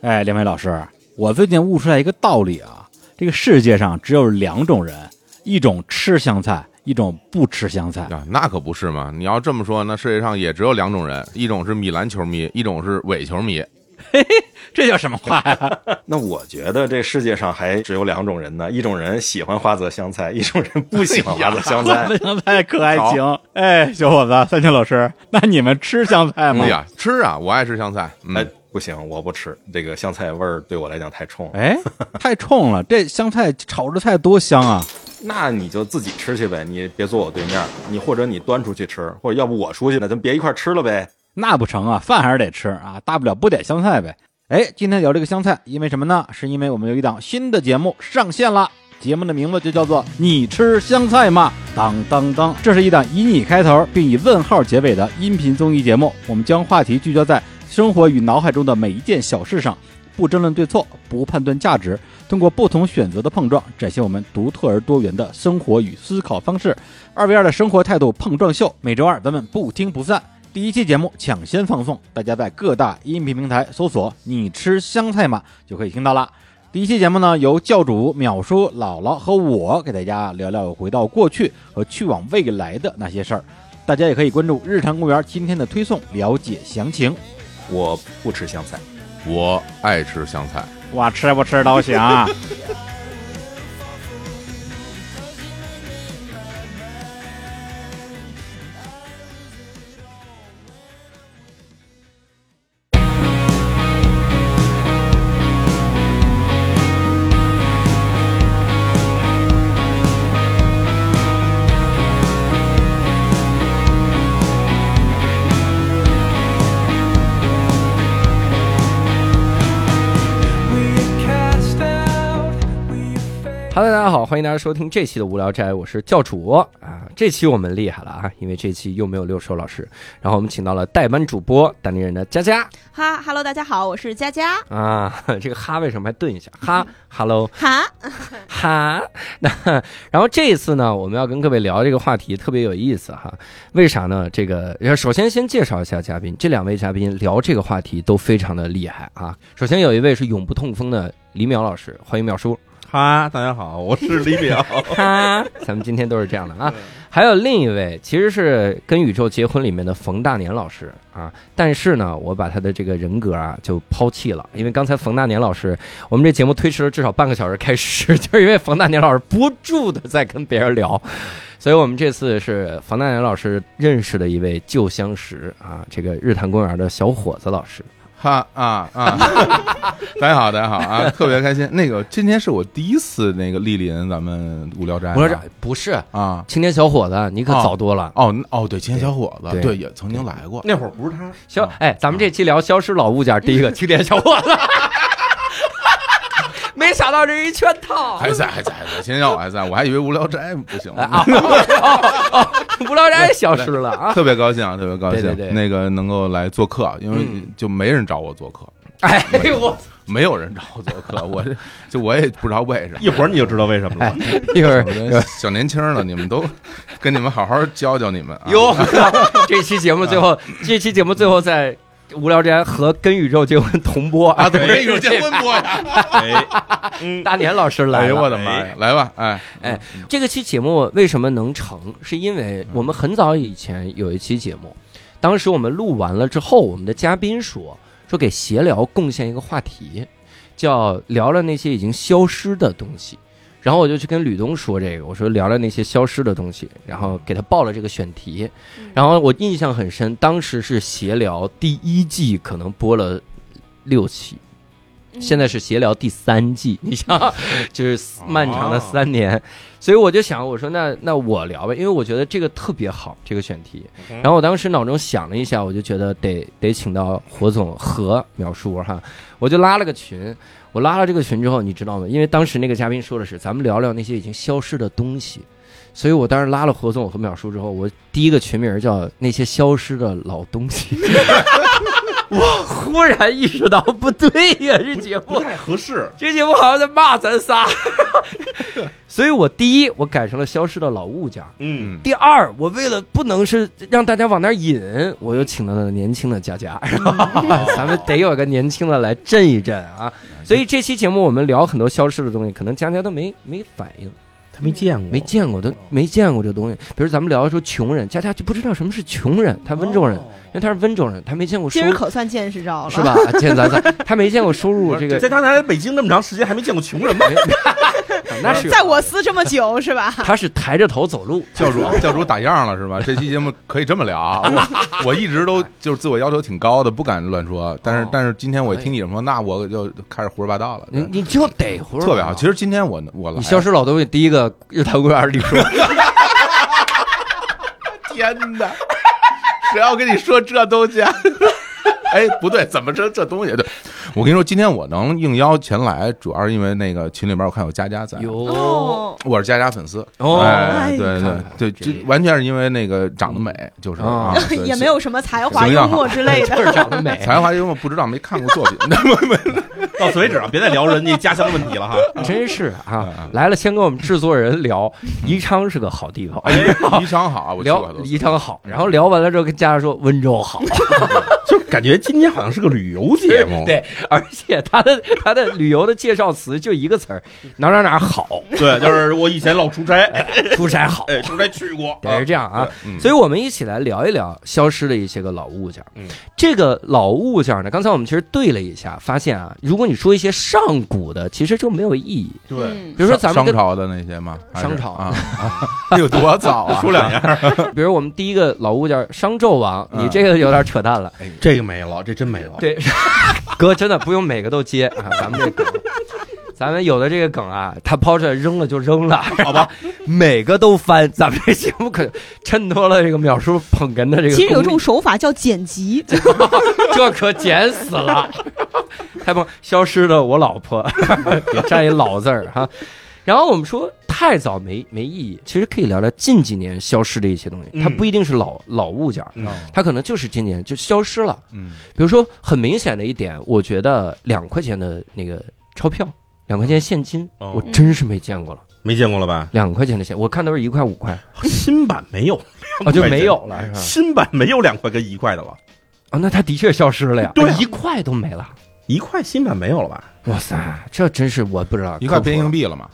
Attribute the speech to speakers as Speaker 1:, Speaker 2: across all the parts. Speaker 1: 哎，两位老师，我最近悟出来一个道理啊，这个世界上只有两种人，一种吃香菜，一种不吃香菜。
Speaker 2: 啊，那可不是嘛！你要这么说，那世界上也只有两种人，一种是米兰球迷，一种是伪球迷。
Speaker 1: 这叫什么话 呀？
Speaker 3: 那我觉得这世界上还只有两种人呢，一种人喜欢花泽香菜，一种人不喜 欢花泽香菜。
Speaker 1: 不香菜可还行
Speaker 2: 好？
Speaker 1: 哎，小伙子，三庆老师，那你们吃香菜吗
Speaker 2: 哎？呀，吃啊，我爱吃香菜。
Speaker 3: 哎
Speaker 2: 嗯，，
Speaker 3: 不行，我不吃这个香菜味儿，对我来讲太冲。
Speaker 1: 哎，太冲了！这香菜炒着菜多香啊！
Speaker 3: 那你就自己吃去呗，你别坐我对面，你或者你端出去吃，或者要不我出去了，咱别一块儿吃了呗。
Speaker 1: 那不成啊，饭还是得吃啊，大不了不点香菜呗。哎，今天聊这个香菜，因为什么呢？是因为我们有一档新的节目上线了，节目的名字就叫做《你吃香菜吗》。当当当，这是一档以你开头并以问号结尾的音频综艺节目，我们将话题聚焦在生活与脑海中的每一件小事上，不争论对错，不判断价值，通过不同选择的碰撞，展现我们独特而多元的生活与思考方式。二 v 二的生活态度碰撞秀，每周二咱们不听不散。第一期节目抢先放送，大家在各大音频平台搜索“你吃香菜吗”就可以听到啦。第一期节目呢，由教主、淼叔、姥姥和我给大家聊聊回到过去和去往未来的那些事儿。大家也可以关注日常公园今天的推送，了解详情。
Speaker 3: 我不吃香菜。
Speaker 2: 我爱吃香菜。
Speaker 1: 哇，吃不吃都行。
Speaker 4: Hello，大家好，欢迎大家收听这期的无聊斋，我是教主啊。这期我们厉害了啊，因为这期又没有六兽老师，然后我们请到了代班主播当地人的佳 佳
Speaker 5: 哈，Hello，大家好，我是佳佳。
Speaker 4: 啊。这个哈为什么还顿一下？哈，Hello，
Speaker 5: 哈，
Speaker 4: 哈。那然后这一次呢，我们要跟各位聊这个话题特别有意思哈。为啥呢？这个呃首先先介绍一下嘉宾，这两位嘉宾聊这个话题都非常的厉害啊。首先有一位是永不痛风的李淼老师，欢迎淼叔。
Speaker 6: 哈，大家好，我是李淼。
Speaker 4: 哈，咱们今天都是这样的啊。还有另一位，其实是《跟宇宙结婚》里面的冯大年老师啊，但是呢，我把他的这个人格啊就抛弃了，因为刚才冯大年老师，我们这节目推迟了至少半个小时开始， 就是因为冯大年老师不住的在跟别人聊，所以我们这次是冯大年老师认识的一位旧相识啊，这个日坛公园的小伙子老师，
Speaker 2: 哈啊啊！ 大家好，大家好啊，特别开心。那个今天是我第一次那个莅临咱们无聊斋啊，
Speaker 4: 不是不是
Speaker 2: 啊。
Speaker 4: 青年小伙子，你可早多了。
Speaker 2: 哦哦，对，青年小伙子，
Speaker 4: 对
Speaker 2: 对，也曾经来过。
Speaker 6: 那会儿不是他，
Speaker 4: 消哎，咱们这期聊消失老物件，第一个青年小伙子，没想到这是一圈套。
Speaker 2: 还在，还在，还在，青年小伙子还在，我还以为无聊斋不行
Speaker 4: 哎
Speaker 2: 了。
Speaker 4: 啊，无聊斋消失了 啊！
Speaker 2: 特别高兴啊，特别高兴，
Speaker 4: 对对对
Speaker 2: 那个能够来做客，因为
Speaker 4: 嗯
Speaker 2: 就没人找我做客，
Speaker 4: 哎我，
Speaker 2: 没有人找我做 客，我这就我也不知道为什么。
Speaker 6: 一会儿你就知道为什么
Speaker 3: 哎
Speaker 6: 了。
Speaker 4: 一会儿
Speaker 2: 我这小年轻了，你们都跟你们好好教教你们啊。
Speaker 4: 哟， 这期节目最后，这期节目最后在无聊斋和跟宇宙结婚同播啊！
Speaker 2: 对，没有结婚播呀！
Speaker 6: 哎，
Speaker 4: 大年老师来
Speaker 2: 哎呦我
Speaker 4: 了。
Speaker 2: 的妈呀！来吧，哎，
Speaker 4: 这个期节目为什么能成？是因为我们很早以前有一期节目，当时我们录完了之后，我们的嘉宾说说给闲聊贡献一个话题，叫聊聊那些已经消失的东西。然后我就去跟吕东说这个，我说聊聊那些消失的东西，然后给他报了这个选题。然后我印象很深，当时是闲聊第一季可能播了六期，
Speaker 5: 嗯
Speaker 4: 现在是闲聊第三季，你想，就是四漫长的三年，所以我就想，我说那那我聊呗，因为我觉得这个特别好，这个选题。然后我当时脑中想了一下，我就觉得得得请到火总和淼叔哈，我就拉了个群。我拉了这个群之后，你知道吗？因为当时那个嘉宾说的是咱们聊聊那些已经消失的东西，所以我当时拉了何总和淼叔之后，我第一个群名叫“那些消失的老东西”。我忽然意识到不对呀、这节目
Speaker 6: 不太合适。
Speaker 4: 这节目好像在骂咱仨，所以我第一我改成了消失的老物件儿，
Speaker 6: 嗯，
Speaker 4: 第二我为了不能是让大家往那儿引，我又请到了年轻的佳 佳，咱们得有一个年轻的来震一震啊。
Speaker 5: 嗯
Speaker 4: 所以这期节目我们聊很多消失的东西，可能佳佳都没没反应，
Speaker 7: 他没见过，
Speaker 4: 没见
Speaker 2: 哦
Speaker 4: 过都没见过这东西。比如咱们聊说穷人，佳佳就不知道什么是穷人，她温州
Speaker 2: 哦
Speaker 4: 人，因为她是温州人，她没见过收
Speaker 5: 今儿
Speaker 4: 入
Speaker 5: 可算见识着了，
Speaker 4: 是吧？见 咱咱她没见过收入这个
Speaker 6: 在，他来北京那么长时间，还没见过穷人吗？
Speaker 4: 那是
Speaker 5: 在我司这么久是吧？
Speaker 4: 她是抬着头走路。
Speaker 2: 教主 教主打样了是吧？这期节目可以这么聊啊， 我我一直都就是自我要求挺高的，不敢乱说。但
Speaker 4: 哦
Speaker 2: 是但是今天
Speaker 4: 哎
Speaker 2: 我听你这么说，那我就开始胡说八道了，
Speaker 4: 你
Speaker 2: 对
Speaker 4: 你就得嗯胡说，
Speaker 2: 特别好。其实今天我我来
Speaker 4: 你消失老东西第一个日坛公园里说，
Speaker 2: 天哪！谁要跟你说这东西、啊？ 哎，不对，怎么这这东西？对，我跟你说，今天我能应邀前来，主要是因为那个群里边我看有佳佳在，
Speaker 4: 哟
Speaker 5: 哦，
Speaker 2: 我是佳佳粉丝。
Speaker 4: 哦
Speaker 2: 哎，
Speaker 4: 哎
Speaker 2: 对
Speaker 4: 看看
Speaker 2: 对对，
Speaker 4: 这
Speaker 2: 这完全是因为那个长得美，就是
Speaker 4: 哦
Speaker 2: 啊， 对
Speaker 5: 也没有什么才华、
Speaker 2: 形象
Speaker 5: 幽
Speaker 2: 好
Speaker 5: 默之类
Speaker 4: 字儿
Speaker 5: 的。
Speaker 4: 长得美，
Speaker 2: 才华，因为我不知道，没看过作 品。
Speaker 6: 到此为止啊，别再聊人家家乡问题了哈。
Speaker 4: 真是
Speaker 2: 嗯
Speaker 4: 啊！来了，先跟我们制作人 聊，宜昌是个好地方，
Speaker 2: 哎，宜昌好啊，我去哦过
Speaker 4: 聊
Speaker 2: 很多次
Speaker 4: 宜昌好，然后聊完了之后跟家人说温州好，
Speaker 6: 就感觉今天好像是个旅游节目，
Speaker 4: 对，而且他的他的旅游的介绍词就一个词儿，
Speaker 2: 嗯
Speaker 4: 哪哪哪好，
Speaker 6: 对， 就是我以前老出差，
Speaker 4: 出差好，
Speaker 6: 哎，出差去过，
Speaker 4: 得是这样啊。
Speaker 2: 嗯
Speaker 4: 所以，我们一起来聊一聊消失的一些个老物件。
Speaker 6: 嗯，
Speaker 4: 这个老物件呢，刚才我们其实对了一下，发现啊，如果你说一些上古的，其实就没有意义。
Speaker 6: 对，
Speaker 5: 嗯
Speaker 4: 比如说咱们
Speaker 2: 商
Speaker 4: 跟，
Speaker 2: 朝的那些嘛，还是
Speaker 4: 商朝
Speaker 2: 啊，有多早啊？
Speaker 6: 说两 样，
Speaker 4: 比如我们第一个老物件商纣王，
Speaker 2: 嗯
Speaker 4: 你这个有点扯淡了。
Speaker 6: 哎这个没了，这真没了。
Speaker 4: 对， 哥真的不用每个都接啊，咱们这梗。咱们有的这个梗啊，他抛出来扔了就扔 了，好吧，每个都翻。咱们这节目可衬托了这个秒叔捧哏的这个功力。
Speaker 5: 其实有一种手法叫剪辑，
Speaker 4: 这可捡死了！太棒，消失的我老婆， 也占一老字儿哈。然后我们说太早没没意义，其实可以聊聊近几年消失的一些东西，
Speaker 6: 嗯
Speaker 4: 它不一定是老老物件儿，
Speaker 6: 嗯
Speaker 4: 它可能就是今年就消失了。
Speaker 2: 嗯，
Speaker 4: 比如说很明显的一点，我觉得两块钱的那个钞票，两块钱现金，
Speaker 6: 哦
Speaker 4: 我真是没见过了。
Speaker 6: 没见过了吧？
Speaker 4: 两块钱的现，我看都是一块五块，
Speaker 6: 新版没有，
Speaker 4: 哦就没有
Speaker 6: 哎
Speaker 4: 了是吧？
Speaker 6: 新版没有两块跟一块的了，
Speaker 4: 啊，那它的确消失了呀，
Speaker 6: 对啊
Speaker 4: 一块都没了。
Speaker 6: 一块新版没有了吧？
Speaker 4: 哇塞，这真是我不知道，
Speaker 2: 一块变
Speaker 4: 科普
Speaker 2: 硬
Speaker 4: 了
Speaker 2: 币了嘛，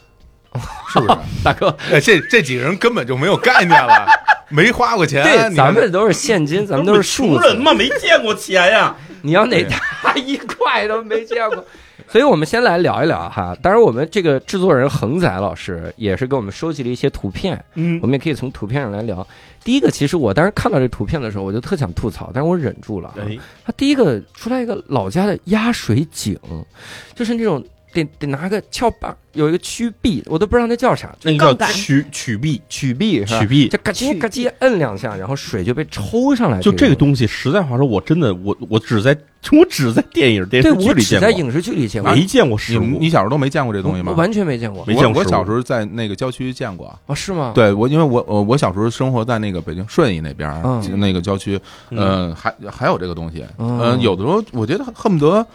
Speaker 2: 是不是？
Speaker 4: 大哥，
Speaker 2: 哎，这这几个人根本就没有概念了，没花过钱。
Speaker 6: 哎
Speaker 2: 啊
Speaker 4: 对，
Speaker 2: 你看
Speaker 4: 咱们都是现金，咱们都是数
Speaker 6: 穷
Speaker 4: 字
Speaker 6: 人。嘛，没见过钱呀。
Speaker 4: 你要哪大一块都没见过，所以我们先来聊一聊哈。当然，我们这个制作人恒仔老师也是给我们收集了一些图片，
Speaker 6: 嗯
Speaker 4: 我，们也可以从图片上来聊。第一个，其实我当时看到这图片的时候，我就特想吐槽，但是我忍住了啊。
Speaker 6: 哎，
Speaker 4: 他第一个出来一个老家的压水井，就是那种得得拿个撬把，有一个曲臂，我都不知道那叫啥，
Speaker 6: 那
Speaker 5: 杠
Speaker 6: 个叫
Speaker 5: 杆
Speaker 6: 曲曲臂，
Speaker 4: 曲臂是吧
Speaker 6: 曲？臂。
Speaker 4: 就嘎叽嘎叽摁两下，然后水就被抽上来。
Speaker 6: 就这
Speaker 4: 这
Speaker 6: 个东西，实在话说，我真的，我我只在我只在电影电
Speaker 4: 对，
Speaker 6: 视剧
Speaker 4: 我
Speaker 6: 里
Speaker 4: 只
Speaker 6: 见
Speaker 4: 在
Speaker 6: 过，
Speaker 4: 影视剧里见过，
Speaker 6: 没见
Speaker 2: 你
Speaker 6: 过实
Speaker 2: 们
Speaker 6: 物
Speaker 2: 你。小时候都没见过这东西吗？
Speaker 4: 我完全没见过
Speaker 6: 没见
Speaker 2: 我
Speaker 6: 过实物
Speaker 2: 小时候在那个郊区见过。
Speaker 4: 哦，是吗？，
Speaker 2: 对我，因为我我我小时候生活在那个北京顺义那边儿、
Speaker 4: 嗯
Speaker 2: 那个郊区，嗯、还还有这个东西，
Speaker 4: 嗯
Speaker 2: 嗯、有的时候我觉得恨不得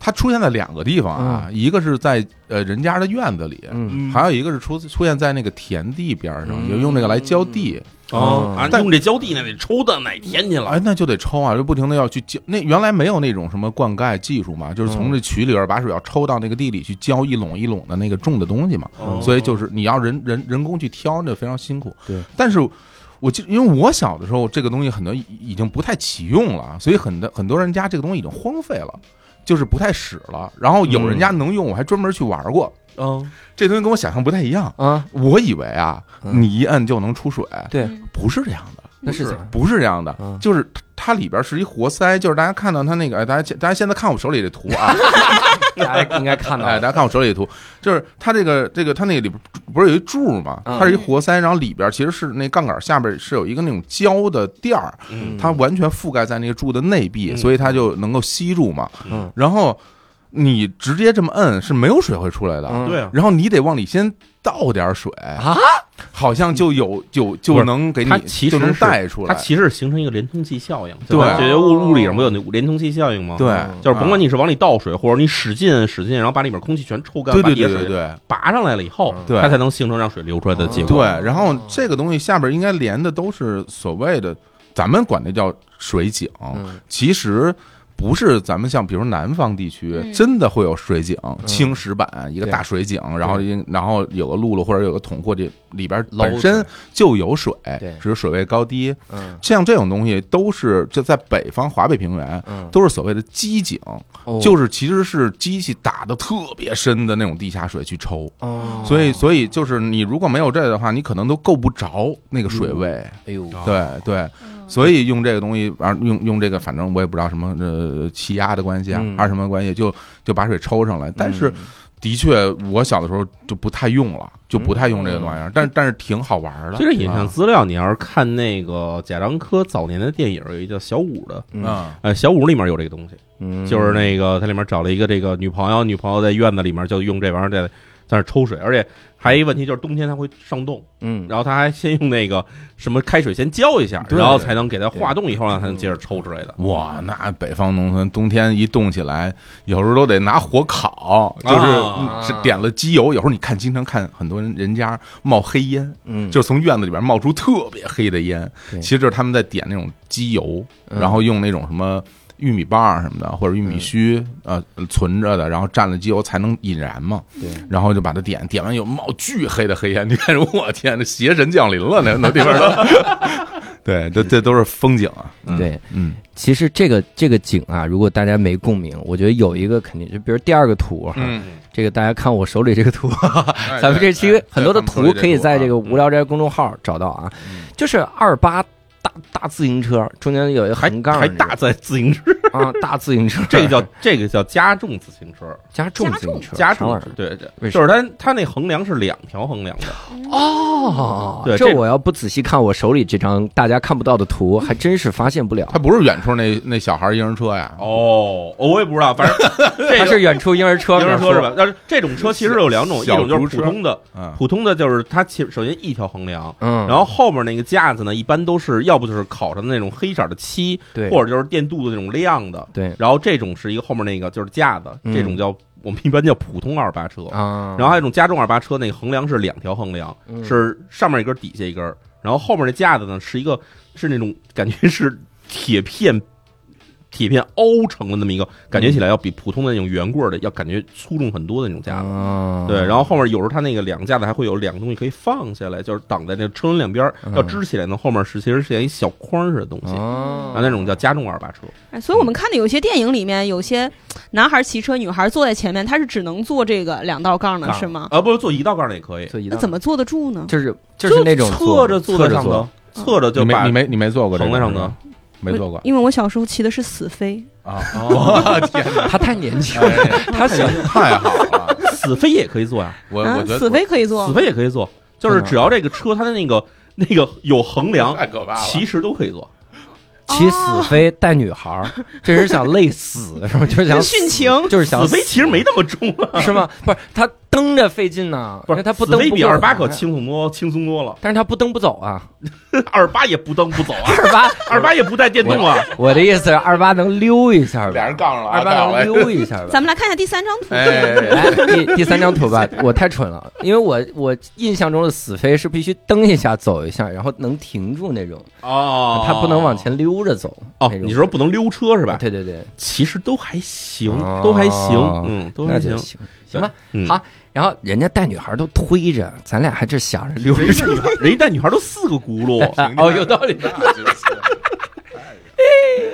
Speaker 2: 它出现在两个地方啊，一个是在呃人家的院子里，
Speaker 4: 嗯，
Speaker 2: 还有一个是出出现在那个田地边儿上，
Speaker 4: 嗯
Speaker 2: 就用这个来浇地，
Speaker 6: 哦啊，
Speaker 2: 但
Speaker 6: 用这浇地那得抽到哪天去了？
Speaker 2: 哎，那就得抽啊，就不停的要去浇。那原来没有那种什么灌溉技术嘛，就是从这渠里边把水要抽到那个地里去浇一垄一垄的那个种的东西嘛，
Speaker 6: 哦
Speaker 2: 所以就是你要人人人工去挑，那非常辛苦。
Speaker 4: 对，
Speaker 2: 但是。我记，因为我小的时候，这个东西很多已已经不太起用了，所以很多很多人家这个东西已经荒废了，就是不太使了。然后有人家能用，我还专门去玩过。
Speaker 4: 嗯
Speaker 2: 这东西跟我想象不太一样，
Speaker 4: 啊，
Speaker 2: 我以为啊，
Speaker 4: 嗯
Speaker 2: 你一摁就能出水，
Speaker 4: 对，
Speaker 2: 不是这样的。
Speaker 4: 那 是怎
Speaker 6: 啊
Speaker 4: 么？
Speaker 2: 不是这样的
Speaker 4: 嗯，
Speaker 2: 就是它它里边是一活塞，就是大家看到它那个，哎，大家现大家现在看我手里这图啊，
Speaker 4: 大家应该看到
Speaker 2: 哎，大家看我手里的图，就是它这个这个它那个里边不是有一柱吗？
Speaker 4: 嗯
Speaker 2: 它是一活塞，然后里边其实是那杠杆下边是有一个那种胶的垫儿，
Speaker 6: 嗯
Speaker 2: 它完全覆盖在那个柱的内壁，
Speaker 6: 嗯
Speaker 2: 所以它就能够吸住嘛。
Speaker 4: 嗯
Speaker 2: 然后你直接这么摁是没有水会出来的，
Speaker 4: 嗯
Speaker 6: 对啊，
Speaker 2: 然后你得往里先倒点水啊，好像就有就
Speaker 6: 不
Speaker 2: 就是能给你
Speaker 6: 它其
Speaker 2: 就
Speaker 6: 实
Speaker 2: 能
Speaker 6: 是
Speaker 2: 带出
Speaker 6: 它
Speaker 2: 来，
Speaker 6: 其实是形成一个连通器效应，
Speaker 2: 对
Speaker 6: 吧这些物物理上不有那连通器效应吗？嗯
Speaker 2: 对，，啊
Speaker 6: 就是甭管你是往里倒水，或者你使劲使劲，然后把里面空气全抽干，
Speaker 2: 对对
Speaker 6: 把底下
Speaker 2: 对对
Speaker 6: 水
Speaker 2: 对
Speaker 6: 拔上来了以后，
Speaker 2: 对嗯
Speaker 6: 它才能形成让水流出来的结
Speaker 2: 对
Speaker 6: 果。，
Speaker 2: 然后这个东西下边应该连的都是所谓的，咱们管那叫水井，
Speaker 4: 嗯
Speaker 2: 其实。不是咱们像比如南方地区
Speaker 5: 嗯
Speaker 2: 真的会有水井，青石板一个
Speaker 4: 嗯对
Speaker 2: 大水井，然后一然后有个辘轳或者有个桶或者里边
Speaker 4: 捞
Speaker 2: 本身
Speaker 4: 出
Speaker 2: 就有水
Speaker 4: 对，
Speaker 2: 只是水位高低。
Speaker 4: 嗯
Speaker 2: 像这种东西都是就在北方华北平原，
Speaker 4: 嗯，
Speaker 2: 都是所谓的机井，
Speaker 4: 哦
Speaker 2: 就是其实是机器打的特别深的那种地下水去抽，
Speaker 4: 哦
Speaker 2: 所以所以就是你如果没有这个的话，你可能都够不着那个水位。
Speaker 6: 嗯
Speaker 4: 哎呦，
Speaker 6: 哦
Speaker 2: 对对，
Speaker 5: 嗯
Speaker 2: 所以用这个东西，玩用用这个，反正我也不知道什么呃气压的关系啊，
Speaker 4: 嗯
Speaker 2: 还是什么关系，就就把水抽上来。但
Speaker 6: 嗯
Speaker 2: 是的确，我小的时候就不太用了，就不太用这个玩意儿，但是但是挺好玩儿的。
Speaker 6: 嗯其实影像
Speaker 2: 啊
Speaker 6: 资料，你要是看那个贾樟柯早年的电影，有一个叫《小五》的，
Speaker 2: 嗯
Speaker 6: 呃，《小五》里面有这个东西，
Speaker 4: 嗯
Speaker 6: 就是那个它里面找了一个这个女朋友，女朋友在院子里面就用这玩意儿在在那抽水，而且还有一个问题就是冬天它会上冻，
Speaker 4: 嗯，
Speaker 6: 然后他还先用那个什么开水先浇一下，
Speaker 2: 对
Speaker 6: 然后才能给它化冻以后呢，才能接着抽之类的。
Speaker 2: 哇，那北方农村冬天一冻起来，有时候都得拿火烤，就是、
Speaker 6: 啊
Speaker 2: 嗯是点了机油。有时候你看，经常看很多人人家冒黑烟，
Speaker 4: 嗯
Speaker 2: 就是从院子里边冒出特别黑的烟，
Speaker 4: 对
Speaker 2: 其实就是他们在点那种机油，
Speaker 4: 嗯
Speaker 2: 然后用那种什么。玉米棒儿什么的，或者玉米须，呃，存着的，然后蘸了机油才能引燃嘛。
Speaker 4: 对，
Speaker 2: 然后就把它点，点完以后冒巨黑的黑烟，你看， 我天，这邪神降临了，那那地方都。 对，这这都是风景啊。嗯，
Speaker 4: 对，
Speaker 2: 嗯，
Speaker 4: 其实这个这个景啊，如果大家没共鸣，我觉得有一个肯定就比如第二个图哈，啊
Speaker 2: 嗯，
Speaker 4: 这个大家看我手里这个图，
Speaker 2: 哎
Speaker 4: 咱们这期
Speaker 2: 对哎
Speaker 4: 很多的
Speaker 2: 对咱们
Speaker 4: 图可以在这个
Speaker 2: 啊
Speaker 4: 无聊斋公众号找到啊，
Speaker 6: 嗯
Speaker 4: 就是二八大大自行车中间有一个
Speaker 6: 还
Speaker 4: 横杠儿
Speaker 6: 还
Speaker 4: 那
Speaker 6: 大在自行车，
Speaker 4: 个啊大自行车，
Speaker 6: 这个叫这个叫加重自行车，
Speaker 4: 加重自行车，
Speaker 6: 加
Speaker 4: 啥
Speaker 6: 重
Speaker 4: 玩意儿
Speaker 6: 对，对
Speaker 4: 为
Speaker 6: 就是它它那横梁是两条横梁的，
Speaker 4: 哦，
Speaker 6: 对
Speaker 4: 这
Speaker 6: 这
Speaker 4: 我要不仔细看我手里这张大家看不到的图，还真是发现不了
Speaker 2: 它。不是远处那那小孩婴儿车呀，
Speaker 6: 哦，我也不知道，反正这
Speaker 4: 它是远处婴儿车，
Speaker 6: 婴儿
Speaker 4: 说
Speaker 6: 车是吧？？但是这种车其实有两种，一
Speaker 2: 小
Speaker 6: 种就是
Speaker 2: 竹车
Speaker 6: 普通的，
Speaker 2: 嗯，
Speaker 6: 普通的就是它其实首先一条横梁，
Speaker 4: 嗯，
Speaker 6: 然后后面那个架子呢，一般都是要不就是烤上的那种黑色的漆，
Speaker 4: 对，
Speaker 6: 或者就是电镀的那种亮的，
Speaker 4: 对
Speaker 6: 然后这种是一个后面那个就是架子，
Speaker 4: 嗯
Speaker 6: 这种叫我们一般叫普通二八车，
Speaker 4: 啊，
Speaker 6: 哦然后还有一种加重二八车，那个横梁是两条横梁，
Speaker 4: 嗯
Speaker 6: 是上面一根底下一根，然后后面那架子呢是一个是那种感觉是铁片。铁片凹成的那么一个，感觉起来要比普通的那种圆棍儿的要感觉粗重很多的那种架
Speaker 4: 啊，
Speaker 6: 子。哦对，然后后面有时候它那个两个架子还会有两个东西可以放下来，就是挡在那个车轮两边儿，
Speaker 4: 嗯
Speaker 6: 要支起来呢，后面是其实是像一小筐似的东西，啊，
Speaker 4: 啊，
Speaker 6: 那种叫加重二八车。
Speaker 5: 哎，所以我们看的有些电影里面，有些男孩骑车，女孩坐在前面，他是只能坐这个两道杠的，
Speaker 6: 杠
Speaker 5: 是吗？
Speaker 6: 啊，不是，做一道杠的也可以，
Speaker 4: 座椅
Speaker 5: 那怎么坐得住呢？
Speaker 4: 就是就是那种
Speaker 6: 侧着坐在
Speaker 4: 侧
Speaker 6: 上
Speaker 4: 坐
Speaker 6: 头，侧着就
Speaker 2: 你没
Speaker 6: 把
Speaker 2: 你没你没坐过这
Speaker 6: 横在
Speaker 2: 个
Speaker 6: 上
Speaker 2: 是
Speaker 6: 头
Speaker 2: 吗，没坐过
Speaker 5: 因为我小时候骑的是死飞，
Speaker 2: 啊！我天哪，
Speaker 4: 他太年轻 了，
Speaker 2: 哎
Speaker 4: 他想
Speaker 2: 太好了，
Speaker 6: 死飞也可以坐呀，
Speaker 2: 我
Speaker 5: 啊
Speaker 2: 我，觉得
Speaker 5: 死飞可以
Speaker 6: 死
Speaker 5: 坐，
Speaker 6: 飞也可以坐，
Speaker 4: 嗯
Speaker 6: 就是只要这个车它的那个那个有横梁，
Speaker 2: 太可怕了，
Speaker 6: 其实都可以坐。
Speaker 4: 骑
Speaker 5: 哦
Speaker 4: 死飞带女孩儿，这人想累死是吧？就是想死
Speaker 5: 殉情
Speaker 4: 就是想
Speaker 6: 死飞其实没那么重啊，
Speaker 4: 是吗？不是他蹬着费劲呢，
Speaker 6: 不
Speaker 4: 因为
Speaker 6: 是
Speaker 4: 他不
Speaker 6: 死
Speaker 4: 蹬
Speaker 6: 飞
Speaker 4: 不啊
Speaker 6: 比
Speaker 4: 过
Speaker 6: 二八
Speaker 4: 来
Speaker 6: 可，轻松多轻松多了，
Speaker 4: 但是他不蹬不走啊，
Speaker 6: 二八也不蹬不走啊，
Speaker 4: 二八
Speaker 6: 二八也不带电动啊。
Speaker 4: 我的意思是二八能溜一下
Speaker 2: 俩人
Speaker 4: 吧，
Speaker 2: 杠上了啊，
Speaker 4: 二八
Speaker 2: 杠
Speaker 4: 能
Speaker 2: 了，
Speaker 4: 溜一下吧。
Speaker 5: 咱们来看一下第三张图。
Speaker 2: 哎，
Speaker 4: 来第第三张图吧，我太蠢了，因为我我印象中的死飞是必须蹬一下走一下，然后能停住那种，
Speaker 6: 哦
Speaker 4: 他不能往前溜着走。
Speaker 6: 哦，
Speaker 4: 那种
Speaker 6: 你说不能溜车是吧？
Speaker 4: 对对对，
Speaker 6: 其实都还行
Speaker 4: 哦，
Speaker 6: 都还行，嗯，都
Speaker 4: 那
Speaker 6: 还
Speaker 4: 就
Speaker 6: 行。
Speaker 4: 行行吧。
Speaker 6: 嗯
Speaker 4: 好，然后人家带女孩都推着，咱俩还这想着 溜
Speaker 6: 人
Speaker 4: 着
Speaker 6: 家。女孩，人家带女孩都四个轱辘，
Speaker 4: 哦，有道理，
Speaker 2: 那就是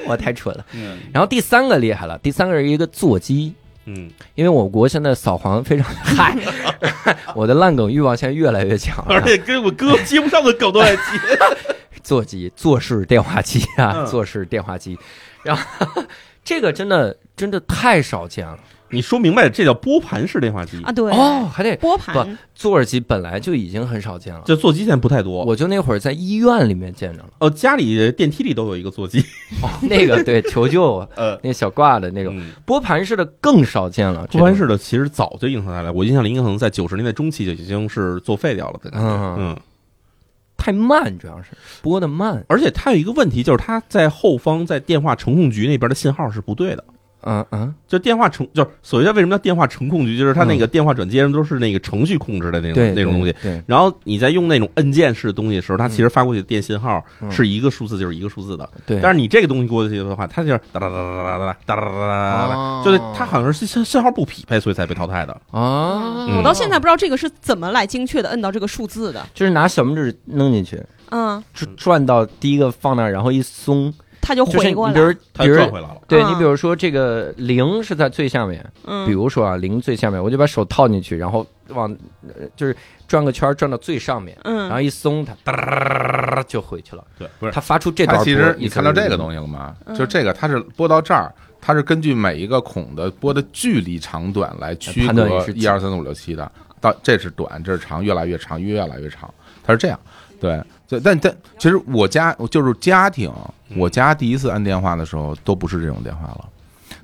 Speaker 4: 我太蠢了。
Speaker 6: 嗯
Speaker 4: 然后第三个厉害了，第三个是一个座机，
Speaker 6: 嗯，
Speaker 4: 因为我国现在扫黄非常 嗨，我的烂梗欲望现在越来越强
Speaker 6: 而
Speaker 4: 了。
Speaker 6: 且跟我哥接不上的梗都在接。
Speaker 4: 座机、坐式电话机啊，
Speaker 6: 嗯
Speaker 4: 坐式电话机，然后这个真的真的太少见了。
Speaker 6: 你说明白，这叫拨盘式电话机
Speaker 5: 啊，，对，
Speaker 4: 哦，还得
Speaker 5: 拨
Speaker 4: 不
Speaker 5: 盘，
Speaker 4: 座耳机本来就已经很少见了。
Speaker 6: 这座机现在不太多。
Speaker 4: 我就那会儿在医院里面见着 了，
Speaker 6: 呃，家里电梯里都有一个座机，
Speaker 4: 那个对求救啊，
Speaker 6: 呃，
Speaker 4: 那小挂的那种
Speaker 6: 嗯
Speaker 4: 拨盘式的更少见了。
Speaker 6: 拨盘式的其实早就应用下来，我印象里应该可能在九十年代中期就已经是作废掉了的感觉。
Speaker 4: 嗯
Speaker 6: 嗯，
Speaker 4: 太慢，主要是拨的慢。
Speaker 6: 而且它有一个问题，就是它在后方在电话程控局那边的信号是不对的。
Speaker 4: 嗯嗯，
Speaker 6: 就电话程，就是所谓的为什么叫电话程控局，就是它那个电话转接上都是那个程序控制的那种
Speaker 4: 对
Speaker 6: 那种东西。，
Speaker 4: 对，
Speaker 6: 然后你在用那种按键式的东西的时候，它其实发过去的电信号
Speaker 4: 嗯
Speaker 6: 是一个数字就是一个数字的，
Speaker 4: 对，
Speaker 6: 但
Speaker 4: 是
Speaker 6: 是你这个东西过去的话，它就是哒哒哒哒哒哒哒哒哒哒哒
Speaker 4: 哦
Speaker 6: 哒，就是它好像是信信号不匹配，所以才被淘汰的。
Speaker 4: 啊，
Speaker 6: 嗯
Speaker 5: 我到现在不知道这个是怎么来精确的摁到这个数字的，
Speaker 4: 就是拿小拇指弄进去，
Speaker 5: 嗯，
Speaker 4: 转转到第一个放那儿，然后一松，
Speaker 5: 它就
Speaker 4: 就是
Speaker 5: 回
Speaker 4: 你
Speaker 5: 过
Speaker 4: 比
Speaker 5: 来，
Speaker 4: 如
Speaker 6: 它
Speaker 4: 比
Speaker 6: 转
Speaker 4: 如
Speaker 6: 回来了。
Speaker 4: 对
Speaker 5: 嗯
Speaker 4: 你比如说这个零是在最下面，比
Speaker 5: 嗯，
Speaker 4: 如说啊零最下面，我就把手套进去，然后往呃就是转个圈儿转到最上面，然后
Speaker 5: 嗯，
Speaker 4: 一松它哒就回去了。
Speaker 6: 对，不是
Speaker 4: 它发出这段
Speaker 2: 它
Speaker 4: 波，
Speaker 2: 其实你看到这个东
Speaker 4: 西，
Speaker 2: 西了吗？
Speaker 5: 嗯
Speaker 2: 就这个，它是拨到这儿，它是根据每一个孔的拨的距离长短来区
Speaker 4: 判断
Speaker 2: 隔
Speaker 4: 是几
Speaker 2: 一二三四五六七的。到这是短，这是长，越来越长，越来越长，它是这样。对，对，但但其实我家就是家庭，
Speaker 4: 嗯
Speaker 2: 我家第一次按电话的时候都不是这种电话了，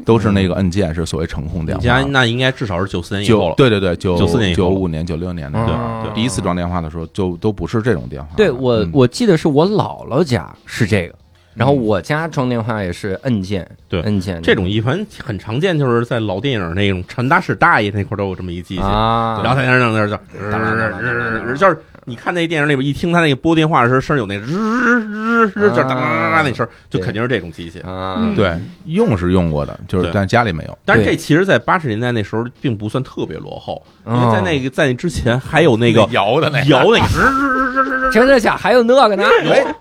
Speaker 2: 都是
Speaker 4: 嗯
Speaker 2: 那个按键是所谓程控电
Speaker 6: 你
Speaker 2: 话。
Speaker 6: 家那应该至少是九四年以后
Speaker 2: 九
Speaker 6: 了。
Speaker 2: 对对对，九
Speaker 6: 94年以
Speaker 2: 九
Speaker 6: 后
Speaker 2: 五年、九六年那会
Speaker 4: 嗯
Speaker 2: 儿，
Speaker 4: 对
Speaker 2: 第一次装电话的时候就都不是这种电话了。
Speaker 4: 对我
Speaker 2: 嗯
Speaker 4: 我记得是我姥姥家是这个，然后我家装电话也是摁键，
Speaker 6: 嗯对
Speaker 4: 摁键
Speaker 6: 这种一般很常见，就是在老电影那种传达室大爷那块儿都有这么一机器，
Speaker 4: 啊，
Speaker 6: 然后他在那儿弄那儿就，就是你看那电影里边一听他那个播电话的时候，声有那日日日，就是哒哒哒那声，就肯定是这种机器。
Speaker 4: 啊，
Speaker 2: 对用是用过的，就是
Speaker 6: 对
Speaker 2: 但家里没有。
Speaker 6: 但是这其实，在八十年代那时候并不算特别落后，
Speaker 4: 哦
Speaker 6: 因为在那个在那之前还有那个
Speaker 2: 摇的那
Speaker 6: 摇 那个日日日日，
Speaker 4: 真的假？还有那个呢？
Speaker 2: 哎，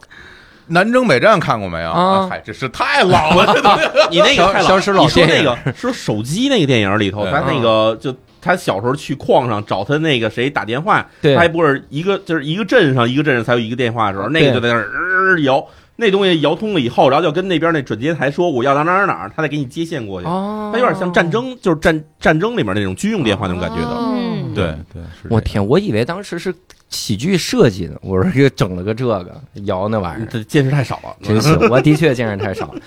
Speaker 2: 南征北战看过没有？哎
Speaker 4: 啊
Speaker 2: 嗨，这是太老了，这都
Speaker 6: 你那个太你说那个说手机那个电影里头，他那个就。他小时候去矿上找他那个谁打电话，
Speaker 4: 对
Speaker 6: 他还不是一个就是一个镇上一个镇上才有一个电话的时候，那个就在那儿、呃、摇，那东西摇通了以后，然后就跟那边那转接台说我要到哪儿哪儿哪儿，他再给你接线过去，
Speaker 4: 哦
Speaker 6: 他有点像战争，就是战战争里面那种军用电话那种感觉的。
Speaker 5: 嗯
Speaker 6: 哦对
Speaker 2: 对，是
Speaker 4: 哦我
Speaker 2: 这样
Speaker 4: 天，我以为当时是喜剧设计呢，我说又整了个这个摇那玩意儿，
Speaker 6: 嗯这见识太少了，
Speaker 4: 真行，我的确见识太少了。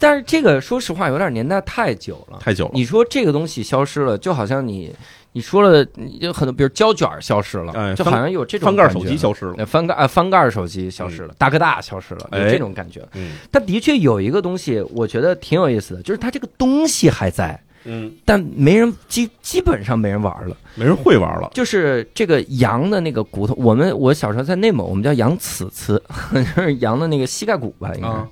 Speaker 4: 但是这个说实话有点年代太久了。
Speaker 6: 太久了。
Speaker 4: 你说这个东西消失了，就好像你你说了，你有很多，比如胶卷消失了，
Speaker 6: 哎
Speaker 4: 就
Speaker 6: 翻
Speaker 4: 好像有这种
Speaker 6: 翻盖
Speaker 4: 感觉
Speaker 6: 手机消失了，嗯
Speaker 4: 呃翻盖啊翻盖手机消失了，大哥大消失了，有
Speaker 6: 哎
Speaker 4: 这种感觉。
Speaker 6: 嗯
Speaker 4: 但的确有一个东西，我觉得挺有意思的，就是它这个东西还在，
Speaker 6: 嗯，
Speaker 4: 但没人基基本上没人玩了。
Speaker 6: 没人会玩了。
Speaker 4: 就是这个羊的那个骨头，我们我小时候在内蒙，我们叫羊刺刺， 就是羊的那个膝盖骨吧，应该。
Speaker 6: 啊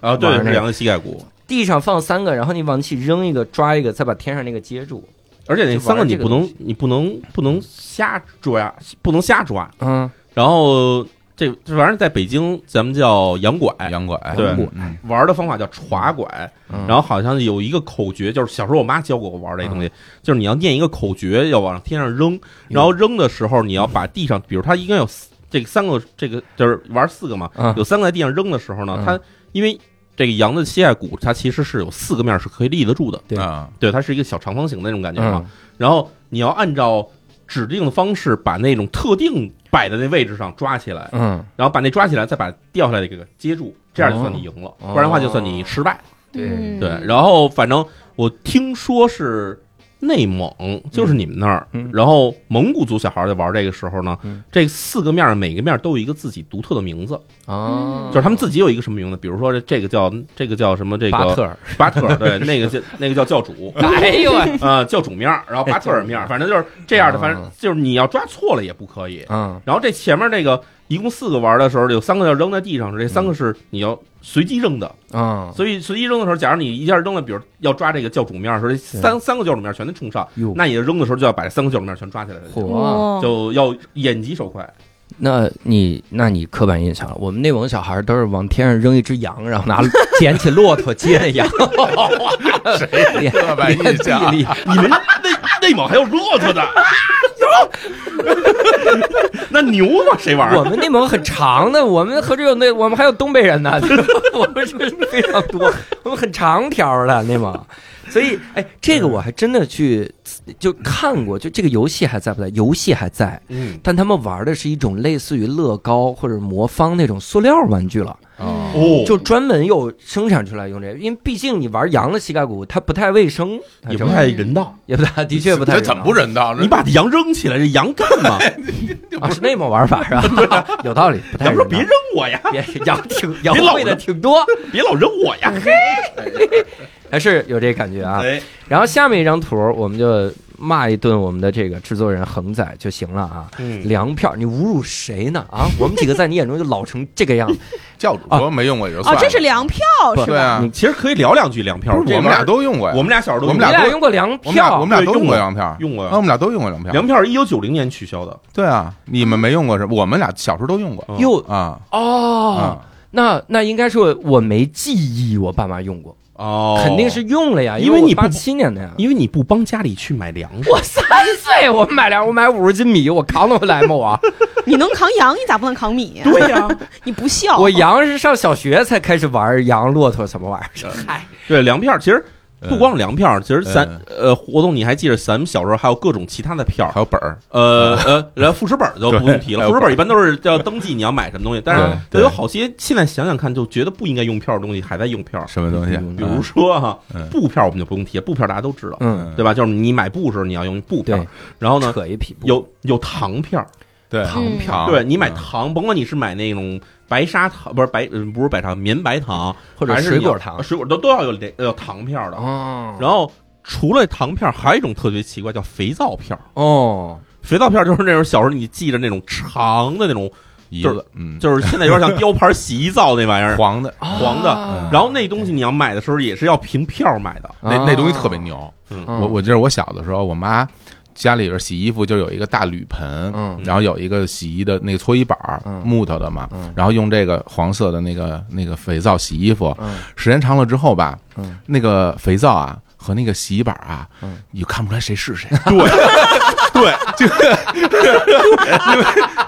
Speaker 6: 啊，对，
Speaker 4: 玩那
Speaker 6: 是
Speaker 4: 个
Speaker 6: 两个膝盖骨，
Speaker 4: 地上放三个，然后你往起扔一个，抓一个，再把天上那个接住。
Speaker 6: 而且那三个你不
Speaker 4: 就玩
Speaker 6: 能，你不能不能瞎抓，不能瞎抓。
Speaker 4: 嗯，
Speaker 6: 然后这这玩意儿在北京咱们叫羊拐，
Speaker 2: 洋拐，
Speaker 6: 对
Speaker 2: 嗯嗯
Speaker 6: 玩的方法叫耍拐。
Speaker 4: 然
Speaker 6: 然后好像有一个口诀，就是小时候我妈教过我玩这东
Speaker 4: 嗯
Speaker 6: 西，就是你要念一个口诀，要往天上扔，然后扔的时候你要把地上，比如它应该有四这个三个，这个就是玩四个嘛，
Speaker 4: 嗯
Speaker 6: 有三个在地上扔的时候呢
Speaker 4: 嗯，
Speaker 6: 它因为这个羊的膝盖骨，它其实是有四个面是可以立得住的，
Speaker 4: 对
Speaker 2: 啊，
Speaker 6: 对，它是一个小长方形的那种感觉嘛。
Speaker 4: 嗯
Speaker 6: 然后你要按照指定的方式把那种特定摆的那位置上抓起来，
Speaker 4: 嗯，
Speaker 6: 然后把那抓起来，再把掉下来的给接住，这样就算你赢了，
Speaker 4: 哦
Speaker 6: 不然的话就算你失败。
Speaker 5: 嗯
Speaker 4: 对，
Speaker 6: 对，然后反正我听说是内蒙，就是你们那儿，
Speaker 4: 嗯
Speaker 6: 然后蒙古族小孩在玩这个时候呢，
Speaker 4: 嗯
Speaker 6: 这四个面儿每个面儿都有一个自己独特的名字，
Speaker 4: 哦，
Speaker 6: 就是他们自己有一个什么名字，比如说这这个叫这个叫什么这个
Speaker 4: 巴特尔，
Speaker 6: 巴特尔，对，那个叫那个叫教主。
Speaker 4: 哎呦喂，
Speaker 6: 啊，教主面儿，然后巴特尔面儿，反正就是这样的，
Speaker 4: 啊
Speaker 6: 反正就是你要抓错了也不可以。
Speaker 4: 嗯
Speaker 6: 然后这前面这个一共四个玩的时候，有三个要扔在地上，这三个是你要随机扔的。
Speaker 4: 嗯，
Speaker 6: 所以随机扔的时候，假如你一下扔了，比如要抓这个教主面儿的时候，这三三个教主面儿全都冲上，
Speaker 4: 哟，
Speaker 6: 那你扔的时候就要把这三个教主面儿全抓起来，
Speaker 4: 火，
Speaker 5: 哇，
Speaker 6: 就要眼疾手快。
Speaker 4: 那你那你刻板印象了，我们内蒙小孩都是往天上扔一只羊，然后拿 捡起骆驼接着羊，谁
Speaker 2: 刻板印象
Speaker 6: 你们内内蒙还有骆驼的， 那牛吗？谁玩
Speaker 4: 我
Speaker 6: 儿？
Speaker 4: 们内蒙很长的，我们何止有那，我们还有东北人 呢，我们是非常多，我们很长条的内蒙。所以，哎，这个我还真的去就看过，就这个游戏还在不在？游戏还在，
Speaker 6: 嗯，
Speaker 4: 但他们玩的是一种类似于乐高或者魔方那种塑料玩具了，
Speaker 2: 哦
Speaker 6: 哦，
Speaker 4: 就专门又生产出来用这个，因为毕竟你玩羊了膝盖骨，它不太卫生，它
Speaker 6: 也
Speaker 4: 这
Speaker 6: 不
Speaker 4: 玩意儿
Speaker 6: 太人道。
Speaker 4: 也不太，的确不太
Speaker 2: 这
Speaker 4: 人道。
Speaker 2: 怎么不人道？
Speaker 6: 你把羊扔起来，这羊干嘛？
Speaker 4: 啊？是内蒙玩法是 吧？有道理，不太
Speaker 6: 咱
Speaker 4: 人道
Speaker 6: 们说别扔我呀，
Speaker 4: 别羊 挺羊
Speaker 6: 别老
Speaker 4: 会的
Speaker 6: 扔
Speaker 4: 挺多，
Speaker 6: 别老扔我呀。嘿，
Speaker 4: 还是有这感觉啊。
Speaker 6: 哎，
Speaker 4: 然后下面一张图，我们就骂一顿我们的这个制作人恒仔就行了啊。
Speaker 6: 嗯
Speaker 4: 粮票，你侮辱谁呢？啊，我们几个在你眼中就老成这个样子，
Speaker 2: 教主说没用过也就算
Speaker 5: 哦，
Speaker 2: 了。
Speaker 5: 这是粮票是
Speaker 2: 对
Speaker 5: 吧？
Speaker 2: 啊，
Speaker 6: 嗯其实可以聊两句粮票。
Speaker 2: 不是我们俩都用过呀，
Speaker 6: 我们俩小时候
Speaker 2: 啊
Speaker 6: 都
Speaker 2: 我们俩
Speaker 4: 你俩
Speaker 2: 都
Speaker 4: 用过粮
Speaker 2: 我们俩
Speaker 4: 票，
Speaker 2: 我们俩都用过
Speaker 6: 对
Speaker 2: 粮票，
Speaker 6: 用过
Speaker 2: 啊，我们俩都用过粮票。
Speaker 6: 粮票是一九九零年取消的，
Speaker 2: 对啊，你们没用过是吧？我们俩小时候都用过
Speaker 6: 嗯
Speaker 4: 哟
Speaker 2: 啊
Speaker 4: 哦，
Speaker 2: 啊
Speaker 4: 那那应该是我没记忆，我爸妈用过，
Speaker 6: 哦
Speaker 4: 肯定是用了呀，
Speaker 6: 因为你不
Speaker 4: 八七年的呀。
Speaker 6: 因为你不帮家里去买粮食。
Speaker 4: 我三岁，我买粮，我买五十斤米，我扛得回来吗？我
Speaker 5: 你能扛羊，你咋不能扛米？对呀、你不孝。
Speaker 4: 我羊是上小学才开始玩羊、骆驼什么玩意儿，嗨，
Speaker 6: 对，粮票其实不光是粮票，其实咱
Speaker 2: 嗯
Speaker 6: 呃活动你还记得咱们小时候还有各种其他的票
Speaker 2: 还，有本儿，
Speaker 6: 呃呃，然后副食本儿就不用提
Speaker 2: 还
Speaker 6: 了，
Speaker 2: 有
Speaker 6: 副食本儿一般都是要登记你要买什么东西，但是
Speaker 2: 对
Speaker 6: 有好些现在想想看就觉得不应该用票的东西还在用票，
Speaker 2: 什么东西？
Speaker 6: 比如说哈
Speaker 2: 嗯
Speaker 6: 布票我们就不用提，布票大家都知道，
Speaker 4: 嗯，
Speaker 6: 对吧？就是你买布的时候你要用布票
Speaker 4: 对，
Speaker 6: 然后呢
Speaker 4: 扯一匹布，啊
Speaker 6: 有有糖票，
Speaker 2: 对
Speaker 4: 糖
Speaker 5: 嗯
Speaker 4: 票、
Speaker 6: 对你买糖，甭管你是买那种白砂糖，不是白呃不是白糖，绵白糖
Speaker 4: 或者
Speaker 6: 还是
Speaker 4: 水果
Speaker 6: 你
Speaker 4: 糖
Speaker 6: 水果都都要有这要糖票的。
Speaker 4: 哦，
Speaker 6: 然后除了糖片儿，还有一种特别奇怪，叫肥皂片儿。
Speaker 4: 哦，
Speaker 6: 肥皂片儿就是那种小时候你记着那种长的那种，
Speaker 2: 一
Speaker 6: 就是
Speaker 2: 嗯，
Speaker 6: 就是现在有点像雕牌洗衣皂那玩 意儿，
Speaker 2: 黄的，嗯
Speaker 6: 黄的。
Speaker 4: 啊
Speaker 6: 然后那东西你要买的时候也是要凭票买的，
Speaker 2: 那那东西特别，牛。
Speaker 6: 嗯
Speaker 4: 嗯
Speaker 2: 啊我我记得我小的时候，我妈家里边洗衣服就有一个大铝盆，
Speaker 4: 嗯
Speaker 2: 然后有一个洗衣的那个搓衣板儿，
Speaker 4: 嗯
Speaker 2: 木头的嘛
Speaker 4: 嗯，
Speaker 2: 然后用这个黄色的那个那个肥皂洗衣服，
Speaker 4: 嗯
Speaker 2: 时间长了之后吧，
Speaker 4: 嗯
Speaker 2: 那个肥皂啊和那个洗衣板啊，
Speaker 4: 嗯
Speaker 2: 你就看不出来谁是 谁，
Speaker 6: 对，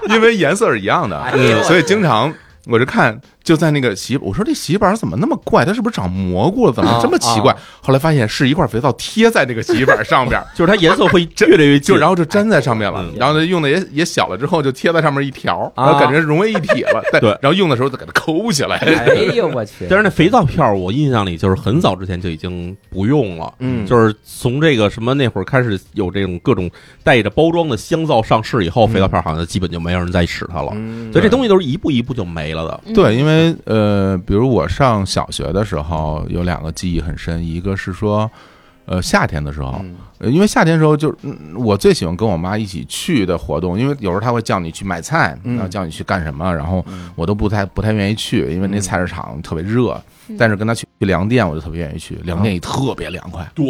Speaker 2: 因为颜色是一样的，
Speaker 4: 哎呦
Speaker 2: 所以经常我就看就在那个洗，我说这洗衣板怎么那么怪？它是不是长蘑菇了？怎么
Speaker 4: 啊
Speaker 2: 这么奇怪？后来发现是一块肥皂贴在这个洗衣板上边儿，
Speaker 6: 就是它颜色 会越来越近，
Speaker 2: 就然后就粘在上面了，
Speaker 6: 嗯
Speaker 2: 然后呢用的也也小了之后就贴在上面一条，
Speaker 4: 啊
Speaker 2: 然后感觉融为一体了。
Speaker 6: 对
Speaker 2: 然后用的时候再给它抠起来。
Speaker 4: 哎呦我去，
Speaker 6: 但是那肥皂片儿，我印象里就是很早之前就已经不用了，
Speaker 4: 嗯
Speaker 6: 就是从这个什么那会儿开始有这种各种带着包装的香皂上市以后，肥皂片儿好像基本就没有人再使它了，
Speaker 4: 嗯
Speaker 6: 所以这东西都是一步一步就没了的。
Speaker 5: 嗯
Speaker 2: 对，因为呃，比如我上小学的时候有两个记忆很深，一个是说，呃，夏天的时候，
Speaker 4: 嗯
Speaker 2: 呃因为夏天的时候就、嗯我最喜欢跟我妈一起去的活动，因为有时候她会叫你去买菜，
Speaker 4: 嗯
Speaker 2: 然后叫你去干什么，然后我都不太不太愿意去，因为那菜市场特别热。但是跟她去去粮店，我就特别愿意去，粮店也特别凉快，
Speaker 6: 对，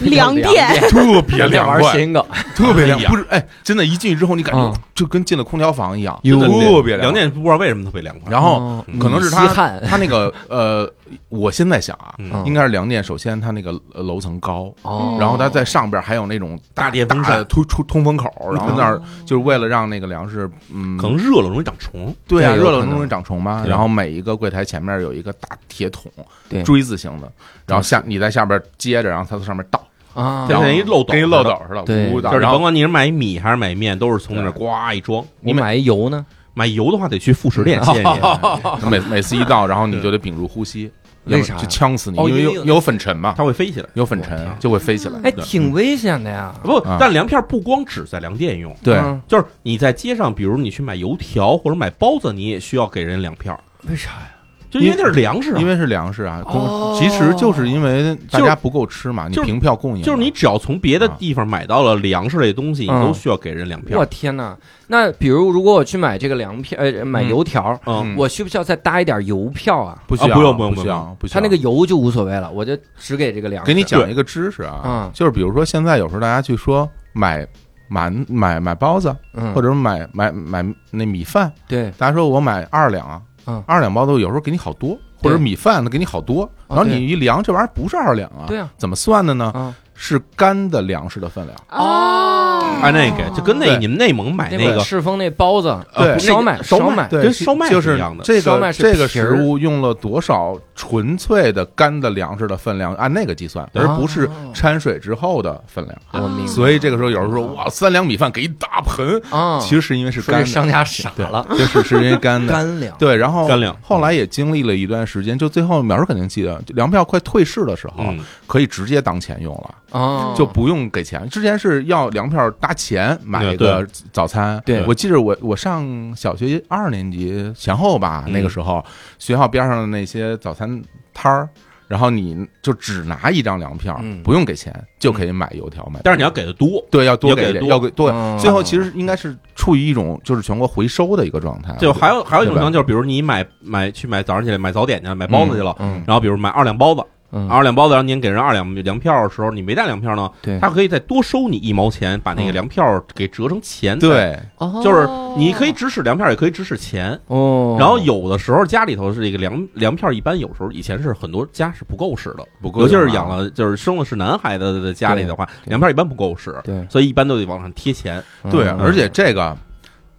Speaker 5: 粮店，
Speaker 2: 特别
Speaker 4: 在
Speaker 2: 凉
Speaker 4: 玩
Speaker 2: 快，
Speaker 4: 新梗，
Speaker 2: 特别凉
Speaker 6: 哎，呀
Speaker 2: 不是哎，真的，一进去之后你感觉
Speaker 4: 嗯
Speaker 2: 就跟进了空调房一样，
Speaker 4: 哟
Speaker 2: 特别
Speaker 6: 两
Speaker 2: 凉。
Speaker 6: 店不知道为什么特别凉快。
Speaker 2: 然后
Speaker 4: 哦
Speaker 2: 嗯可能是
Speaker 4: 米
Speaker 2: 他
Speaker 4: 西汉
Speaker 2: 他那个呃，我现在想啊，
Speaker 6: 嗯
Speaker 2: 应该是粮店。首先，它那个呃楼层高，
Speaker 4: 哦，
Speaker 2: 然后它在上边还有那种
Speaker 6: 大电风
Speaker 2: 大的
Speaker 6: 扇
Speaker 2: 突出通风口，然后那
Speaker 4: 哦
Speaker 2: 儿就是为了让那个粮食，嗯，
Speaker 6: 可能热了容易长虫，
Speaker 2: 对啊，
Speaker 4: 对有
Speaker 2: 热了
Speaker 4: 可能
Speaker 2: 容易长虫嘛。
Speaker 6: 对
Speaker 2: 然后每一个柜台前面有一个大铁桶
Speaker 4: 对，
Speaker 2: 锥子形的，然后下你在下边接着，然后它从上面倒，
Speaker 4: 啊
Speaker 6: 对，
Speaker 2: 然后
Speaker 6: 跟一漏斗
Speaker 2: 跟一漏
Speaker 6: 似的
Speaker 2: 斗似的，
Speaker 4: 对
Speaker 2: 呜呜倒，
Speaker 6: 就是
Speaker 2: 然后
Speaker 6: 甭管你是买米还是买面，都是从那儿呱一装。
Speaker 4: 你
Speaker 6: 你
Speaker 4: 买一油呢？
Speaker 6: 买油的话得去副食店，谢谢 你。
Speaker 2: 每每次一到，然后你就得屏住呼吸，
Speaker 4: 为
Speaker 2: 要不
Speaker 4: 啥呀
Speaker 2: 就呛死你，
Speaker 4: 哦
Speaker 2: 因为
Speaker 4: 因为
Speaker 2: 有
Speaker 4: 有
Speaker 2: 有粉尘嘛，
Speaker 6: 它会飞起来。
Speaker 2: 有粉尘就会飞起来。
Speaker 4: 哎，挺危险的呀。
Speaker 6: 不
Speaker 2: 啊，
Speaker 6: 但粮票不光只在粮店用，
Speaker 2: 对，
Speaker 4: 嗯
Speaker 6: 就是你在街上，比如你去买油条或者买包子，你也需要给人粮票，
Speaker 4: 为啥呀？
Speaker 6: 就因为那是粮食啊。
Speaker 2: 因为是粮食啊，供
Speaker 4: 哦
Speaker 2: 其实就是因为大
Speaker 6: 就
Speaker 2: 家
Speaker 6: 是
Speaker 2: 不够吃嘛，你
Speaker 6: 就是
Speaker 2: 凭票供应嘛，
Speaker 6: 就是你只要从别的地方买到了粮食类的东西，你
Speaker 4: 嗯
Speaker 6: 都需要给人粮票
Speaker 4: 我。天哪！那比如如果我去买这个粮票，呃，买
Speaker 2: 嗯
Speaker 4: 油条，
Speaker 6: 嗯，
Speaker 4: 我需不需要再搭一点油票啊？
Speaker 2: 不需要，
Speaker 6: 啊不用不用
Speaker 2: 不需要，不需
Speaker 4: 它
Speaker 2: 要。
Speaker 4: 那个油就无所谓了，我就只给这个粮食。
Speaker 2: 给你讲
Speaker 6: 对
Speaker 2: 一个知识啊
Speaker 4: 嗯，
Speaker 2: 就是比如说现在有时候大家去说买馒买买包子，
Speaker 4: 嗯，
Speaker 2: 或者买买买那米饭，
Speaker 4: 对，
Speaker 2: 大家说我买二两啊
Speaker 4: 嗯，
Speaker 2: 二两包子有时候给你好多，或
Speaker 4: 对
Speaker 2: 者米饭呢给你好多，然后
Speaker 4: 对
Speaker 2: 你一量这玩意儿不是二两啊，
Speaker 4: 对啊
Speaker 2: 怎么算的呢？
Speaker 4: 啊
Speaker 2: 是干的粮食的分量，
Speaker 5: 哦，
Speaker 6: 哎，那个就跟那
Speaker 2: 对
Speaker 6: 你们内蒙买那个
Speaker 4: 赤峰那包子，
Speaker 2: 对
Speaker 6: 呃不
Speaker 4: 少买
Speaker 6: 少
Speaker 4: 少买
Speaker 2: 对，
Speaker 6: 跟烧麦
Speaker 2: 就是是
Speaker 6: 一样的。
Speaker 2: 这
Speaker 4: 烧
Speaker 2: 个
Speaker 4: 麦是
Speaker 2: 这个
Speaker 4: 皮儿
Speaker 2: 食物用了多少纯粹的干的粮食的分量，按那个计算，而不是
Speaker 6: 哦
Speaker 2: 掺水之后的分量。
Speaker 4: 我明白
Speaker 2: 所以这个时候有人说哇，三两米饭给一大盆，
Speaker 4: 啊，
Speaker 6: 嗯
Speaker 2: 其实是因为是
Speaker 4: 说
Speaker 2: 干
Speaker 4: 这
Speaker 2: 的，
Speaker 4: 商家傻了，
Speaker 2: 对，就是是因为干的。
Speaker 4: 干粮
Speaker 2: 对，然后
Speaker 6: 干粮
Speaker 2: 后来也经历了一段时间，就最后苗儿肯定记得，粮票快退市的时候，
Speaker 6: 嗯，
Speaker 2: 可以直接当钱用了，
Speaker 4: 啊，
Speaker 2: 就不用给钱。之前是要粮票搭钱买一个
Speaker 6: 对
Speaker 2: 早餐。
Speaker 4: 对
Speaker 2: 我记得我我上小学二年级前后吧，
Speaker 6: 嗯
Speaker 2: 那个时候学校边上的那些早餐摊儿，然后你就只拿一张粮票，
Speaker 4: 嗯
Speaker 2: 不用给钱就可以买油条买。
Speaker 6: 嗯但是你要给的多，
Speaker 2: 对，要多
Speaker 6: 要
Speaker 2: 给
Speaker 6: 给
Speaker 2: 一点，
Speaker 6: 多
Speaker 2: 要给对。
Speaker 4: 嗯
Speaker 2: 最后其实应该是处于一种就是全国回收的一个状态。
Speaker 4: 啊
Speaker 6: 就还有还有一种
Speaker 2: 对吧
Speaker 6: 情况就是，比如你买买去买早上起来买早点去了，买包子去了，
Speaker 4: 嗯
Speaker 6: 然后比如买二两包子，
Speaker 4: 嗯，
Speaker 6: 二两包子，然后您给人二两粮票的时候，你没带粮票呢，
Speaker 4: 对嗯
Speaker 6: 他可以再多收你一毛钱，把那个粮票给折成钱。，
Speaker 2: 对，
Speaker 6: 就是你可以只使粮票，也可以只使钱。
Speaker 4: 哦，
Speaker 6: 然后有的时候家里头是这个粮粮票，一般有时候以前是很多家是不够使的，
Speaker 2: 不够
Speaker 6: 尤其
Speaker 2: 用
Speaker 6: 是
Speaker 2: 啊
Speaker 6: 养了就是生了是男孩子的家里的话，粮票一般不够使，
Speaker 4: 对
Speaker 6: 所以一般都得往上贴钱。
Speaker 2: 对，
Speaker 4: 嗯
Speaker 2: 而且这个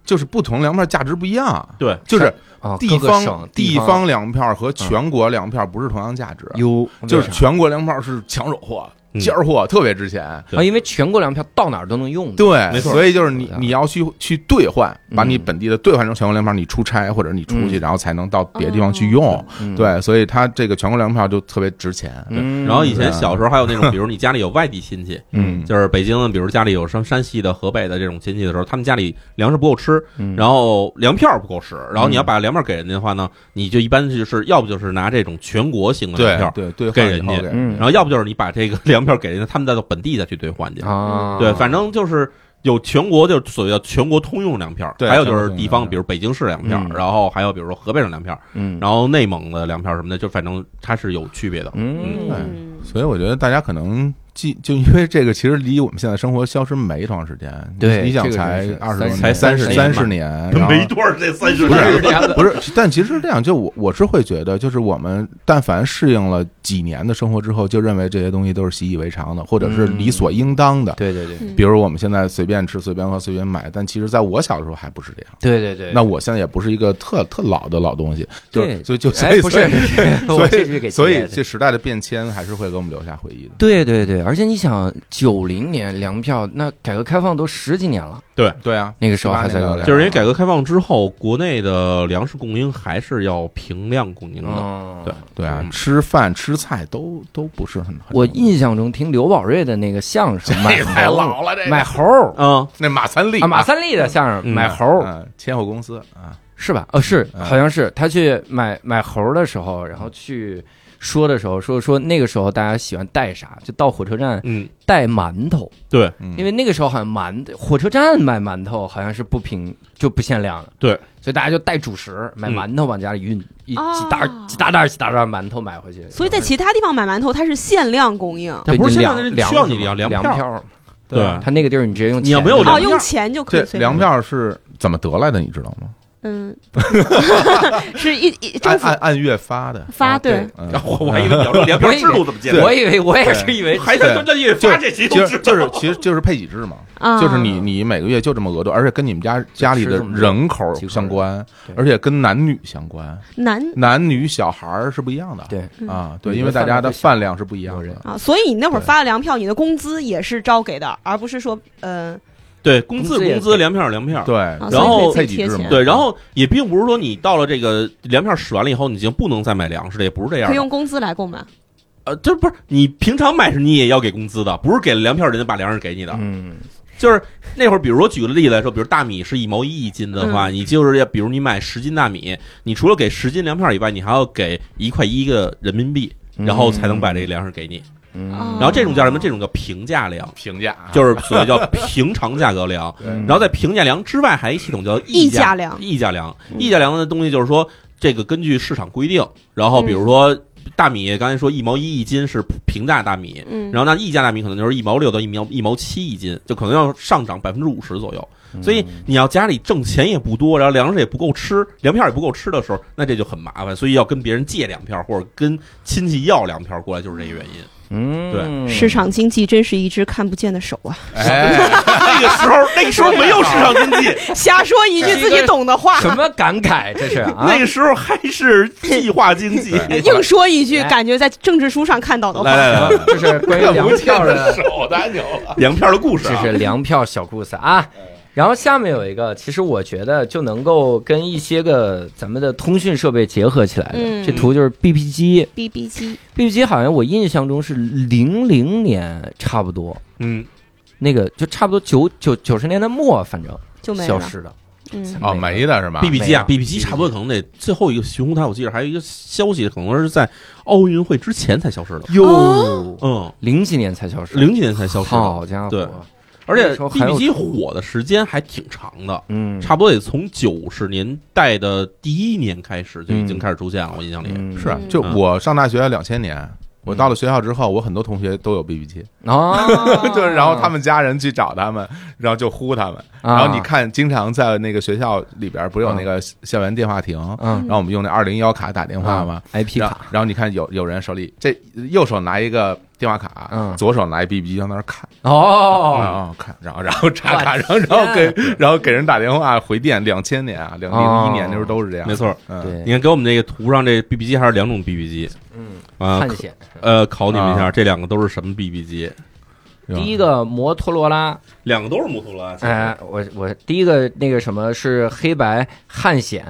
Speaker 2: 就是不同粮票价值不一样，
Speaker 6: 对，
Speaker 2: 就是
Speaker 4: 啊
Speaker 2: 地
Speaker 4: 各个
Speaker 2: 方
Speaker 4: 省
Speaker 2: 地
Speaker 4: 地
Speaker 2: 方粮票和全国粮票不是同样价值，
Speaker 4: 有
Speaker 2: 就是全国粮票是抢手货、
Speaker 6: 嗯
Speaker 2: 尖儿货，特别值钱。
Speaker 6: 对
Speaker 4: 啊，因为全国粮票到哪儿都能用的，
Speaker 2: 对，
Speaker 6: 没错
Speaker 2: 所以就是你
Speaker 4: 对
Speaker 2: 你要去去兑换，把你
Speaker 4: 嗯
Speaker 2: 本地的兑换成全国粮票，你出差或者你出去，
Speaker 4: 嗯
Speaker 2: 然后才能到别的地方去用。
Speaker 4: 嗯，
Speaker 2: 对，所以它这个全国粮票就特别值钱。
Speaker 4: 嗯，
Speaker 6: 然后以前小时候还有那种，比如你家里有外地亲戚，
Speaker 2: 啊嗯，
Speaker 6: 就是北京的，比如家里有山山西的、河北的这种亲戚的时候，他们家里粮食不够吃，
Speaker 4: 嗯
Speaker 6: 然后粮票不够使，
Speaker 2: 嗯
Speaker 6: 然后你要把粮票给人家的话呢，你就一般就是要不就是拿这种全国性的粮
Speaker 2: 对
Speaker 6: 票，
Speaker 2: 对兑
Speaker 6: 给
Speaker 2: 换以后
Speaker 6: 人家
Speaker 2: 给
Speaker 4: 嗯
Speaker 6: 然后要不就是你把这个 粮票给人家，他们再到本地再去兑换去。
Speaker 4: 啊，
Speaker 6: 对，反正就是有全国就是所谓的全国通用粮票，
Speaker 2: 对
Speaker 6: 还有就是
Speaker 2: 全国通用
Speaker 6: 地
Speaker 2: 粮
Speaker 6: 方，
Speaker 2: 票
Speaker 6: 比如北京市粮票
Speaker 4: 嗯，
Speaker 6: 然后还有比如说河北省粮票，
Speaker 4: 嗯，
Speaker 6: 然后内蒙的粮票什么的，就反正它是有区别的。
Speaker 4: 嗯
Speaker 2: 对
Speaker 5: 嗯，
Speaker 2: 所以我觉得大家可能记，就因为这个，其实离我们现在生活消失没多长时间。
Speaker 4: 对
Speaker 2: 你想
Speaker 4: 这个
Speaker 2: 才
Speaker 4: 真是
Speaker 2: 二十
Speaker 4: 三
Speaker 2: 多
Speaker 4: 十
Speaker 2: 年
Speaker 6: 三十年
Speaker 2: 三
Speaker 6: 吧
Speaker 2: 十年，然后
Speaker 6: 多少这三十
Speaker 2: 不是
Speaker 4: 这样 的
Speaker 2: 不是，但其实是这样，就我我是会觉得，就是我们但凡适应了几年的生活之后，就认为这些东西都是习以为常的，或者是理所应当的。
Speaker 4: 嗯对对对
Speaker 2: 比如我们现在随便吃、随便喝、随便买，但其实在我小的时候还不是这样。
Speaker 4: 对对对，
Speaker 2: 那我现在也不是一个特特老的老东西，就
Speaker 4: 对
Speaker 2: 所以就所
Speaker 4: 哎
Speaker 2: 以
Speaker 4: 不是，
Speaker 2: 所
Speaker 4: 我这
Speaker 2: 以
Speaker 4: 是给
Speaker 2: 所
Speaker 4: 切
Speaker 2: 以
Speaker 4: 的
Speaker 2: 这时代的变迁还是会给我们留下回忆的。
Speaker 4: 对对对，而且你想，九零年粮票，那改革开放都十几年了，
Speaker 2: 对啊，
Speaker 4: 那个时候还在
Speaker 2: 18
Speaker 4: 有
Speaker 2: 年代
Speaker 4: 粮
Speaker 6: 就是因为改革开放之后，国内的粮食供应还是要平量供应的。
Speaker 4: 嗯，
Speaker 6: 对
Speaker 2: 对啊
Speaker 6: 嗯，
Speaker 2: 吃饭吃菜都都不是很。很
Speaker 4: 我
Speaker 2: 容易
Speaker 4: 印象中听刘宝瑞的那个相声， 买
Speaker 2: 这太
Speaker 4: 猴
Speaker 2: 老了，这个
Speaker 4: 买猴儿
Speaker 6: 嗯，
Speaker 2: 那马三立
Speaker 4: 啊，马三立的相声
Speaker 6: 嗯
Speaker 4: 买猴儿
Speaker 2: 嗯，千户公司啊，
Speaker 4: 是吧？哦，是，
Speaker 2: 嗯
Speaker 4: 好像是他去买买猴儿的时候，然后去说的时候说说那个时候大家喜欢带啥，就到火车站
Speaker 6: 嗯，
Speaker 4: 带馒头，
Speaker 6: 对
Speaker 2: 嗯
Speaker 4: 因为那个时候好像馒火车站卖馒头好像是不平就不限量的，
Speaker 6: 对，
Speaker 4: 所以大家就带主食买
Speaker 6: 嗯
Speaker 4: 馒头往家里运，一
Speaker 5: 哦
Speaker 4: 几大几大袋几大袋馒头买回去，
Speaker 5: 所以在其他地方买馒头，它是限量供应，
Speaker 6: 它
Speaker 4: 对
Speaker 6: 不是
Speaker 4: 就
Speaker 6: 限量
Speaker 4: 粮
Speaker 6: 的
Speaker 4: 粮
Speaker 6: 需要你
Speaker 4: 食嘛
Speaker 6: 粮
Speaker 4: 粮
Speaker 6: 票
Speaker 4: 票，
Speaker 6: 对
Speaker 4: 他那个地儿你直接用
Speaker 6: 你要
Speaker 4: 钱
Speaker 6: 没有
Speaker 4: 买
Speaker 6: 粮
Speaker 5: 哦，
Speaker 6: 票
Speaker 5: 用钱就可
Speaker 2: 这
Speaker 5: 以随便
Speaker 2: 粮，票是怎么得来的，你知道吗？
Speaker 5: 嗯，是一一
Speaker 2: 按
Speaker 5: 政府
Speaker 2: 按按月发的。
Speaker 5: 发
Speaker 4: 啊对
Speaker 5: 对，
Speaker 2: 嗯
Speaker 6: 然，后我还以为你 要说粮票制度怎么建的，
Speaker 4: 我以为我也是以为
Speaker 6: 还在蹲着也发这些
Speaker 2: 就
Speaker 6: 东
Speaker 2: 是
Speaker 6: 西，
Speaker 2: 就是其实就是配给制嘛，
Speaker 5: 啊
Speaker 2: 哎就是你你每个月就这么额度，而且跟你们家家里的人口相关
Speaker 4: 对，
Speaker 2: 而且跟男女相关，
Speaker 5: 难
Speaker 2: 男女小孩儿是不一样的。
Speaker 4: 对
Speaker 2: 啊，
Speaker 4: 嗯
Speaker 2: 对，因为大家的饭量是不一样
Speaker 4: 有人
Speaker 2: 的。
Speaker 5: 啊，所以你那会儿发的粮票，你的工资也是照给的，而不是说呃
Speaker 6: 对，工
Speaker 4: 工
Speaker 6: 资
Speaker 4: 资
Speaker 6: 是
Speaker 4: 也
Speaker 6: 工资，粮票是粮票。
Speaker 2: 对，
Speaker 5: 所
Speaker 6: 以可以
Speaker 2: 配
Speaker 5: 自己
Speaker 2: 给制嘛
Speaker 5: 贴钱
Speaker 6: 对，然后也并不是说你到了这个粮票使完了以后，你就不能再买粮食了，也不是这样
Speaker 5: 可以
Speaker 6: 的。
Speaker 5: 用工资来购买。
Speaker 6: 呃，这不是你平常买是你也要给工资的，不是给了粮票人家把粮食给你的。
Speaker 4: 嗯，
Speaker 6: 就是那会儿，比如说举个例子来说，比如大米是一毛一一斤的话，你就是要，比如你买十斤大米，你除了给十斤粮票以外，你还要给一块一个人民币，嗯
Speaker 2: 嗯
Speaker 6: 然后才能把这个粮食给你。
Speaker 4: 嗯
Speaker 5: 哦
Speaker 6: 然后这种叫什么？这种叫平价粮，
Speaker 2: 评价啊
Speaker 6: 就是所谓叫平常价格粮。
Speaker 2: 对
Speaker 4: 嗯
Speaker 6: 然后在平价粮之外，还有一系统叫
Speaker 5: 溢
Speaker 6: 价
Speaker 5: 价
Speaker 4: 啊
Speaker 5: 粮
Speaker 6: 溢价粮，
Speaker 4: 嗯
Speaker 6: 溢价粮的东西就是说，这个根据市场规定，然
Speaker 4: 嗯
Speaker 6: 后比如说大米，刚才说一毛一一斤是平价大米，
Speaker 5: 嗯
Speaker 6: 然后那溢价大米可能就是一毛六到一毛一毛七一斤，就可能要上涨百分之五十左右。
Speaker 4: 嗯
Speaker 6: 所以你要家里挣钱也不多，然后粮食也不够吃，粮票也不够吃的时候，那这就很麻烦，所以要跟别人借粮票或者跟亲戚要粮票过来，就是这个原 因。
Speaker 1: 嗯，
Speaker 6: 对
Speaker 5: 市场经济真是一只看不见的手啊！
Speaker 2: 哎，
Speaker 6: 那个 时候，那个时候没有市场经济，
Speaker 5: 瞎说一句自己懂的 话，
Speaker 4: 什么感慨这是啊？
Speaker 6: 那个时候还是计划经 济。来
Speaker 5: 硬说一句，
Speaker 4: 来
Speaker 5: 感觉在政治书上看到的话。
Speaker 6: 来 来，
Speaker 4: 这是关于粮票 的，
Speaker 2: 手的按钮了，
Speaker 6: 粮票的故事
Speaker 4: 这
Speaker 6: 啊
Speaker 4: 是，粮票小故事啊。然后下面有一个，其实我觉得就能够跟一些个咱们的通讯设备结合起来的。
Speaker 5: 嗯
Speaker 4: 这图就是 BP 机
Speaker 5: B B 机，
Speaker 4: ，BP 机好像我印象中是零零年差不多，
Speaker 6: 嗯，
Speaker 4: 那个就差不多九九九十年代末，反正
Speaker 5: 就没
Speaker 4: 消
Speaker 5: 了。
Speaker 4: 失了。
Speaker 5: 嗯，
Speaker 2: 哦，没的是吧
Speaker 6: B B 机啊
Speaker 4: 没
Speaker 6: ，B B 机差不多可能得最后一个寻红毯，我记得还有一个消息，可能是在奥运会之前才消失的。
Speaker 4: 哟，
Speaker 6: 嗯，
Speaker 4: 哦零几年才消失，
Speaker 6: 零几年才消失的，
Speaker 4: 好家伙，
Speaker 6: 对而且
Speaker 4: 那时候
Speaker 6: B
Speaker 4: 还有
Speaker 6: B 机火的时间还挺长的，
Speaker 1: 嗯，
Speaker 6: 差不多得从九十年代的第一年开始就已经
Speaker 1: 嗯
Speaker 6: 开始出现了，我印象里。
Speaker 1: 嗯
Speaker 2: 是啊就我上大学两千年，我到了学校之后，我很多同学都有 BB 机，，
Speaker 4: 啊
Speaker 2: 就是然后他们家人去找他们， 然后就呼他们，
Speaker 4: 啊，
Speaker 2: 然后你看，经常在那个学校里边不是有那个校园电话亭，
Speaker 4: 嗯，
Speaker 2: 然后我们用那二零幺卡打电话嘛。
Speaker 4: ，IP
Speaker 2: 然
Speaker 4: 卡，
Speaker 2: 然后你看有有人手里这右手拿一个电话卡，
Speaker 4: 嗯
Speaker 2: 左手拿一 BB 机在那儿看，
Speaker 4: 哦，
Speaker 2: 然后看，然后然后插卡，
Speaker 4: 我
Speaker 2: 然后然后
Speaker 4: 天
Speaker 2: 给然后给人打电话回电，两千年啊，两零
Speaker 4: 哦
Speaker 2: 一年那时候都是这样，
Speaker 6: 没错儿，
Speaker 2: 嗯，
Speaker 4: 对，
Speaker 6: 你看给我们这个图上这 B B 机还是两种 B B 机，
Speaker 4: 嗯，
Speaker 6: 啊
Speaker 4: 探，险。
Speaker 6: 呃，考你们一下，
Speaker 2: 啊
Speaker 6: 这两个都是什么 B B 机？
Speaker 2: 对吧
Speaker 4: 第一个摩托罗拉，
Speaker 6: 两个都是摩托罗拉。其实
Speaker 4: 哎，我我第一个那个什么是黑白汉显，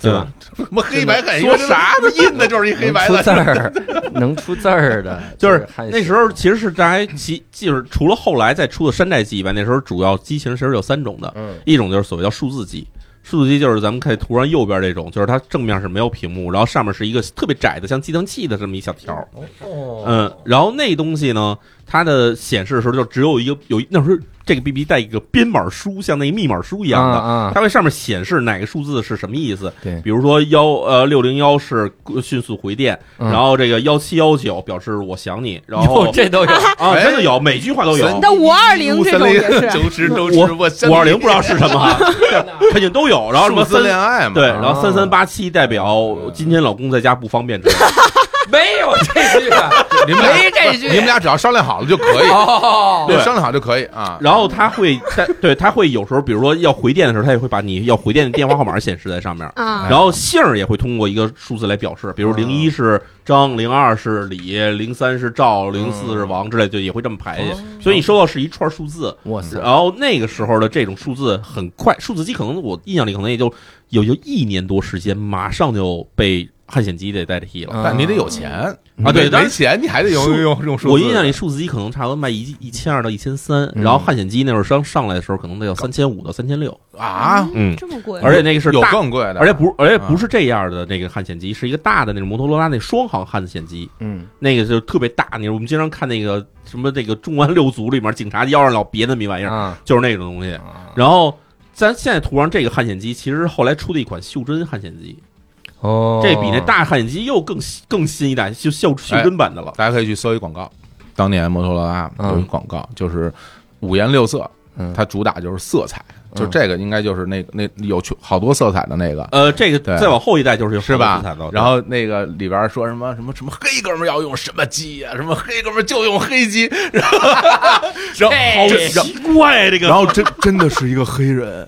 Speaker 6: 对
Speaker 4: 吧？
Speaker 2: 什么黑白很
Speaker 6: 说啥
Speaker 2: 呢？印的就是一
Speaker 4: 能出字儿， 能出字儿的，
Speaker 6: 就是
Speaker 4: 汉显
Speaker 6: 那时候，其实是大家其就是除了后来再出的山寨机以外，那时候主要机型其实有三种的，
Speaker 4: 嗯
Speaker 6: 一种就是所谓叫数字机，数字机就是咱们看图上右边这种，就是它正面是没有屏幕，然后上面是一个特别窄的像计量器的这么一小条儿，
Speaker 4: 哦，
Speaker 6: 嗯，然后那东西呢，它的显示的时候就只有一个有一那时候这个 B B 带一个编码书，像那个密码书一样的，
Speaker 4: 啊啊，
Speaker 6: 它会上面显示哪个数字是什么意思。
Speaker 4: 对
Speaker 6: 比如说幺呃六零幺是迅速回电，
Speaker 4: 嗯
Speaker 6: 然后这个幺七幺九表示我 想你，然后
Speaker 4: 哟这 都有，
Speaker 6: 啊
Speaker 2: 哎
Speaker 6: 真的有，每句话都有。
Speaker 5: 那五二零这种也是，
Speaker 2: 周知周
Speaker 6: 我
Speaker 2: 知，我
Speaker 6: 五二零不知道是什么 啊，肯定都有。然后什么
Speaker 2: 数字
Speaker 6: 三
Speaker 2: 恋爱嘛，
Speaker 6: 对，然后
Speaker 4: 啊
Speaker 6: 三三八七代表今天老公在家不方便之类的。
Speaker 4: 没有这句啊，
Speaker 2: 你们俩
Speaker 4: 没这句
Speaker 2: 你们俩只要商量好了就可以，
Speaker 4: 哦，
Speaker 2: 对，
Speaker 6: 对
Speaker 2: 商量好就可以啊。
Speaker 6: 然后他会在对他会有时候，比如说要回电的时候，他也会把你要回电的电话号码显示在上面。
Speaker 5: 啊，
Speaker 6: 然后姓儿也会通过一个数字来表示，比
Speaker 2: 啊
Speaker 6: 如零一是张，零二是李，零三是赵，零四
Speaker 2: 嗯
Speaker 6: 是王之类，就也会这么
Speaker 2: 哦
Speaker 6: 排下去。所以你收到是一串数字，
Speaker 4: 哇塞，
Speaker 6: 然后那个时候的这种数字很快，数字机可能我印象里可能也就有就一年多时间，马上就被汉显机给代替了。
Speaker 2: 但你得有钱
Speaker 6: 啊对
Speaker 2: 你
Speaker 6: 当
Speaker 2: 没
Speaker 6: 然
Speaker 2: 钱你还得用
Speaker 6: 数
Speaker 2: 用用数字。嗯
Speaker 6: 我印象里，数字机可能差不多卖一一千二到一千三，然后汉显机那会儿刚上来的时候，可能得要三千五到三千六，
Speaker 2: 啊，
Speaker 6: 嗯
Speaker 5: 这么贵，
Speaker 6: 而且那个是
Speaker 2: 有
Speaker 6: 大
Speaker 2: 更贵的，啊
Speaker 6: 而且不，而且不是这样的那个汉显机，是一个大的那种摩托罗拉那双行汉显机，
Speaker 1: 嗯，
Speaker 6: 那个就特别大。你我们经常看那个什么这个《重案六组》里面警察腰上老别那么一玩意儿，
Speaker 4: 啊，
Speaker 6: 就是那种东西。然后咱现在图上这个汉显机，其实是后来出的一款袖珍汉显机，
Speaker 4: 哦，
Speaker 6: 这比那 大汉显机又更更新一代，就袖袖珍版的了。
Speaker 2: 大家可以去搜一广告，当年摩托罗拉
Speaker 4: 嗯
Speaker 2: 有一广告，就是五颜六色
Speaker 4: 嗯，
Speaker 2: 它主打就是色彩，就
Speaker 4: 嗯
Speaker 2: 这个应该就是那个那有去好多色彩的那个。
Speaker 6: 呃，这个
Speaker 2: 对
Speaker 6: 再往后一代就是有
Speaker 2: 是
Speaker 6: 好
Speaker 2: 吧
Speaker 6: 多色彩的？
Speaker 2: 然后那个里边说什么什么什么黑哥们儿要用什么机呀、什么黑哥们儿就用黑机，然后然后
Speaker 6: 好奇怪哎这个
Speaker 2: 然。后真真的是一个黑人，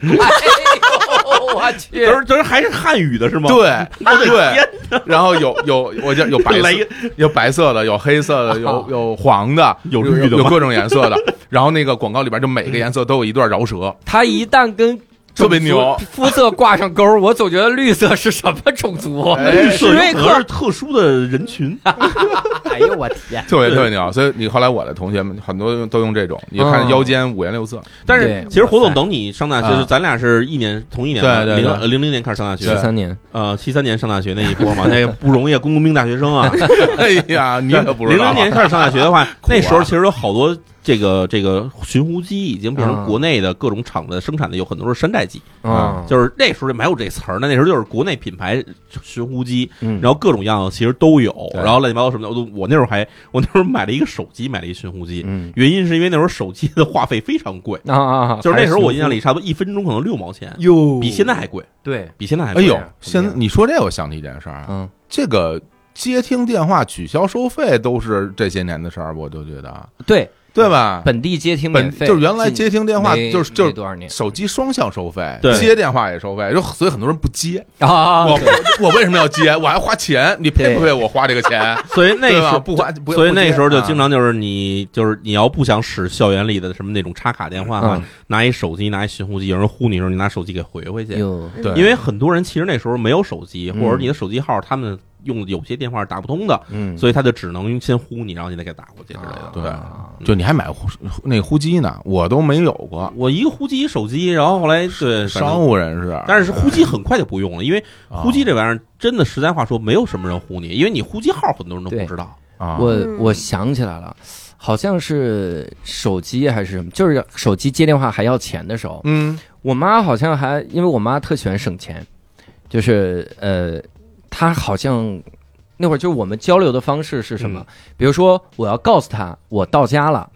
Speaker 4: 哎呦，我去
Speaker 6: 就是就是还是汉语的是吗？，
Speaker 2: 对
Speaker 6: 我的
Speaker 2: 对，
Speaker 6: 天
Speaker 2: 然后有有我就有白
Speaker 6: 来
Speaker 2: 色
Speaker 6: 一
Speaker 2: 有白色的，有黑色的， 有有黄的，
Speaker 6: 有绿的
Speaker 2: 有
Speaker 6: 吗
Speaker 2: 各种颜色的。 然后那个广告里边就每个颜色都有一段饶舌，
Speaker 4: 他一旦跟
Speaker 2: 特别牛
Speaker 4: 种族肤色挂上钩儿，我总觉得绿色是什么种族？啊
Speaker 2: 哎
Speaker 6: 绿色
Speaker 5: 史瑞
Speaker 6: 有可
Speaker 5: 克
Speaker 6: 能是特殊的人群。
Speaker 4: 哎呦我天！
Speaker 2: 特别特别 牛。所以你后来我的同学们很多都用这种，你看
Speaker 4: 嗯
Speaker 2: 腰间五颜六 色，
Speaker 6: 但是
Speaker 4: 对
Speaker 6: 其实
Speaker 4: 哇
Speaker 6: 胡总
Speaker 4: 塞
Speaker 6: 等你上大学，
Speaker 2: 啊
Speaker 6: 就咱俩是一年同一年吧，
Speaker 2: 对对对
Speaker 6: 零零零年开始上大学
Speaker 2: 对，
Speaker 4: 三年，
Speaker 6: 呃，七三年上大学那一波嘛，那不容易，工农兵大学生 啊。
Speaker 2: 哎呀，你可不知
Speaker 6: 零
Speaker 2: 道啊
Speaker 6: 零年开始上大学 的话，
Speaker 2: 啊
Speaker 6: 那时候其实有好多这个这个寻呼机已经变
Speaker 4: 啊
Speaker 2: 嗯
Speaker 6: 成国内的各种厂子生产的，有很多是山寨机，
Speaker 4: 啊，
Speaker 6: 就是那时候就没有这词儿呢，那时候就是国内品牌寻呼机，
Speaker 1: 嗯
Speaker 6: 然后各种样子其实都有，
Speaker 2: 对
Speaker 6: 然后乱七八糟什么的，我都我那会儿还我那会儿买了一个手机，买了一寻呼机，
Speaker 2: 嗯，
Speaker 6: 原因是因为那会儿手机的话费非常贵，
Speaker 4: 啊啊，啊
Speaker 6: 就是那时候我印象
Speaker 4: 里
Speaker 6: 里差不多一分钟可能六毛钱，
Speaker 4: 哟
Speaker 6: 比现在还贵，
Speaker 4: 对，
Speaker 6: 比现在还
Speaker 2: 哎
Speaker 6: 贵。
Speaker 2: 呦，现在你说这我想起一件事儿啊，
Speaker 4: 嗯，
Speaker 2: 这个接听电话取消收费都是这些年的事儿，我就觉得，
Speaker 4: 对，
Speaker 2: 对吧？
Speaker 4: 本地接听免
Speaker 2: 本
Speaker 4: 费，
Speaker 2: 就是原来接
Speaker 4: 近
Speaker 2: 听电话
Speaker 4: 没
Speaker 2: 就是就
Speaker 4: 没
Speaker 2: 是
Speaker 4: 多少年
Speaker 2: 手机双向收费，
Speaker 6: 对
Speaker 2: 接电话也收费，就所以很多人不接。
Speaker 4: 啊
Speaker 2: 我 我为什么要接？我还花钱，你配不配我花这个 钱？
Speaker 6: 所以那个
Speaker 2: 对
Speaker 6: 时
Speaker 2: 吧？
Speaker 6: 候
Speaker 2: 不花，不
Speaker 6: 所以那时候就经
Speaker 2: 常
Speaker 6: 常就是你就是你要不想使校园里的什么那种插卡电话的话，啊
Speaker 4: 嗯
Speaker 6: 拿一手机拿一寻呼机，有人呼你的时候，你拿手机给回回去。
Speaker 2: 嗯
Speaker 4: 哟，
Speaker 2: 对，
Speaker 6: 因为很多人其实那时候没有手机，
Speaker 2: 嗯
Speaker 6: 或者你的手机号他们用有些电话是打不通的，
Speaker 2: 嗯，
Speaker 6: 所以他就只能先呼你，然后你再给打过去之类的。
Speaker 2: 对
Speaker 4: 啊
Speaker 2: 就你还买呼那呼机呢，我都没有过。
Speaker 6: 我一个呼机手机，然后后来对反正
Speaker 2: 商务人士，
Speaker 6: 但是呼机很快就不用了，因为
Speaker 2: 啊
Speaker 6: 呼机这玩意儿真的实在话说，没有什么人呼你，因为你呼机号很多人都不
Speaker 4: 对
Speaker 6: 知道。
Speaker 2: 啊，
Speaker 4: 我我想起来了，好像是手机还是什么，就是手机接电话还要钱的时候，
Speaker 2: 嗯
Speaker 4: 我妈好像还因为我妈特喜欢省钱，就是呃，她好像那会儿就是我们交流的方式是什么？
Speaker 2: 嗯
Speaker 4: 比如说我要告诉她我到家了，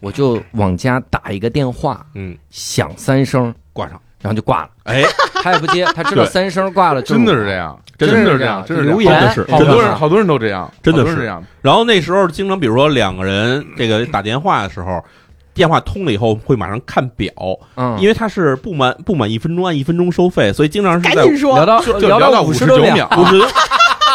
Speaker 4: 我就往家打一个电话，
Speaker 6: 嗯，
Speaker 4: 响三声，
Speaker 6: 挂上。
Speaker 4: 然后就挂了，
Speaker 6: 哎，
Speaker 4: 她也不接，她知道
Speaker 2: 对
Speaker 4: 三声挂了，
Speaker 2: 真的
Speaker 4: 是
Speaker 2: 是这样，
Speaker 4: 真
Speaker 2: 的
Speaker 4: 的
Speaker 2: 是
Speaker 4: 是
Speaker 2: 这
Speaker 4: 这
Speaker 2: 样，
Speaker 4: 样
Speaker 2: 真是这
Speaker 4: 留
Speaker 2: 样。
Speaker 4: 言
Speaker 6: 真的是
Speaker 4: 好
Speaker 2: 很多
Speaker 4: 多
Speaker 2: 人好多人都这样，
Speaker 6: 真的
Speaker 2: 好多人
Speaker 6: 是
Speaker 2: 这样。
Speaker 6: 然后那时候经常，比如说两个人这个打电话的时候，电话通了以后会马上看表，
Speaker 4: 嗯，
Speaker 6: 因为它是不满不满一分钟按一分钟收费，所以经常是
Speaker 5: 赶
Speaker 6: 在
Speaker 5: 紧啊说
Speaker 4: 聊，到
Speaker 2: 就就
Speaker 4: 聊
Speaker 2: 聊到
Speaker 4: 五
Speaker 2: 十
Speaker 4: 多
Speaker 2: 九，秒，
Speaker 6: 哦五十
Speaker 2: 聊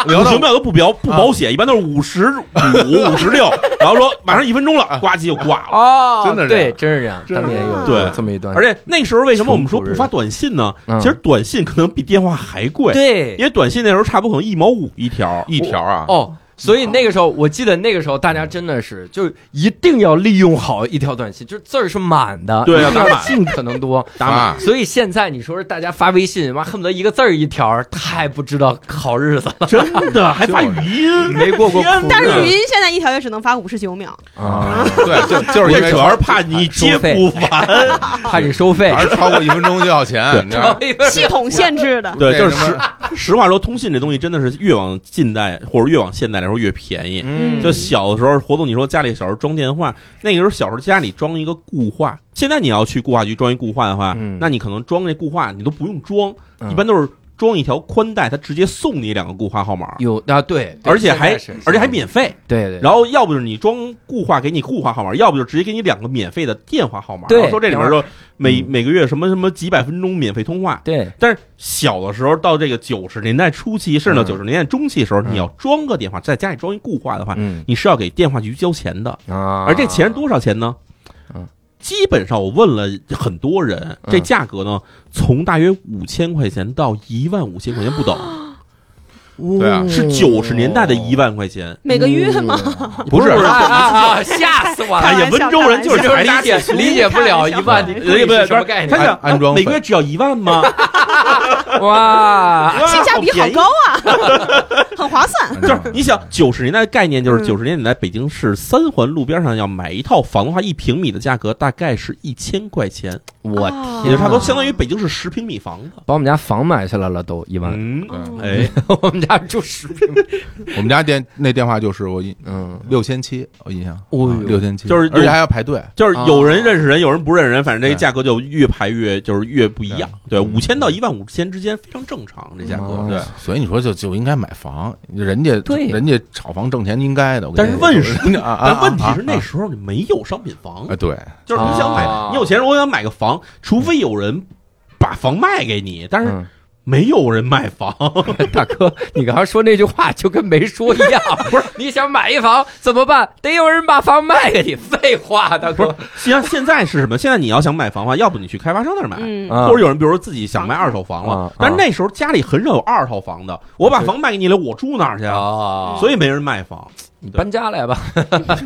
Speaker 6: 五
Speaker 2: 到啊
Speaker 6: 十秒都不表不保险，一般都是五十五、五十六，然后说马上一分钟
Speaker 2: 啊
Speaker 6: 了，呱唧就挂了。
Speaker 4: 哦，
Speaker 2: 真的是这
Speaker 4: 对，
Speaker 2: 样
Speaker 4: 真是这样，
Speaker 2: 真是
Speaker 4: 当年有
Speaker 6: 这样
Speaker 4: 这么一段，
Speaker 6: 而且那时候为什么我们说
Speaker 4: 穷苦
Speaker 6: 不
Speaker 4: 日
Speaker 6: 发短信呢？
Speaker 4: 嗯
Speaker 6: 其实短信可能比电话还贵，
Speaker 4: 对
Speaker 6: 因为短信那时候差不多可能一毛五一条，
Speaker 2: 一条啊，
Speaker 4: 哦，所以那个时候，我记得那个时候大家真的是就一定要利用好一条短信，就是字儿是满的，
Speaker 6: 对 啊
Speaker 4: 一定要
Speaker 6: 打满
Speaker 4: 尽可能多。
Speaker 6: 打
Speaker 2: 啊
Speaker 6: 满。
Speaker 4: 所以现在你说是大家发微信，妈恨不得一个字儿一条，太不知道好日子了
Speaker 6: 真的还发语音，
Speaker 4: 没过过
Speaker 6: 天哪
Speaker 5: 但是语音现在一条也只能发五十九秒，
Speaker 4: 啊！
Speaker 2: 对，就就是因
Speaker 6: 我
Speaker 2: 为
Speaker 6: 主要是怕你接不完，
Speaker 4: 怕你收费，
Speaker 2: 还是超过一分钟就要钱，你知道吗？
Speaker 5: 系统限制的。
Speaker 6: 对，就是
Speaker 2: 这
Speaker 6: 实实话说，通信这东西真的是越往近代或者越往现代来说越便宜。
Speaker 2: 嗯，
Speaker 6: 就小的时候活动，你说家里小时候装电话，那个时候小时候家里装一个固话，现在你要去固话局装一固话的话，
Speaker 2: 嗯
Speaker 6: 那你可能装这固话你都不用装，
Speaker 4: 嗯
Speaker 6: 一般都是装一条宽带，它直接送你两个固话号码，
Speaker 4: 有啊，对，对
Speaker 6: 而且还
Speaker 4: 现在是
Speaker 6: 而且还免费。
Speaker 4: 对对，
Speaker 6: 然后要不就是你装固话给你固话号码，要不就直接给你两个免费的电话号码。
Speaker 4: 对
Speaker 6: 然后说这里面说每
Speaker 4: 嗯
Speaker 6: 每个月什么什么几百分钟免费通话。
Speaker 4: 对
Speaker 6: 但是小的时候到这个九十年代初期，甚至到九十年代中期的时候，
Speaker 4: 嗯
Speaker 6: 你要装个电话，在家里装一固话的话，
Speaker 4: 嗯
Speaker 6: 你是要给电话局交钱的。
Speaker 4: 啊，
Speaker 6: 而这钱是多少钱呢
Speaker 4: 嗯？
Speaker 6: 基本上我问了很多人，这
Speaker 4: 嗯
Speaker 6: 价格呢，从大约五千块钱到一万五千块钱不等，
Speaker 2: 对啊
Speaker 6: 是九十年代的一万块钱。
Speaker 5: 每个月吗？
Speaker 2: 不是
Speaker 4: 啊啊
Speaker 5: 嗯
Speaker 4: 啊！吓死我了！
Speaker 5: 开
Speaker 6: 哎
Speaker 5: 玩笑
Speaker 6: 呀，温州人就是
Speaker 4: 就是
Speaker 6: 财大
Speaker 4: 理
Speaker 6: 气
Speaker 4: 解
Speaker 6: 粗，
Speaker 4: 理解不了一万，你
Speaker 6: 对不
Speaker 4: 是
Speaker 6: 对？
Speaker 4: 什么概
Speaker 6: 他
Speaker 4: 念？
Speaker 6: 想
Speaker 2: 安安装
Speaker 6: 啊
Speaker 2: 费
Speaker 6: 每个月只要一万吗？
Speaker 4: 哇，
Speaker 6: 哇
Speaker 5: 性价比好
Speaker 6: 便宜
Speaker 5: 高 啊，很划算。
Speaker 2: 嗯
Speaker 6: 就是你想九十年代的概念，就是
Speaker 5: 嗯
Speaker 6: 九十年代北京市三环路边上要买一套房的话，一平米的价格大概是一千块钱，
Speaker 4: 我
Speaker 5: 哦
Speaker 6: 也就
Speaker 2: 嗯
Speaker 6: 差不多相当于北京市十平米房子。
Speaker 4: 把我们家房买下来了，都一万。
Speaker 6: 嗯
Speaker 5: 哦
Speaker 6: 哎，
Speaker 4: 我们家住十平，
Speaker 2: 我们家电那电话就是我印
Speaker 4: 嗯，
Speaker 2: 六千七，我印象啊
Speaker 4: 哦
Speaker 2: 六千七，
Speaker 6: 就是
Speaker 2: 而且还要排队，
Speaker 6: 就是
Speaker 4: 啊
Speaker 6: 有人认识人，有人不认识人，反正这个
Speaker 2: 哦对
Speaker 6: 价格就越排越就是越不一样。对，
Speaker 2: 嗯
Speaker 6: 五千到一万五千之间非常正常，这价格
Speaker 4: 嗯。
Speaker 6: 对
Speaker 4: 哦，
Speaker 2: 所以你说就就应该买房，人家
Speaker 4: 对
Speaker 2: 人家炒房挣钱应该的，我跟
Speaker 6: 但
Speaker 2: 你
Speaker 6: 是
Speaker 2: 说
Speaker 6: 问 是，
Speaker 2: 啊啊啊
Speaker 6: 但问题是那
Speaker 2: 啊
Speaker 6: 时候你没有商品房
Speaker 2: 啊，，对，
Speaker 6: 就是你想
Speaker 4: 啊
Speaker 6: 买，你有钱人我想买个房，除非有人把房卖给你，但是
Speaker 4: 嗯
Speaker 6: 没有人卖房。
Speaker 4: 大哥，你刚才说那句话就跟没说一样。 不是，你想买一房怎么办？得有人把房卖给你。废话，大
Speaker 6: 不是
Speaker 4: 哥，，
Speaker 6: 像现在是什么？现在你要想买房的话，要不你去开发商那儿买，
Speaker 5: 嗯，
Speaker 4: 啊
Speaker 6: 或者有人比如说自己想卖二手房了，
Speaker 4: 啊啊
Speaker 6: 但是那时候家里很少有二套房的，我把房卖给你了，我住哪儿去啊？
Speaker 4: 啊
Speaker 6: 所以没人卖房。
Speaker 4: 你搬家来吧。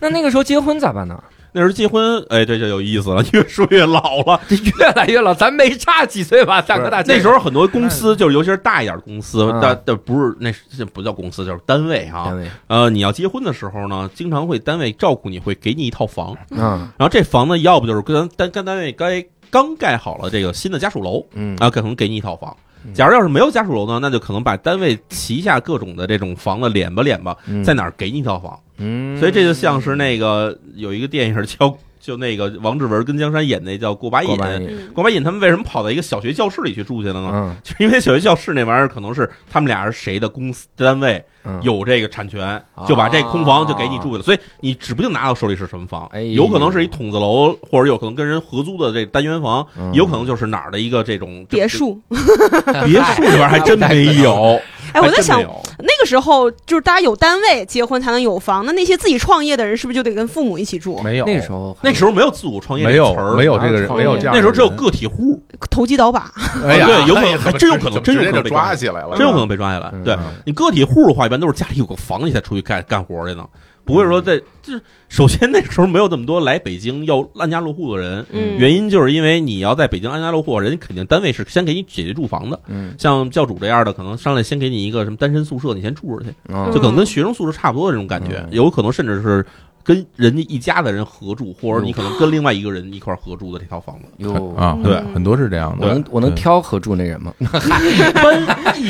Speaker 4: 那那个时候结婚咋办呢？
Speaker 6: 那时候结婚，哎，这就有意思了， 越说越老了。
Speaker 4: 这越来越老，咱没差几岁吧，大哥 大姐。
Speaker 6: 那时候很多公司，就是尤其是大一点的公司，
Speaker 4: 嗯
Speaker 6: 但但不是那这不叫公司，就是单位啊
Speaker 4: 单。位，
Speaker 6: 呃，你要结婚的时候呢，经常会单位照顾你，会给你一套房，
Speaker 4: 嗯
Speaker 6: 然后这房呢，要不就是跟单跟单位该刚盖好了这个新的家属楼
Speaker 4: 嗯
Speaker 6: 啊，可能给你一套房。假如要是没有家属楼呢，那就可能把单位旗下各种的这种房子敛吧敛吧，
Speaker 1: 嗯
Speaker 6: 在哪儿给你一套房。
Speaker 1: 嗯，
Speaker 6: 所以这就像是那个有一个电影叫就那个王志文跟江山演那叫过把瘾
Speaker 1: 过，把瘾，
Speaker 5: 嗯
Speaker 6: 过把瘾他们为什么跑到一个小学教室里去住去了呢？
Speaker 1: 嗯
Speaker 6: 就是因为小学教室那玩意儿可能是他们俩是谁的公司单位
Speaker 1: 嗯，啊
Speaker 6: 有这个产权，就把这空房就给你住去了，所以你指不定拿到手里是什么房
Speaker 1: 哎，
Speaker 6: 有可能是一筒子楼，或者有可能跟人合租的这单元房，
Speaker 1: 嗯
Speaker 6: 有可能就是哪儿的一个这种
Speaker 5: 别，墅，
Speaker 6: 这别墅里边还真没 有。
Speaker 5: 哎，我在想
Speaker 6: 还真没，有
Speaker 5: 那个时候就是大家有单位结婚才能有房，那那些自己创业的人是不是就得跟父母一起住？
Speaker 2: 没有
Speaker 4: 那时候
Speaker 6: 那时候没有自主创业
Speaker 2: 没
Speaker 6: 这个
Speaker 2: 有
Speaker 6: 词儿，
Speaker 2: 没有这个
Speaker 1: 啊
Speaker 2: 人没有这样的人，
Speaker 6: 那时候只有个体户，
Speaker 5: 投机倒把，
Speaker 2: 哎呀，
Speaker 6: 对有可能
Speaker 2: 哎呀
Speaker 6: 还真有可能
Speaker 2: 怎么
Speaker 6: 真有
Speaker 2: 直接
Speaker 6: 可能
Speaker 2: 就
Speaker 6: 被
Speaker 2: 抓
Speaker 6: 抓
Speaker 2: 起来了，
Speaker 6: 真有可能被抓起来。对你个体户的话，一般都是家里有个房，你才出去干干活去呢，不会说在这。首先那时候没有那么多来北京要安家落户的人，
Speaker 5: 嗯
Speaker 6: 原因就是因为你要在北京安家落户，人家肯定单位是先给你解决住房的。
Speaker 1: 嗯
Speaker 6: 像教主这样的，可能上来先给你一个什么单身宿舍，你先住着去，
Speaker 1: 嗯
Speaker 6: 就可能跟学生宿舍差不多的这种感觉
Speaker 1: 嗯，
Speaker 6: 有可能甚至是跟人家一家的人合住，或者你可能跟另外一个人一块儿合住的这套房子。
Speaker 4: 有
Speaker 2: 啊，
Speaker 5: 对
Speaker 2: 很多是这样
Speaker 4: 我
Speaker 2: 的
Speaker 4: 能。我能
Speaker 2: 对
Speaker 4: 挑合住那人 吗？
Speaker 6: 一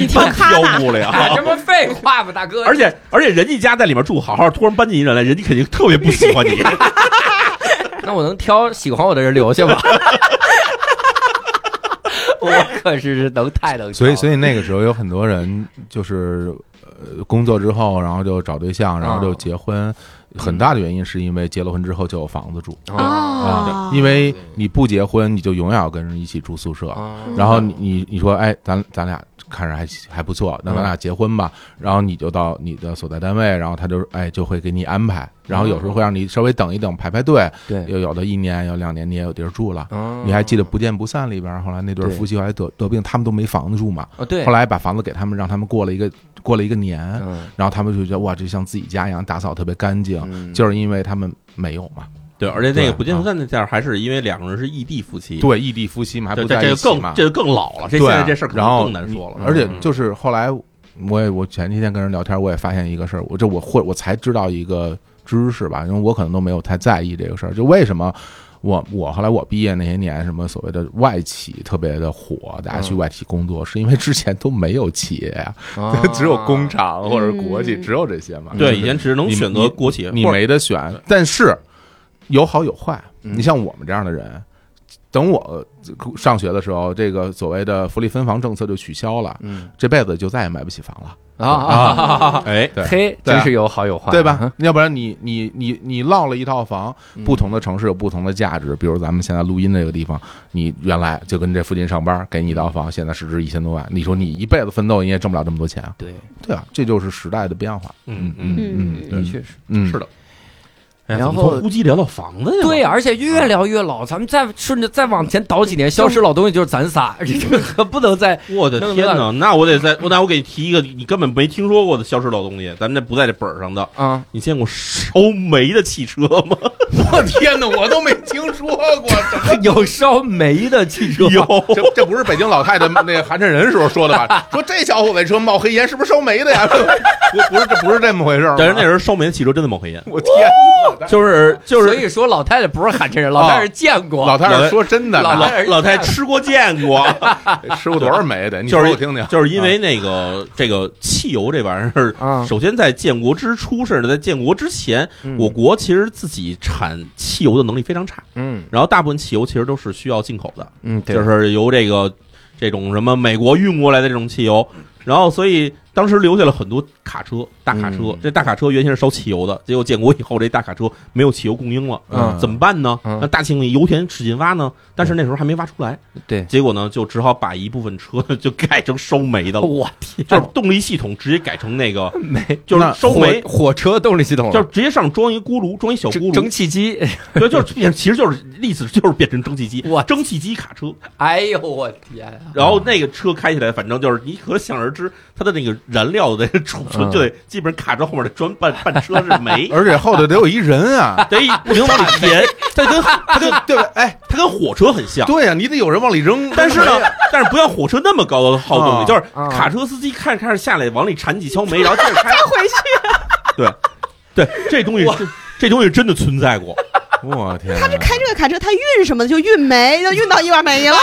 Speaker 5: 挑
Speaker 6: 般
Speaker 5: 他
Speaker 6: 挑不 了，
Speaker 4: 啊这不废话吗，大哥
Speaker 6: 而且而且人家家在里面住好好，突然搬进一人来，人家肯定特别不喜 欢你。
Speaker 4: 那我能挑喜欢我的人留下吗？ 我可是能太能挑了，
Speaker 2: 所以，所以那个时候有很多人就是呃工作之后，然后就找对
Speaker 4: 嗯
Speaker 2: 象，然后就结婚。很大的原因是因为结了婚之后就有房子住
Speaker 4: 哦
Speaker 5: 啊
Speaker 2: 因为你不结婚，你就永远要跟人一起住宿舍。
Speaker 4: 啊
Speaker 2: 然后你你你说，哎，咱咱俩看着还还不错，
Speaker 4: 嗯
Speaker 2: 那咱俩结婚吧。然后你就到你的所在单位，然后他就哎就会给你安排，然后有时候会让你稍微等一等排排队，
Speaker 4: 对，
Speaker 2: 又有的一年有两年你也有地儿住了。
Speaker 4: 嗯
Speaker 2: 你还记得《不见不散》里边儿，后来那对儿
Speaker 4: 对
Speaker 2: 夫妻后来得得病，他们都没房子住嘛。
Speaker 4: 哦对，
Speaker 2: 后来把房子给他们，让他们过
Speaker 6: 嗯
Speaker 2: 了一个过了一个年，
Speaker 4: 嗯
Speaker 2: 然后他们就觉得哇，这像自己家一样，打扫特别干净，
Speaker 4: 嗯
Speaker 2: 就是因为他们没有嘛。
Speaker 6: 对，而且那
Speaker 2: 对
Speaker 6: 个不见不散那件儿还是因为两个人是异地夫妻，
Speaker 2: 对，异地夫妻嘛，还
Speaker 6: 对，
Speaker 2: 不
Speaker 6: 这
Speaker 2: 在
Speaker 6: 这
Speaker 2: 一
Speaker 6: 个
Speaker 2: 起
Speaker 6: 更
Speaker 2: 嘛。
Speaker 6: 这个更老了，这现
Speaker 2: 对
Speaker 6: 在
Speaker 2: 啊
Speaker 6: 这事儿可
Speaker 2: 然
Speaker 6: 能
Speaker 2: 后
Speaker 6: 更难说
Speaker 2: 你
Speaker 6: 了。
Speaker 2: 而且
Speaker 6: 嗯
Speaker 2: 就是后来，我也我前几天跟人聊天，我也发现一个事儿，我这我会我才知道一个知识吧，因为我可能都没有太在意这个事儿，就为什么。我我后来我毕业那些年，什么所谓的外企特别的火，大家
Speaker 6: 嗯
Speaker 2: 去外企工作，是因为之前都没有企业呀、
Speaker 4: 啊
Speaker 2: 只有工厂或者是国企，
Speaker 5: 嗯
Speaker 2: 只有这些嘛。
Speaker 6: 对，
Speaker 2: 就
Speaker 6: 以
Speaker 2: 是
Speaker 6: 前只能
Speaker 2: 你
Speaker 6: 选
Speaker 2: 你
Speaker 6: 择国企，
Speaker 2: 你
Speaker 6: 或者
Speaker 2: 没得选，但是有好有坏。
Speaker 4: 嗯
Speaker 2: 你像我们这样的人，等我呃上学的时候，这个所谓的福利分房政策就取消了，
Speaker 4: 嗯
Speaker 2: 这辈子就再也买不起房了，
Speaker 4: 啊啊啊！
Speaker 6: 哎，
Speaker 2: 对
Speaker 4: 嘿，
Speaker 2: 对啊
Speaker 4: 真是有好有坏，
Speaker 2: 对吧？？要不然你你你你落了一套房，不同的城市有不同的价值。比如咱们现在录音这个地方，你原来就跟这附近上班，给你一套房，现在市值一千多万，你说你一辈子奋斗，你也挣不了这么多钱啊？
Speaker 4: 对，
Speaker 2: 对啊，这就是时代的变化。
Speaker 6: 嗯
Speaker 2: 嗯
Speaker 6: 嗯，
Speaker 2: 嗯
Speaker 4: 的确是。
Speaker 2: 嗯，
Speaker 6: 是的。哎呀
Speaker 4: 然
Speaker 6: 怎么从
Speaker 4: 后
Speaker 6: 呼机聊到房子去了，
Speaker 4: 对，啊而且
Speaker 2: 啊
Speaker 4: 越聊越老，咱们再顺着再往前倒几年，消失老东西就是咱仨， 这个可不能再
Speaker 6: 我的天哪，那我得在，我那我给你提一个你根本没听说过的消失老东西，咱们这不在这本儿上的。
Speaker 4: 啊！
Speaker 6: 你见过烧煤的汽车吗？
Speaker 2: 我天哪，我都没听说过，
Speaker 4: 有烧煤的汽车，
Speaker 6: 有，
Speaker 2: 这这不是北京老太太那个寒碜人时候说的吧？说这小伙子车冒黑烟，是不是烧煤的呀？ 不不是，这不是这么回事儿吗。
Speaker 6: 但是那时候烧煤的汽车真的冒黑烟，
Speaker 2: 我天哪，
Speaker 6: 就是就是
Speaker 4: 所以说老太太不是喊这啊人，老太太见过，
Speaker 2: 老太
Speaker 6: 老
Speaker 2: 太
Speaker 6: 太
Speaker 2: 说真的呢，啊
Speaker 4: 老
Speaker 6: 老老太太吃过见过，
Speaker 2: 吃过多少煤的？你
Speaker 6: 就是
Speaker 2: 说我听听，
Speaker 6: 就是因为那个这个汽油这玩意儿
Speaker 4: 啊，
Speaker 6: 首先在建国之初，甚至在建国之前，
Speaker 4: 嗯
Speaker 6: 我国其实自己产汽油的能力非常差，
Speaker 4: 嗯
Speaker 6: 然后大部分汽油其实都是需要进口的，
Speaker 4: 嗯，对
Speaker 6: 就是由这个这种什么美国运过来的这种汽油，然后所以当时留下了很多卡车，大卡车
Speaker 4: 嗯，
Speaker 6: 这大卡车原先是烧汽油的，结果建国以后这大卡车没有汽油供应了，
Speaker 2: 嗯，
Speaker 6: 怎么办呢？
Speaker 4: 嗯
Speaker 6: 那大庆里油田使劲挖呢，但是那时候还没挖出来，
Speaker 4: 对，
Speaker 6: 结果呢就只好把一部分车就改成烧煤的了，
Speaker 4: 我天，
Speaker 6: 就是动力系统直接改成那个
Speaker 4: 煤
Speaker 6: 就是烧煤
Speaker 4: 火。火车动力系统了，啊
Speaker 6: 就是直接上装一锅炉，装一小锅
Speaker 4: 蒸
Speaker 6: 炉
Speaker 4: 蒸，汽机，
Speaker 6: 对，就是变，其实就是意思就是变成蒸汽机
Speaker 4: 哇，
Speaker 6: 蒸汽机卡车，
Speaker 4: 哎呦我天啊！
Speaker 6: 然后那个车开起来，反正就是你可想而知，它的那个燃料的储存就得基本上卡车后面的砖半半车是煤，
Speaker 2: 而且后头得有一人啊
Speaker 6: 得不停往里填，它跟它跟
Speaker 2: 对吧？哎，
Speaker 6: 它跟火车很像。
Speaker 2: 对呀，啊你得有人往里扔。
Speaker 6: 但是呢，但是不像火车那么高的耗动
Speaker 2: 啊
Speaker 6: 力，就是
Speaker 4: 啊
Speaker 6: 卡车司机看着看着下来，往里铲几锹煤，然后接着开
Speaker 5: 回去
Speaker 6: 对，这东西
Speaker 4: 我
Speaker 6: 这这东西真的存在过，
Speaker 2: 我天，
Speaker 5: 他这开这个卡车，他运什么的就运煤，就运到伊瓦梅了。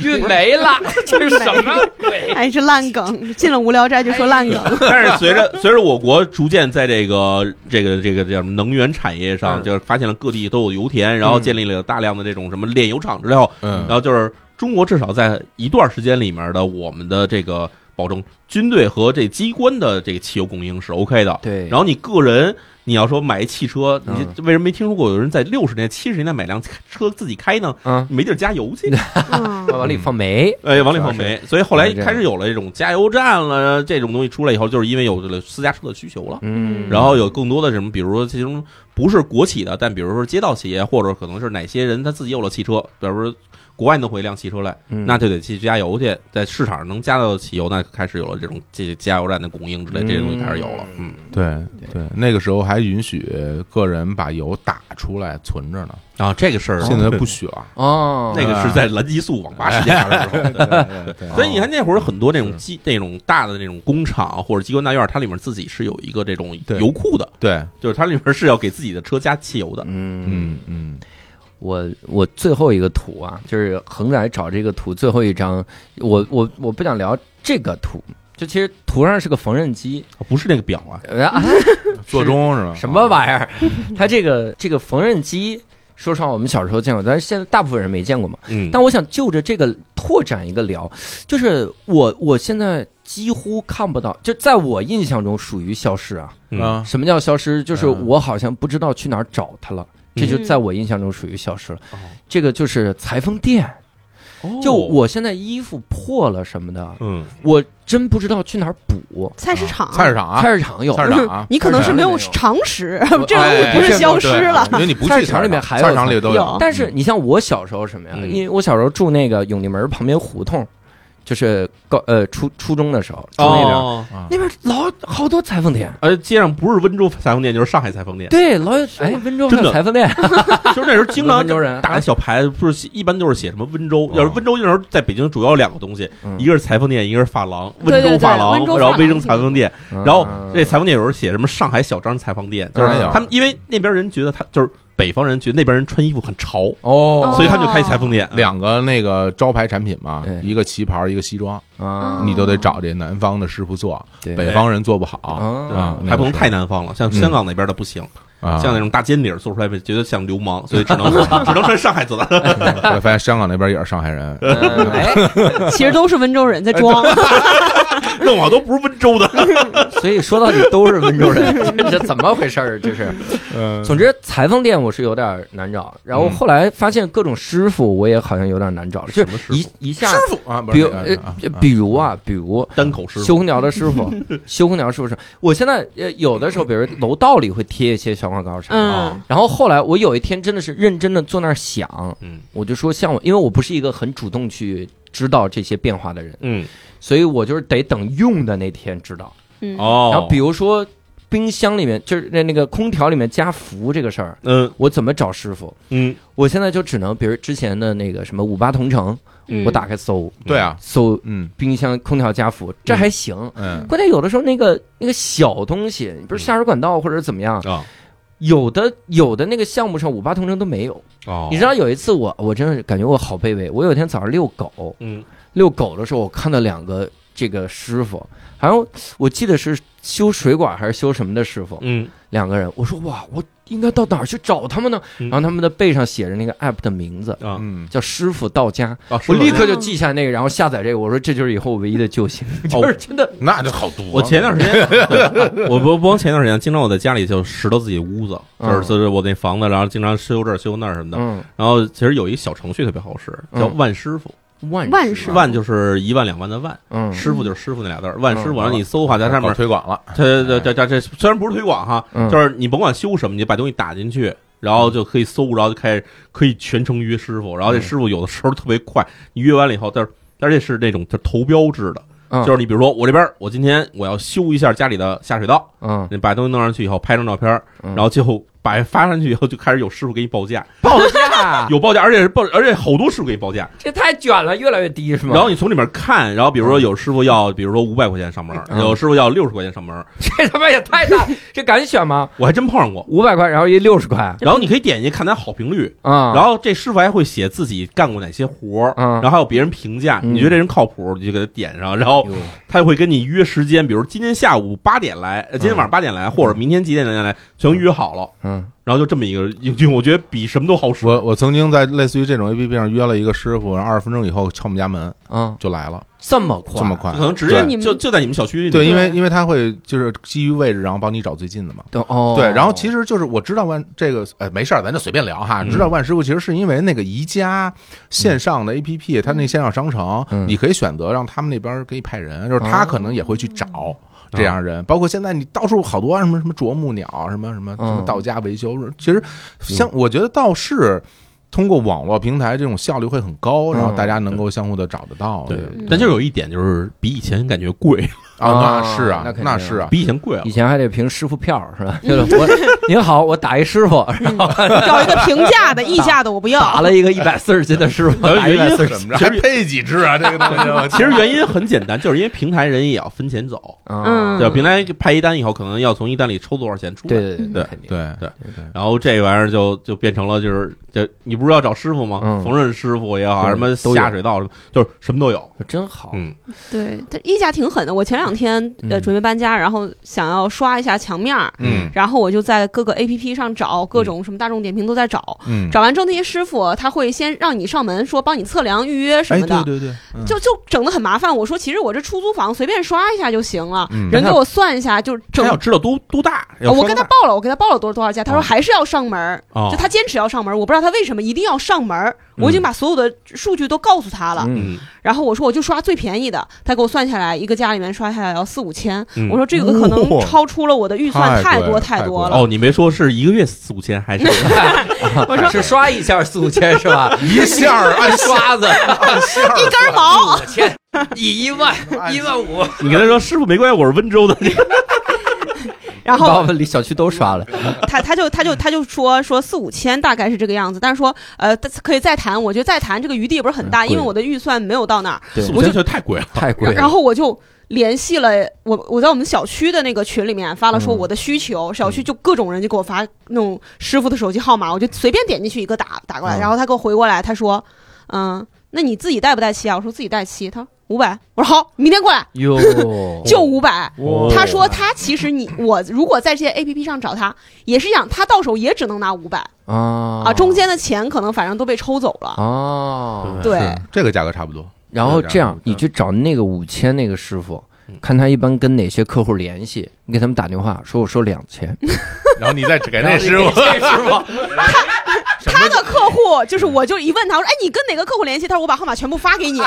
Speaker 4: 运没了， 这是什么鬼？
Speaker 5: 哎，这烂梗，进了无聊斋就说烂梗。
Speaker 6: 但是随着随着我国逐渐在这个这个这个叫什么能源产业上，
Speaker 2: 嗯
Speaker 6: 就是发现了各地都有油田，然后建立了大量的这种什么炼油厂之后，
Speaker 2: 嗯
Speaker 6: 然后就是中国至少在一段时间里面的我们的这个保证军队和这机关的这个汽油供应是 OK 的。
Speaker 4: 对，
Speaker 6: 然后你个人，你要说买汽车，
Speaker 4: 嗯
Speaker 6: 你这为什么没听说过有人在六十年代、七十年代买辆车自己开呢？
Speaker 4: 嗯，
Speaker 6: 没地儿加油去，
Speaker 5: 嗯
Speaker 4: 往里放煤，
Speaker 6: 哎，往里放煤。所以后来
Speaker 4: 是这样
Speaker 6: 开始有了这种加油站了，这种东西出来以后，就是因为有了私家车的需求了。
Speaker 4: 嗯，
Speaker 6: 然后有更多的什么，比如说其中不是国企的，但比如说街道企业，或者可能是哪些人他自己有了汽车，比如说国外弄回一辆汽车来，
Speaker 4: 嗯
Speaker 6: 那就得去加油去，在市场上能加到汽油，那开始有了这种这加油站的供应之类，这些东西开始有了。嗯
Speaker 2: 对对，那个时候还允许个人把油打出来存着呢，
Speaker 6: 啊，这个事儿
Speaker 2: 现在不许了。
Speaker 4: 哦，
Speaker 6: 那个是在蓝激素网吧事件发生的时候。
Speaker 2: 对对
Speaker 6: 所以你看那会儿很多那种机那种大的那种工厂啊或者机关大院，它里面自己是有一个这种
Speaker 2: 对
Speaker 6: 油库的，
Speaker 2: 对，
Speaker 6: 就是它里面是要给自己的车加汽油的。
Speaker 4: 嗯，
Speaker 2: 嗯嗯，
Speaker 4: 我我最后一个图啊，就是恒仔找这个图最后一张，我我我不想聊这个图，就其实图上是个缝纫机，
Speaker 6: 不是那个表啊，
Speaker 4: 呃啊，
Speaker 2: 做钟是吧？
Speaker 4: 什么玩意儿？它这个这个缝纫机，说实话我们小时候见过，但是现在大部分人没见过嘛。
Speaker 6: 嗯，
Speaker 4: 但我想就着这个拓展一个聊，就是我我现在几乎看不到，就在我印象中属于消失啊。
Speaker 6: 嗯
Speaker 2: 啊？
Speaker 4: 什么叫消失？就是
Speaker 2: 嗯
Speaker 4: 我好像不知道去哪儿找它了，这就
Speaker 5: 嗯
Speaker 4: 在我印象中属于消失了
Speaker 6: 哦。
Speaker 4: 这个就是裁缝店，就我现在衣服破了什么的，
Speaker 6: 嗯，
Speaker 4: 我真不知道去哪儿补。
Speaker 5: 菜市场，嗯
Speaker 2: 菜市场啊，
Speaker 4: 菜市场有，
Speaker 2: 菜市场啊
Speaker 5: 你可能是没有
Speaker 4: 菜市
Speaker 5: 常识，
Speaker 4: 我
Speaker 5: 这
Speaker 2: 哎
Speaker 5: 东西不是消失了。
Speaker 2: 啊因为你不去
Speaker 4: 菜市场里面还有
Speaker 2: 菜市场里都
Speaker 5: 有
Speaker 4: 但是你像我小时候什么呀？
Speaker 6: 嗯
Speaker 4: 因为我小时候住那个永定门旁边胡同，就是高呃初初中的时候住那边，
Speaker 6: 哦，
Speaker 4: 那边老好多裁缝店。
Speaker 6: 而街上不是温州裁缝店，就是上海裁缝 店，
Speaker 4: 对，老有哎，温州还
Speaker 6: 真的
Speaker 4: 有裁缝店，
Speaker 6: 就是那时候经常
Speaker 4: 温州人
Speaker 6: 打的小牌子，不是一般都是写什么温州
Speaker 2: 哦，
Speaker 6: 要是温州那时候在北京主要有两个东西，
Speaker 4: 嗯
Speaker 6: 一个是裁缝店，一个是发廊，
Speaker 5: 对
Speaker 6: 温
Speaker 5: 对
Speaker 6: 州发
Speaker 5: 对温州发廊
Speaker 6: 廊，然后卫生裁缝店，
Speaker 4: 然
Speaker 6: 然后
Speaker 4: 嗯
Speaker 6: 这裁缝店有时候写什么上海小张裁缝店，就是
Speaker 2: 嗯
Speaker 6: 他们因为那边人觉得他就是北方人觉得那边人穿衣服很潮，
Speaker 2: 哦
Speaker 5: 哦
Speaker 6: 所以他们就开裁缝店，
Speaker 2: 嗯两个那个招牌产品嘛
Speaker 4: 对，
Speaker 2: 一个旗袍，一个西装，
Speaker 4: 啊，
Speaker 2: 你都得找这南方的师傅做，
Speaker 4: 对
Speaker 2: 北方人做不好
Speaker 4: 啊
Speaker 2: 啊，
Speaker 6: 还不能太南方了，像香港那边的不行，
Speaker 4: 嗯
Speaker 2: 啊，
Speaker 6: 像那种大尖顶儿做出来觉得像流氓，所以只能只能穿上海做的。
Speaker 2: 我发现香港那边也是上海人，
Speaker 4: 嗯哎，
Speaker 5: 其实都是温州人在装。
Speaker 6: 弄好都不是温州的，
Speaker 4: 所以说到底都是温州人， 这怎么回事儿？这是，
Speaker 2: 嗯
Speaker 4: 总之裁缝店我是有点难找，然后后来发现各种师傅我也好像有点难找，就是一一下，
Speaker 2: 傅啊，不
Speaker 4: 比
Speaker 2: 是
Speaker 4: 如呃比如啊，比如
Speaker 6: 单口师
Speaker 4: 修
Speaker 6: 傅。
Speaker 4: 空调的师傅，修空调师傅是，我现在呃有的时候，比如楼道里会贴一些小广告啥的。
Speaker 5: 嗯，
Speaker 4: 然后后来我有一天真的是认真的坐那儿想，
Speaker 6: 嗯
Speaker 4: 我就说像我，因为我不是一个很主动去知道这些变化的人，
Speaker 6: 嗯
Speaker 4: 所以我就是得等用的那天知道。
Speaker 5: 嗯，
Speaker 6: 哦，
Speaker 4: 然后比如说冰箱里面就是那那个空调里面加氟这个事儿，
Speaker 6: 嗯
Speaker 4: 我怎么找师傅？
Speaker 6: 嗯
Speaker 4: 我现在就只能，比如之前的那个什么五八同城，
Speaker 5: 嗯
Speaker 4: 我打开搜
Speaker 2: 对啊，
Speaker 4: 搜
Speaker 2: 嗯
Speaker 4: 冰箱空调加氟，这还行。
Speaker 2: 嗯
Speaker 4: 关键有的时候那个那个小东西，你不是下水管道或者怎么样，
Speaker 6: 嗯啊
Speaker 4: 有的有的那个项目上五八同城都没有。
Speaker 6: 哦
Speaker 4: 你知道有一次我我真的是感觉我好卑微，我有一天早上遛狗，
Speaker 6: 嗯
Speaker 4: 遛狗的时候我看到两个这个师傅，好像我记得是修水管还是修什么的师傅，
Speaker 6: 嗯
Speaker 4: 两个人，我说哇，我应该到哪儿去找他们呢？
Speaker 6: 嗯
Speaker 4: 然后他们的背上写着那个 app 的名字。
Speaker 6: 啊
Speaker 2: 嗯，
Speaker 4: 叫师傅到家，
Speaker 6: 啊！
Speaker 4: 我
Speaker 6: 说到
Speaker 4: 立
Speaker 6: 这
Speaker 4: 刻就记下那个，然后下载这个。我说这就是以后唯一的救星，
Speaker 6: 哦
Speaker 4: 就是真的
Speaker 2: 那就好多了。
Speaker 6: 我前段时间，对我不光前段时间，经常我在家里就拾掇自己屋子，就是就是我那房子，然后经常修这儿修那儿什么的。
Speaker 4: 嗯，
Speaker 6: 然后其实有一小程序特别好使，叫
Speaker 4: 嗯
Speaker 6: 万师傅，
Speaker 4: 万
Speaker 5: 万
Speaker 4: 事
Speaker 5: 事
Speaker 6: 万就是一万两万的万，
Speaker 4: 嗯
Speaker 6: 师傅就是师傅那俩字儿，万师
Speaker 4: 嗯
Speaker 6: 傅。然后你搜的话，在上
Speaker 2: 搞
Speaker 6: 面，
Speaker 2: 推广了，
Speaker 6: 它这这这这虽然不是推广哈，
Speaker 4: 嗯
Speaker 6: 就是你甭管修什么，你把东西打进去，然后就可以搜，然后就开始可以全程约师傅，然后这
Speaker 4: 嗯
Speaker 6: 师傅有的时候特别快，你约完了以后，但是但是这是那种就投标制的，
Speaker 4: 嗯
Speaker 6: 就是你比如说我这边我今天我要修一下家里的下水道，
Speaker 4: 嗯
Speaker 6: 你把东西弄上去以后拍张照片，
Speaker 4: 嗯
Speaker 6: 然后最后把发上去以后，就开始有师傅给你报价，
Speaker 4: 报价
Speaker 6: 有报价，而且是报，而且好多师傅给你报价。
Speaker 4: 这太卷了，越来越低是吗？
Speaker 6: 然后你从里面看，然后比如说有师傅要，比如说五百块钱上门，
Speaker 4: 嗯
Speaker 6: 有师傅要六十块钱上门，
Speaker 4: 这他妈也太 大，这敢选吗？
Speaker 6: 我还真碰上过。
Speaker 4: 五百块，然后一六十块
Speaker 6: 然后你可以点进去看他好评率，
Speaker 4: 啊，
Speaker 6: 然后这师傅还会写自己干过哪些活
Speaker 2: 啊
Speaker 4: 嗯
Speaker 6: 儿，然后还有别人评价，
Speaker 1: 嗯
Speaker 6: 你觉得这人靠谱，你就给他点上，然后他就会跟你约时间，比如今天下午八点来，呃今天晚
Speaker 2: 啊
Speaker 6: 上八点来，或者明天几点来来，全约好了，
Speaker 4: 嗯，
Speaker 6: 然后就这么一个，就我觉得比什么都好使。
Speaker 2: 我我曾经在类似于这种 A P P 上约了一个师傅，然后二十分钟以后敲我们家门
Speaker 4: 嗯，
Speaker 2: 就来了，
Speaker 4: 这么快，
Speaker 2: 这么快
Speaker 6: 可。能直
Speaker 5: 那
Speaker 6: 接
Speaker 5: 你们
Speaker 6: 就就在你们小区里。
Speaker 2: 对，
Speaker 5: 对
Speaker 2: 因为因为他会就是基于位置，然后帮你找最近的嘛。
Speaker 4: 都哦，
Speaker 2: 对，然后其实就是我知道万这个，呃，没事儿，咱就随便聊哈。
Speaker 6: 嗯
Speaker 2: 知道万师傅其实是因为那个宜家线上的 APP，它那线上商城，
Speaker 4: 嗯
Speaker 2: 你可以选择让他们那边儿给你派人，就是他
Speaker 4: 哦
Speaker 2: 可能也会去找。这样人，包括现在你到处好多什么什么啄木鸟，什么什么什么
Speaker 4: 嗯
Speaker 2: 到家维修，其实像我觉得倒是通过网络平台这种效率会很高，然后大家能够相互的找得到。
Speaker 6: 对
Speaker 5: 嗯，
Speaker 6: 但就是有一点就是比以前感觉贵，
Speaker 2: 啊，
Speaker 4: 啊
Speaker 2: 那是
Speaker 4: 那
Speaker 2: 啊，
Speaker 4: 肯定
Speaker 2: 那是 啊，
Speaker 6: 比以前贵了
Speaker 4: 以。前还得凭师傅票是 吧？就是我您好，我打一师傅，然后
Speaker 5: 找一个平价的、溢价的我不要。
Speaker 4: 打了一个一百四十斤的师 傅，
Speaker 6: 然
Speaker 4: 打
Speaker 6: 后
Speaker 4: 一
Speaker 6: 原
Speaker 4: 百
Speaker 6: 因
Speaker 4: 四十
Speaker 2: 怎么着还配几只啊？这个东西我
Speaker 6: 其实原因很简单，就是因为平台人也要分钱走，
Speaker 5: 嗯
Speaker 6: 对吧，平台派一单以后，可能要从一单里抽多少钱出来。
Speaker 4: 啊对对对
Speaker 6: 对
Speaker 4: 肯定。
Speaker 2: 对
Speaker 6: 对然后这玩意儿就就变成了就是这你不是要找师傅吗？
Speaker 4: 嗯
Speaker 6: 缝纫师傅也好，
Speaker 4: 对
Speaker 6: 什么
Speaker 4: 都有
Speaker 6: 下水道什么，就是什么都有。
Speaker 4: 真好，
Speaker 6: 嗯，
Speaker 5: 对，但溢价挺狠的。我前两天呃
Speaker 4: 嗯
Speaker 5: 准备搬家，然后想要刷一下墙面儿，
Speaker 2: 嗯
Speaker 5: 然后我就在各个 APP 上找各种什么大众点评都在找。
Speaker 2: 嗯，
Speaker 5: 找完之后，那些师傅他会先让你上门，说帮你测量预约什
Speaker 2: 哎，
Speaker 5: 么的，
Speaker 2: 对对对，嗯
Speaker 5: 就就整的很麻烦。我说其实我这出租房随便刷一下就行了，
Speaker 2: 嗯
Speaker 5: 人给我算一下，就
Speaker 6: 他
Speaker 5: 整
Speaker 6: 要知道多多大，
Speaker 5: 呃我跟他报了，我跟他报了多多少价，他说
Speaker 6: 哦
Speaker 5: 还是要上门儿，
Speaker 6: 哦
Speaker 5: 就他坚持要上门儿，我不知道他为什么一定要上门儿，我已经把所有的数据都告诉他了，
Speaker 1: 嗯，
Speaker 6: 嗯，
Speaker 5: 然后我说我就刷最便宜的，他给我算下来一个家里面刷下来要四五千，
Speaker 6: 嗯
Speaker 5: 我说这个可能
Speaker 2: 哇
Speaker 5: 超出了我的预算
Speaker 2: 太
Speaker 5: 太
Speaker 2: 贵了
Speaker 5: 多太多
Speaker 2: 太贵
Speaker 5: 了，
Speaker 6: 哦，你没说是一个月四五千还是？
Speaker 4: 我说是刷一下四五千是 吧？
Speaker 2: 一下 儿哎按
Speaker 4: 刷子
Speaker 5: 一根毛，
Speaker 4: 五千， 你一万一万五，
Speaker 6: 你跟他说师傅没关系，我是温州的，
Speaker 5: 然
Speaker 4: 把我
Speaker 5: 后
Speaker 4: 们里小区都刷了，
Speaker 5: 他他就他就他就说说四五千大概是这个样子，但是说呃可以再谈，我觉得再谈这个余地也不是很大，
Speaker 4: 嗯贵
Speaker 5: 因为我的预算没有到那儿，
Speaker 4: 对
Speaker 6: 四 五千就太贵了。
Speaker 4: 太贵了。
Speaker 5: 然后我就联系了我，我在我们小区的那个群里面发了说我的需求，小区就各种人就给我发那种师傅的手机号码，我就随便点进去一个打打过来，
Speaker 4: 嗯
Speaker 5: 然后他给我回过来，他说，嗯，那你自己带不带漆啊？我说自己带漆，他说五百，我说好，明天过来
Speaker 4: 哟，
Speaker 5: 就五百。
Speaker 6: 哦
Speaker 5: 他说他其实你我如果在这些 A P P 上找他，也是一样，他到手也只能拿五百
Speaker 4: 啊
Speaker 5: 啊，中间的钱可能反正都被抽走了。
Speaker 4: 哦，
Speaker 5: 对，
Speaker 2: 是这个价格差不多。
Speaker 4: 然后这样
Speaker 2: 对，
Speaker 4: 你去找那个五千那个师傅
Speaker 6: 嗯，
Speaker 4: 看他一般跟哪些客户联系，你给他们打电话说我收两千，
Speaker 2: 然后你再给那师傅，
Speaker 4: 师傅，
Speaker 5: 他的客户就是，我就一问他，我说：“哎，你跟哪个客户联系？”他说：“我把号码全部发给你。”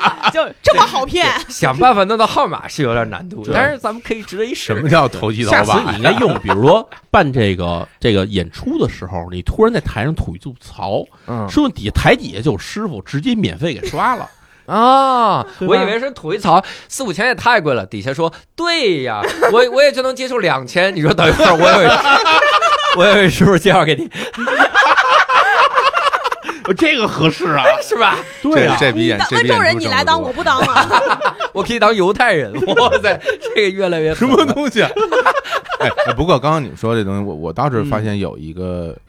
Speaker 5: 就这么好骗，
Speaker 4: 想办法弄到号码是有点难度，
Speaker 6: 对
Speaker 4: 但是咱们可以值得一试
Speaker 2: 什。么叫投机倒
Speaker 6: 下次
Speaker 2: 把
Speaker 6: 你应
Speaker 2: 呀？
Speaker 6: 该用，比如说办这个这个演出的时候，你突然在台上吐一吐槽，
Speaker 4: 嗯
Speaker 6: 师傅底下台底下就有师傅直接免费给刷了。
Speaker 4: 啊，
Speaker 6: 对吧
Speaker 4: 我以为是吐一槽四五千也太贵了，底下说对呀，我我也就能接受两千。你说等一会儿我有一我有一师傅介绍给你，
Speaker 6: 这个合适啊，
Speaker 4: 是吧？
Speaker 2: 这这比
Speaker 5: 你
Speaker 2: 演
Speaker 5: 当
Speaker 2: 这
Speaker 5: 温
Speaker 2: 比
Speaker 5: 州人
Speaker 2: 演
Speaker 5: 你来当，我不当啊！
Speaker 4: 我可以当犹太人，哇塞，这个越来越
Speaker 2: 什
Speaker 4: 狠
Speaker 2: 么
Speaker 4: 了
Speaker 2: 东西？哎，不过刚刚你们说这东西，我我倒是发现有一个。
Speaker 5: 嗯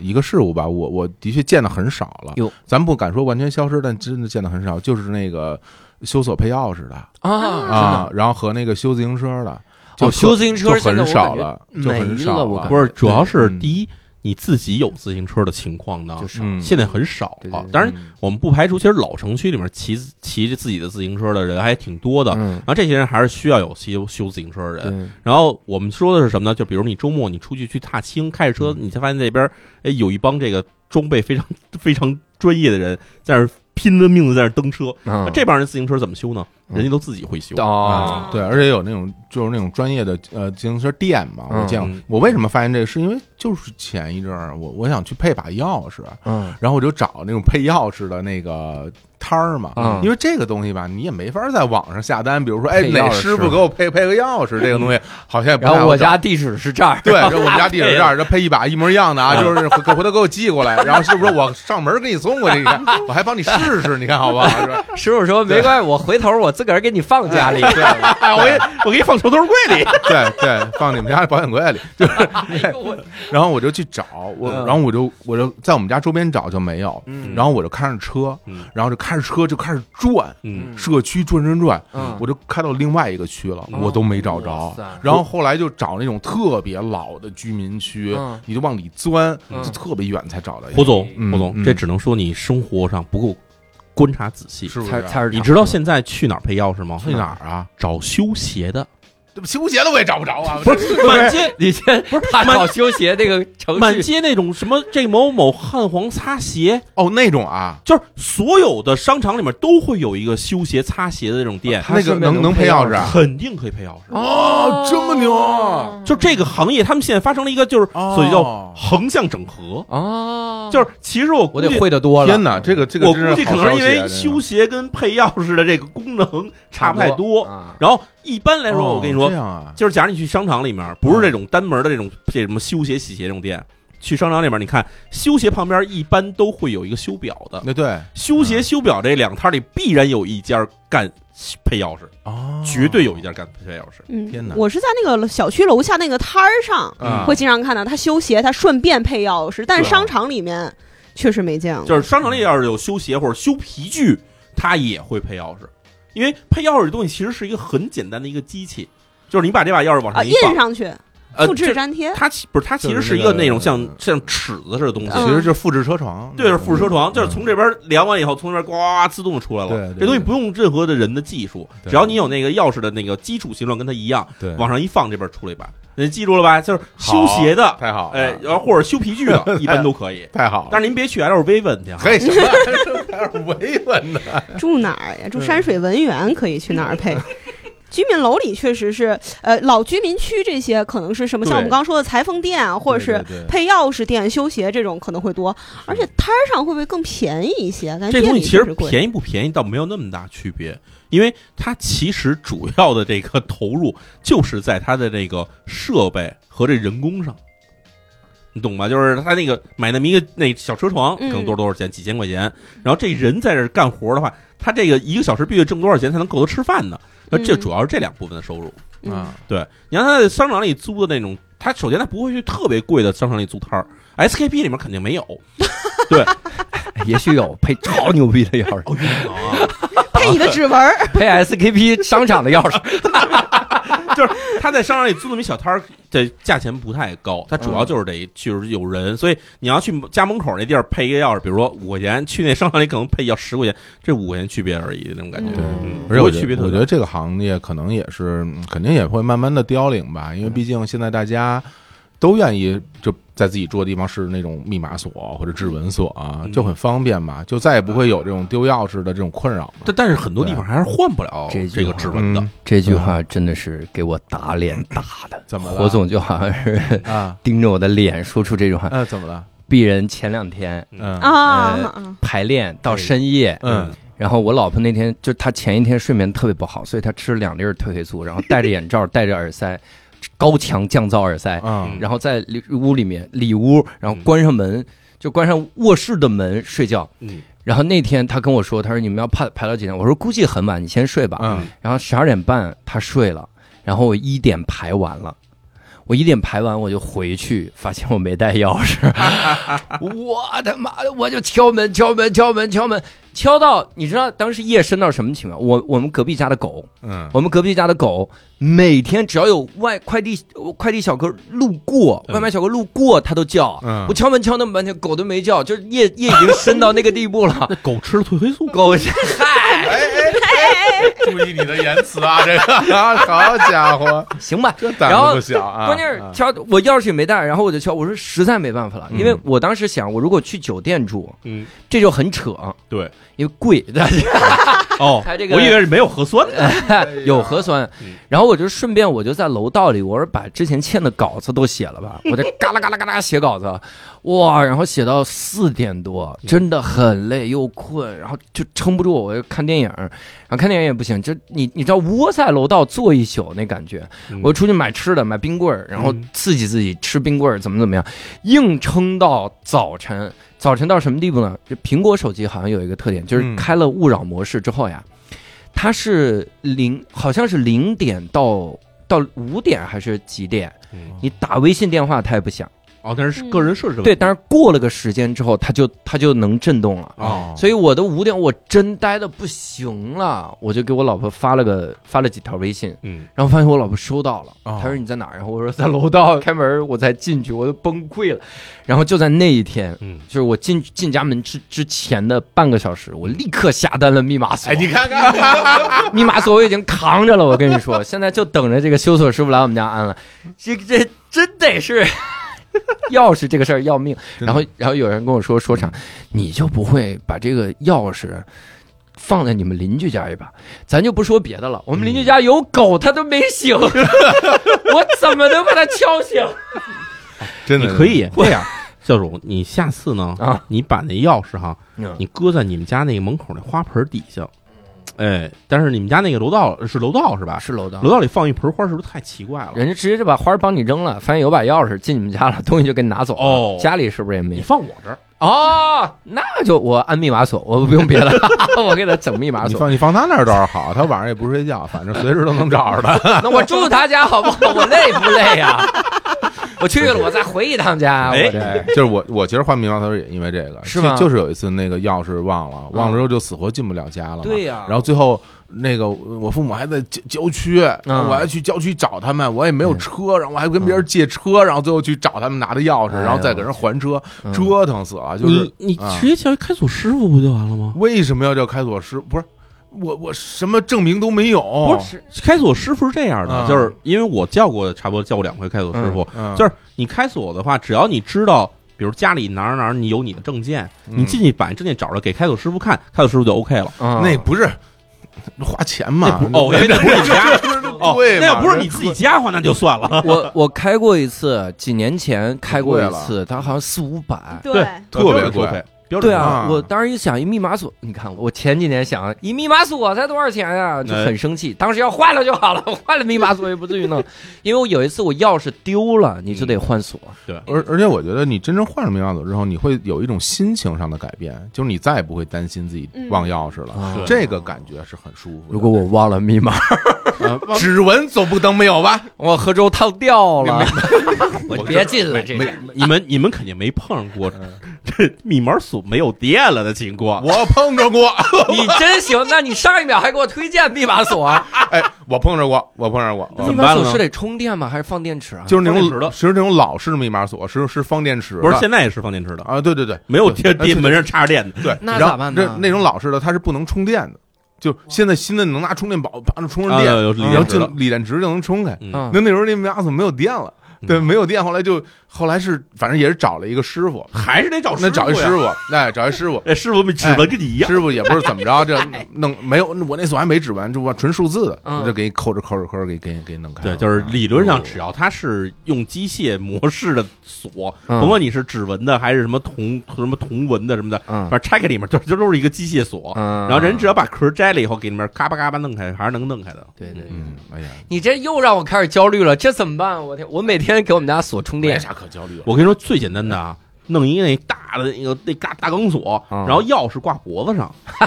Speaker 2: 一个事物吧，我我的确见的很少了
Speaker 4: 哟。
Speaker 2: 咱不敢说完全消失，但真的见的很少，就是那个修锁配钥匙的
Speaker 5: 嗯
Speaker 4: 啊！
Speaker 2: 啊，然后和那个修自行车的，就
Speaker 4: 哦
Speaker 2: 很
Speaker 4: 修自行车
Speaker 2: 就
Speaker 4: 现在
Speaker 2: 很
Speaker 4: 我
Speaker 2: 少
Speaker 4: 感觉
Speaker 2: 了，就
Speaker 4: 没
Speaker 2: 很
Speaker 4: 了
Speaker 2: 少
Speaker 4: 我
Speaker 2: 了。
Speaker 4: 感
Speaker 6: 不是，主要是
Speaker 2: 嗯
Speaker 6: 第一，你自己有自行车的情况呢
Speaker 4: 就，是
Speaker 2: 嗯，
Speaker 6: 现在很少
Speaker 4: 对对
Speaker 6: 了
Speaker 4: 对。嗯
Speaker 6: 当然，我们不排除，其实老城区里面骑骑着自己的自行车的人还挺多的。
Speaker 4: 嗯，
Speaker 6: 然后这些人还是需要有修修自行车的人。
Speaker 4: 对，
Speaker 6: 然后我们说的是什么呢？就比如你周末你出去去踏青，开
Speaker 4: 嗯
Speaker 6: 着车，你才发现那边哎有一帮这个装备非常 非常专业的人在那儿拼了命的在那儿蹬车。
Speaker 4: 嗯
Speaker 6: 那这帮人自行车怎么修呢？
Speaker 4: 嗯
Speaker 6: 人家都自己会修。
Speaker 2: 啊
Speaker 4: 哦，
Speaker 2: 对，而且有那种就是那种专业的呃自行车店嘛，我
Speaker 4: 嗯
Speaker 2: 见过。
Speaker 6: 嗯
Speaker 2: 我为什么发现这个？是因为就是前一阵儿我我想去配把钥匙，
Speaker 4: 嗯
Speaker 2: 然后我就找那种配钥匙的那个摊儿嘛，
Speaker 4: 嗯
Speaker 2: 因为这个东西吧，你也没法在网上下单，比如说，哎，
Speaker 4: 配
Speaker 2: 哪
Speaker 4: 钥匙嗯
Speaker 2: 师傅给我配配个钥匙，这个东西好像也不
Speaker 4: 然
Speaker 2: 太
Speaker 4: 后
Speaker 2: 好
Speaker 4: 我
Speaker 2: 找
Speaker 4: 家地址是这儿，
Speaker 2: 对，这我们家地址这儿，这配一把一模一样的
Speaker 4: 嗯
Speaker 2: 啊，就是回回头给我寄过来，然后是不是我上门给你送过去？你看，我还帮你试试，你看好不好？是吧？
Speaker 4: 师傅说没关系，我回头我自个儿给你放家里。
Speaker 6: 哎，我给我给你放抽屉柜 里。
Speaker 2: 对对，放你们家保险柜里。 然后我就去找我，
Speaker 4: 嗯
Speaker 2: 然后我就我就在我们家周边找就没有，
Speaker 3: 嗯
Speaker 2: 然后我就开着车
Speaker 6: 嗯，
Speaker 2: 然后就开着车就开始转。
Speaker 6: 嗯
Speaker 2: 社区转转转，
Speaker 4: 嗯
Speaker 2: 我就开到另外一个区了，
Speaker 4: 哦
Speaker 2: 我都没找着
Speaker 4: 哇塞。
Speaker 2: 然后后来就找那种特别老的居民区
Speaker 4: 嗯，
Speaker 2: 你就往里钻，
Speaker 4: 嗯
Speaker 2: 就特别远才找到一个。
Speaker 6: 胡总，
Speaker 2: 嗯
Speaker 6: 胡总，
Speaker 2: 嗯
Speaker 6: 这只能说你生活上不够观察仔细。
Speaker 2: 是不是
Speaker 4: 菜
Speaker 2: 啊？
Speaker 4: 菜市场
Speaker 6: 你知道现在去哪儿配钥匙吗？
Speaker 2: 去哪儿啊？
Speaker 6: 找修鞋的？
Speaker 2: 这不修鞋的我也找不着啊！
Speaker 6: 不是满街
Speaker 4: 你先不是他搞修鞋那个程
Speaker 6: 满
Speaker 4: 序，
Speaker 6: 街那种什么这某某汉皇擦鞋，
Speaker 2: 哦，那种啊，
Speaker 6: 就是所有的商场里面都会有一个修鞋擦鞋的这种店，
Speaker 4: 他
Speaker 2: 那个
Speaker 4: 顺便
Speaker 2: 能
Speaker 4: 能
Speaker 2: 能
Speaker 4: 配
Speaker 2: 配
Speaker 4: 钥
Speaker 2: 钥
Speaker 4: 匙
Speaker 2: 匙啊？
Speaker 6: 肯定可以配钥匙。
Speaker 2: 哦，这么牛啊！
Speaker 6: 就这个行业，他们现在发生了一个就是
Speaker 2: 哦
Speaker 6: 所以叫横向整合，
Speaker 4: 哦，
Speaker 6: 就是其实我
Speaker 4: 我
Speaker 6: 估计
Speaker 4: 得会的多了。
Speaker 2: 天哪，这个这个
Speaker 6: 哦我
Speaker 2: 真
Speaker 6: 估计可
Speaker 2: 好消
Speaker 6: 能是
Speaker 2: 息
Speaker 6: 因
Speaker 2: 啊
Speaker 6: 为
Speaker 2: 真是
Speaker 6: 修鞋跟配钥匙的这个功能差不太多。
Speaker 4: 啊
Speaker 6: 然后一般来说，我跟你
Speaker 2: 哦
Speaker 6: 说
Speaker 2: 这，样啊，
Speaker 6: 就是假如你去商场里面，不是这种单门的这种这什么修鞋、洗鞋这种店，去商场里面，你看修鞋旁边一般都会有一个修表的，
Speaker 2: 那对
Speaker 6: 修鞋、修表这两摊里必然有一家干配钥匙，
Speaker 2: 哦，
Speaker 6: 绝对有一家干配钥匙。
Speaker 5: 嗯，
Speaker 2: 天哪
Speaker 5: 我是在那个小区楼下那个摊儿上
Speaker 2: 啊
Speaker 5: 会经常看到他修鞋，他顺便配钥匙，但是
Speaker 6: 对啊
Speaker 5: 商场里面确实没见过。
Speaker 6: 就是商场里要是有修鞋或者修皮具，它也会配钥匙，因为配钥匙这东西其实是一个很简单的一个机器，就是你把这把钥匙往
Speaker 5: 啊，
Speaker 6: 上一
Speaker 5: 印
Speaker 6: 放，
Speaker 5: 上去，
Speaker 6: 呃，
Speaker 5: 复制
Speaker 6: 这
Speaker 5: 粘贴。
Speaker 6: 它其不是它其实
Speaker 2: 就是
Speaker 6: 是
Speaker 2: 那
Speaker 6: 一
Speaker 2: 个
Speaker 6: 个那种像像尺子似的东西，
Speaker 5: 嗯
Speaker 2: 其实就是复制车床，
Speaker 6: 对，是副车床，就是从这边量完以后，从那边呱呱呱自动就出来
Speaker 2: 对
Speaker 6: 了
Speaker 2: 嗯对。
Speaker 6: 这东西不用任何的人的技术，
Speaker 2: 对
Speaker 6: 只要你有那个钥匙的那个基础形状跟它一样，
Speaker 2: 对，
Speaker 6: 往上一放，这边出来一把。你记住了吧？就是修鞋的，
Speaker 2: 太好了，
Speaker 6: 哎，然后或者修皮具 的，一般都可以。
Speaker 2: 太好了，
Speaker 6: 但是您别去 LV 问去 啊，
Speaker 2: 嘿，什么还是维稳的？
Speaker 5: 住哪儿
Speaker 6: 嗯
Speaker 5: 呀？住山水文园可以去哪儿配？居民楼里确实是，呃，老居民区这些可能是什么？
Speaker 2: 对
Speaker 5: 像我们刚刚说的裁缝店啊，或者是
Speaker 2: 对对对
Speaker 5: 配钥匙店、修鞋这种可能会多，而且摊儿上会不会更便宜一些？感觉
Speaker 6: 嗯这东
Speaker 5: 店里
Speaker 6: 西其
Speaker 5: 确
Speaker 6: 实
Speaker 5: 实贵。
Speaker 6: 便宜不便宜倒没有那么大区别，因为它其实主要的这个投入就是在它的这个设备和这人工上，你懂吧？就是它那个买那么一个那小车床，可
Speaker 5: 嗯
Speaker 6: 能多少多少钱，几千块钱，然后这人在这儿干活的话，他这个一个小时必须得挣多少钱才能够他吃饭呢？那这
Speaker 5: 嗯
Speaker 6: 主要是这两部分的收入。
Speaker 5: 嗯，
Speaker 2: 啊，
Speaker 6: 对，你看他在商场里租的那种，他首先他不会去特别贵的商场里租摊儿，SKP 里面肯定没有。
Speaker 4: 也许有配超牛逼的钥匙，
Speaker 5: 配你的指纹儿，
Speaker 4: 配 SKP 商场的钥匙。
Speaker 6: 就是 他在商场里租那么一小摊儿的价钱不太高，他主要就是得就是有人，所以你要去家门口那地儿配一个钥匙，比如说五块钱，去那商场里可能配要十块钱，这五块钱区别而已，那种感觉。
Speaker 5: 对
Speaker 6: 嗯
Speaker 2: 而且
Speaker 6: 不
Speaker 2: 我
Speaker 6: 会
Speaker 2: 觉
Speaker 6: 区别
Speaker 2: 得
Speaker 6: 特
Speaker 2: 我觉
Speaker 6: 别
Speaker 2: 得
Speaker 6: 大。
Speaker 2: 这个行业可能也是，嗯肯定也会慢慢的凋零吧，因为毕竟现在大家都愿意就在自己住的地方是那种密码锁或者指纹锁啊，
Speaker 6: 嗯
Speaker 2: 就很方便嘛，就再也不会有这种丢钥匙的这种困扰嘛。
Speaker 6: 但但是很多地方还是换不了
Speaker 4: 这句
Speaker 6: 这个
Speaker 4: 话
Speaker 6: 指纹的
Speaker 2: 嗯，
Speaker 4: 这句话真的是给我打脸打的，
Speaker 2: 怎么了
Speaker 4: 火总就好像是
Speaker 2: 啊，
Speaker 4: 盯着我的脸说出这句话。
Speaker 2: 那嗯怎么了？
Speaker 4: 鄙人前两天
Speaker 2: 嗯
Speaker 6: 哎
Speaker 5: 啊
Speaker 4: 呃
Speaker 5: 啊，
Speaker 4: 排练到深夜，
Speaker 2: 哎嗯，
Speaker 4: 然后我老婆那天就她前一天睡眠特别不好，所以她吃了两粒儿褪黑素，然后戴着眼罩，戴着耳塞，高强降噪耳塞，
Speaker 2: 嗯
Speaker 4: 然后在里屋里面里屋，然后关上门，就关上卧室的门睡觉。
Speaker 6: 嗯
Speaker 4: 然后那天她跟我说，她说你们要排排到几点？我说估计很晚，你先睡吧。
Speaker 2: 嗯
Speaker 4: 然后十二点半她睡了，然后我一点排完了。我一点排完我就回去，发现我没带钥匙，我他妈的我就敲门敲门敲门敲门，敲到你知道当时夜深到什么情况？我我们隔壁家的狗，
Speaker 2: 嗯
Speaker 4: 我们隔壁家的狗每天只要有外快递快递小哥路过，
Speaker 6: 嗯
Speaker 4: 外卖小哥路过，它都叫。
Speaker 2: 嗯
Speaker 4: 我敲门敲那么半天，狗都没叫，就是夜夜已经深到那个地步了。
Speaker 6: 狗吃了褪黑素，
Speaker 4: 狗是嗨，
Speaker 2: 哎注意你的言辞啊，这个啊，哎 好家伙，
Speaker 4: 行吧。
Speaker 2: 这胆子不小啊！
Speaker 4: 关键是
Speaker 2: 啊
Speaker 4: 敲，我钥匙也没带，然后我就敲，我说实在没办法了，因为我当时想，我如果去酒店住，
Speaker 6: 嗯，
Speaker 4: 这就很扯，
Speaker 6: 对，
Speaker 4: 因为贵，大家
Speaker 6: 哦，
Speaker 4: 他这个
Speaker 6: 我以为是没有核酸 的，
Speaker 4: 有核酸
Speaker 6: 嗯，
Speaker 4: 然后我就顺便我就在楼道里，我说把之前欠的稿子都写了 吧，我就嘎啦嘎啦嘎啦写稿子，哇，然后写到四点多，真的很累又困，然后就撑不住，我就看电影，然后看电影也不行，就你你知道窝在楼道坐一宿那感觉
Speaker 6: 嗯，
Speaker 4: 我出去买吃的买冰棍儿，然后
Speaker 6: 嗯
Speaker 4: 刺激自己吃冰棍儿怎么怎么样，硬撑到早晨。早晨到什么地步呢？就苹果手机好像有一个特点，就是
Speaker 2: 嗯
Speaker 4: 开了勿扰模式之后呀，它是零，好像是零点到到五点还是几点？
Speaker 6: 嗯
Speaker 4: 你打微信电话它也不响。
Speaker 6: 哦，但是个人设置的问题
Speaker 4: 对，但是过了个时间之后，它就它就能震动了。
Speaker 2: 哦，
Speaker 4: 所以我都五点，我真呆的不行了，我就给我老婆发了个发了几条微信，
Speaker 6: 嗯，
Speaker 4: 然后发现我老婆收到了，
Speaker 2: 哦
Speaker 4: 她说你在哪儿？然后我说在 楼道，开门我才进去，我都崩溃了。然后就在那一天，
Speaker 6: 嗯
Speaker 4: 就是我进进家门之之前的半个小时，我立刻下单了密码锁。
Speaker 2: 嗯哎，你看看，
Speaker 4: 密码锁我已经扛着了，我跟你说， 现在就等着这个修锁师傅来我们家安了。这这真得是 钥匙这个事儿要命。
Speaker 2: 的
Speaker 4: 然后然后有人跟我说说啥，你就不会把这个钥匙放在你们邻居家一把？咱就不说别的了，我们邻居家有狗，它都没醒，我怎么能把它敲醒？
Speaker 2: 真
Speaker 6: 你
Speaker 2: 的
Speaker 6: 可以啊
Speaker 4: 这样
Speaker 6: 教主，你下次呢
Speaker 4: 啊，
Speaker 6: 你把那钥匙哈，
Speaker 4: 嗯
Speaker 6: 你搁在你们家那个门口那花盆底下，哎，但是你们家那个楼道是楼道是吧？
Speaker 4: 是楼道
Speaker 6: 楼。道里放一盆花是不是太奇怪了？
Speaker 4: 人家直接就把花儿帮你扔了，发现有把钥匙进你们家了，东西就给你拿走了。
Speaker 6: 哦
Speaker 4: 家里是不是也没有
Speaker 6: 你？放我这儿，
Speaker 4: 哦，那就我按密码锁，我不用别的，我给他整密码
Speaker 2: 你
Speaker 4: 锁。
Speaker 2: 放你放他那儿倒是好，他晚上也不睡觉，反正随时都能找着他。
Speaker 4: 那我住他家好不好？我累不累呀、我去了，我再回一趟家，
Speaker 2: 哎
Speaker 4: 我这
Speaker 2: 就是我，我其实换密码锁也因为这个，
Speaker 4: 是吗
Speaker 2: 就就是有一次那个钥匙忘了，忘了之后
Speaker 6: 嗯
Speaker 2: 就死活进不了家了嘛。
Speaker 4: 对呀
Speaker 2: 然后最后那个我父母还在郊郊区，
Speaker 4: 嗯
Speaker 2: 我还去郊区找他们，我也没
Speaker 6: 嗯
Speaker 2: 有车，然后我还跟别人借车，然后最后去找他们拿的钥匙，
Speaker 4: 哎呦
Speaker 2: 然后再给人还车，
Speaker 4: 嗯
Speaker 2: 折腾死了。就是
Speaker 6: 你你
Speaker 2: 啊
Speaker 6: 直接叫一开锁师傅不就完了吗？
Speaker 2: 为什么要叫开锁师？不是我我什么证明都没有，
Speaker 6: 不是，开锁师傅是这样的，
Speaker 2: 嗯
Speaker 6: 就是因为我叫过，差不多叫过两回开锁师傅，
Speaker 2: 嗯
Speaker 6: 就是你开锁的话，只要你知道，比如家里哪儿哪儿你有你的证件，
Speaker 2: 嗯
Speaker 6: 你进去把证件找着给开锁师傅看，开锁师傅就 OK 了。
Speaker 4: 嗯
Speaker 2: 那不是花钱嘛？
Speaker 6: 啊那不哦
Speaker 2: 那
Speaker 6: 那不是你家哦，
Speaker 2: 对嘛
Speaker 6: 那要不是你自己家的话，那就算 了。
Speaker 4: 我我开过一次，几年前开过一次，他好像四五百。
Speaker 5: 对，
Speaker 2: 特别
Speaker 6: 贵
Speaker 2: 贵，
Speaker 4: 对
Speaker 6: 标准收费
Speaker 4: 啊
Speaker 2: 啊，
Speaker 4: 我当时一想，一密码锁，你看我前几年想一密码锁才多少钱呀、就很生气。当时要换了就好了， 换了密码锁也不至于 弄，因为我有一次我钥匙丢了，你就得换锁。
Speaker 6: 嗯
Speaker 2: 而而且我觉得你真正换上密码锁之后，你会有一种心情上的改变，就是你再也不会担心自己忘钥匙了，
Speaker 4: 啊
Speaker 6: 嗯是
Speaker 2: 这个感觉是很舒服的。
Speaker 4: 如果我忘了密码，
Speaker 2: 指纹总不能没有吧？
Speaker 4: 我喝粥烫掉了， 我别进了这
Speaker 6: 没
Speaker 4: 个。
Speaker 6: 你们你们肯定没碰上过 这密码锁没有电了的情况。
Speaker 2: 嗯我碰着过，
Speaker 4: 你真行，那你上一秒还给我推荐密码锁，
Speaker 2: 哎，我碰着过，我碰着过。 嗯
Speaker 6: 怎
Speaker 4: 密
Speaker 6: 么
Speaker 4: 码
Speaker 6: 办了
Speaker 4: 锁
Speaker 6: 呢
Speaker 4: 是得充电吗？还是放电池啊？
Speaker 2: 就是那
Speaker 6: 放电池
Speaker 2: 种，
Speaker 6: 的
Speaker 2: 其实那种老式密码锁是是放电池的，
Speaker 6: 不是，现在也是放电池的，
Speaker 2: 啊，对对对，
Speaker 6: 没有电
Speaker 2: 对
Speaker 6: 电门上插着电的。
Speaker 2: 对，
Speaker 4: 那
Speaker 2: 然后
Speaker 4: 咋办呢
Speaker 2: 这那种老式的它是不能充电的，就现在新的能拿充电宝把它充上
Speaker 6: 啊，
Speaker 2: 电，
Speaker 6: 有
Speaker 2: 然后
Speaker 6: 电池
Speaker 2: 就
Speaker 6: 的，
Speaker 2: 锂电池就能充开。
Speaker 6: 嗯
Speaker 4: 嗯
Speaker 2: 那那时候那马桶没有电了，对，没有电，后来就后来是反正也是找了一个师傅，
Speaker 6: 还是得找
Speaker 2: 那找一师
Speaker 6: 傅呀。
Speaker 2: 傅，哎，哎找一师傅，
Speaker 6: 哎，师傅指纹跟你一样，
Speaker 2: 师傅也不是怎么着，这弄没有我那锁还没指纹，就我纯数字的，
Speaker 4: 嗯
Speaker 2: 我就给你扣着扣着扣着给给给弄开
Speaker 6: 对，
Speaker 2: 了。
Speaker 6: 就是
Speaker 4: 啊
Speaker 6: 理论上，
Speaker 2: 嗯
Speaker 6: 只要它是用机械模式的锁，
Speaker 4: 嗯
Speaker 6: 甭管你是指纹的还是什么铜什么铜纹的什么的，
Speaker 4: 嗯
Speaker 6: 反正拆开里面就就都是一个机械锁。
Speaker 4: 嗯
Speaker 6: 然后人只要把壳摘了以后，给里面嘎巴嘎巴弄开，还是能弄开的。
Speaker 4: 对对，对
Speaker 2: 嗯，哎呀，
Speaker 4: 你这又让我开始焦虑了，这怎么办？啊我天，我每天给我们家锁充
Speaker 2: 没
Speaker 4: 电，
Speaker 2: 啥可焦虑了。
Speaker 6: 我跟你说最简单的啊，弄一个那大的那个那嘎大钢锁，
Speaker 4: 嗯
Speaker 6: 然后钥匙挂脖子上，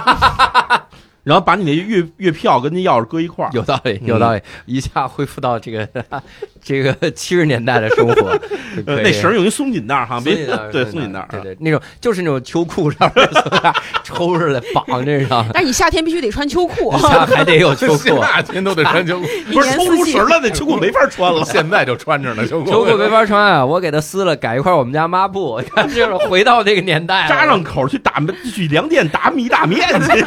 Speaker 6: 然后把你那月月票跟那钥匙搁一块儿。
Speaker 4: 有道理，有道理，一下恢复到这个 这个七十年代的生活，就可
Speaker 6: 呃
Speaker 4: 以
Speaker 6: 那绳儿用一松紧带儿哈，
Speaker 4: 松
Speaker 6: 别
Speaker 4: 紧带儿
Speaker 6: 对
Speaker 4: 松
Speaker 6: 松
Speaker 4: 紧
Speaker 6: 紧带
Speaker 4: 带
Speaker 6: 儿啊
Speaker 4: 儿，对对，那种就是那种秋裤上面 松紧带儿抽出来绑这 上，
Speaker 5: 但你夏天必须得穿秋 裤，
Speaker 4: 下还得有秋裤。啊
Speaker 2: 夏天都得穿秋裤，
Speaker 5: 一年
Speaker 6: 抽
Speaker 5: 四
Speaker 6: 出
Speaker 5: 季
Speaker 6: 绳儿了，那秋裤没法穿了。
Speaker 2: 现在就穿着呢，秋
Speaker 4: 秋
Speaker 2: 裤。
Speaker 4: 裤没法穿啊，我给它撕了，改一块我们家抹布， 看就是回到那个年代了，
Speaker 6: 扎上口儿去打去粮店打米打面去，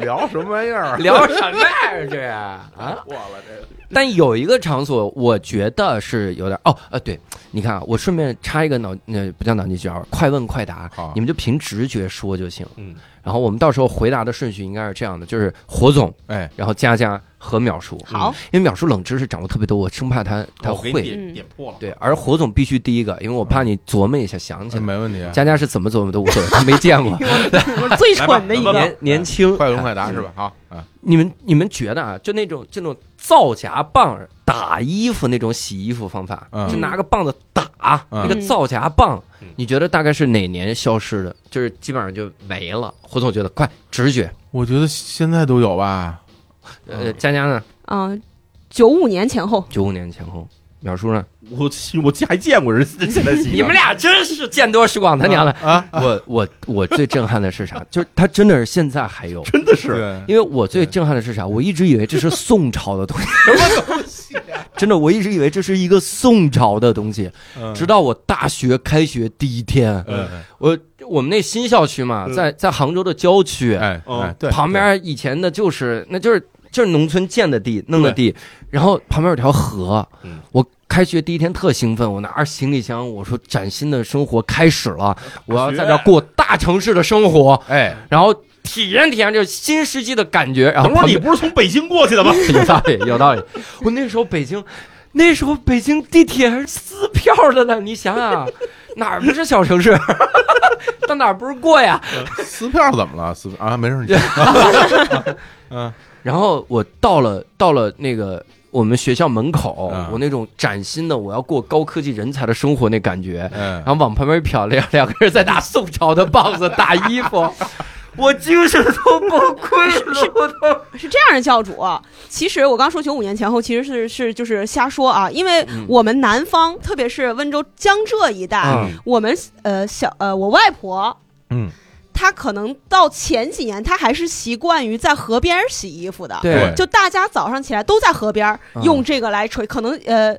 Speaker 2: 聊什么玩意儿？
Speaker 4: 聊什么呀？这啊，
Speaker 2: 过了这个。
Speaker 4: 但有一个场所，我觉得是有点哦，呃，对，你看啊，我顺便插一个脑，那不叫脑筋急转弯，快问快答
Speaker 2: 好，
Speaker 4: 你们就凭直觉说就行。
Speaker 6: 嗯，
Speaker 4: 然后我们到时候回答的顺序应该是这样的，就是火总，
Speaker 2: 哎，
Speaker 4: 然后佳佳和淼叔，嗯
Speaker 5: 好，
Speaker 4: 因为淼叔冷知识掌握特别多，我生怕
Speaker 2: 哦
Speaker 4: 他他
Speaker 6: 我给你
Speaker 4: 会，
Speaker 6: 点点破了。
Speaker 4: 对，而火总必须第一个，因为我怕你琢磨一下想起来。
Speaker 2: 没问题。啊
Speaker 4: 佳佳是怎么琢 磨都无所谓，她没 见过，
Speaker 5: 我最蠢的一个
Speaker 6: 来吧来吧。
Speaker 4: 年年轻。
Speaker 2: 快问快答是吧？好，啊，
Speaker 4: 你们你们觉得啊，就那种就那种造假棒打衣服那种洗衣服方法，
Speaker 2: 嗯
Speaker 4: 就拿个棒子打、
Speaker 2: 嗯
Speaker 4: 那个造假棒
Speaker 6: 嗯，
Speaker 4: 你觉得大概是哪年消失的？就是基本上就没了。胡总觉得快直觉，
Speaker 2: 我觉得现在都有吧。
Speaker 4: 呃，佳佳呢？
Speaker 5: 嗯，九五年前后，
Speaker 4: 九五年前后，淼叔呢？
Speaker 6: 我其实我还见过人现在洗的
Speaker 4: 你们俩真是见多识广，他娘的！
Speaker 2: 啊，
Speaker 4: 我我我最震撼的是啥？ 就是他真的是现在还有。
Speaker 6: 真的是
Speaker 2: 对，
Speaker 4: 因为我最震撼的是啥？我一直以为这是宋朝的东西，真的，我一直以为这是一个宋朝的东西，直到我大学开学第一天，
Speaker 2: 嗯，
Speaker 4: 我我们那新校区嘛，
Speaker 6: 嗯
Speaker 4: 在在杭州的郊区，
Speaker 2: 哎，哎，对，
Speaker 4: 旁边以前的就是那就是就是农村建的地弄的地，然后旁边有条河
Speaker 6: 嗯，
Speaker 4: 我开学第一天特兴奋，我拿着行李箱，我说崭新的生活开始了，我要在这儿过大城市的生活，
Speaker 2: 哎，
Speaker 4: 然后体验体验这新世纪的感觉，然后
Speaker 6: 等会儿
Speaker 4: 旁
Speaker 6: 你
Speaker 4: 边
Speaker 6: 不是从北京过去的吗？
Speaker 4: 有道理，有道理。我那时候北京，那时候北京地铁还是撕票的呢，你想想、哪儿不是小城市？ 到哪儿不是过呀？
Speaker 2: 撕票怎么了？撕啊，没事，你 嗯，
Speaker 4: 然后我到了，到了那个我们学校门口，
Speaker 2: 嗯
Speaker 4: 我那种崭新的我要过高科技人才的生活那感觉，
Speaker 2: 哎
Speaker 4: 然，后往旁边一瞟，两两个人在拿宋朝的棒子打衣服，我精神都崩溃了，我都。
Speaker 5: 是这样的，教主，啊其实我刚说九五年前后，其实是是就是瞎说啊，因为我们南方，特别是温州江浙一带，
Speaker 4: 嗯
Speaker 5: 我们呃小呃我外婆，
Speaker 2: 嗯，
Speaker 5: 她可能到前几年，她还是习惯于在河边儿洗衣服的，
Speaker 2: 对
Speaker 5: 就大家早上起来都在河边儿
Speaker 4: 嗯
Speaker 5: 用这个来锤，可能呃。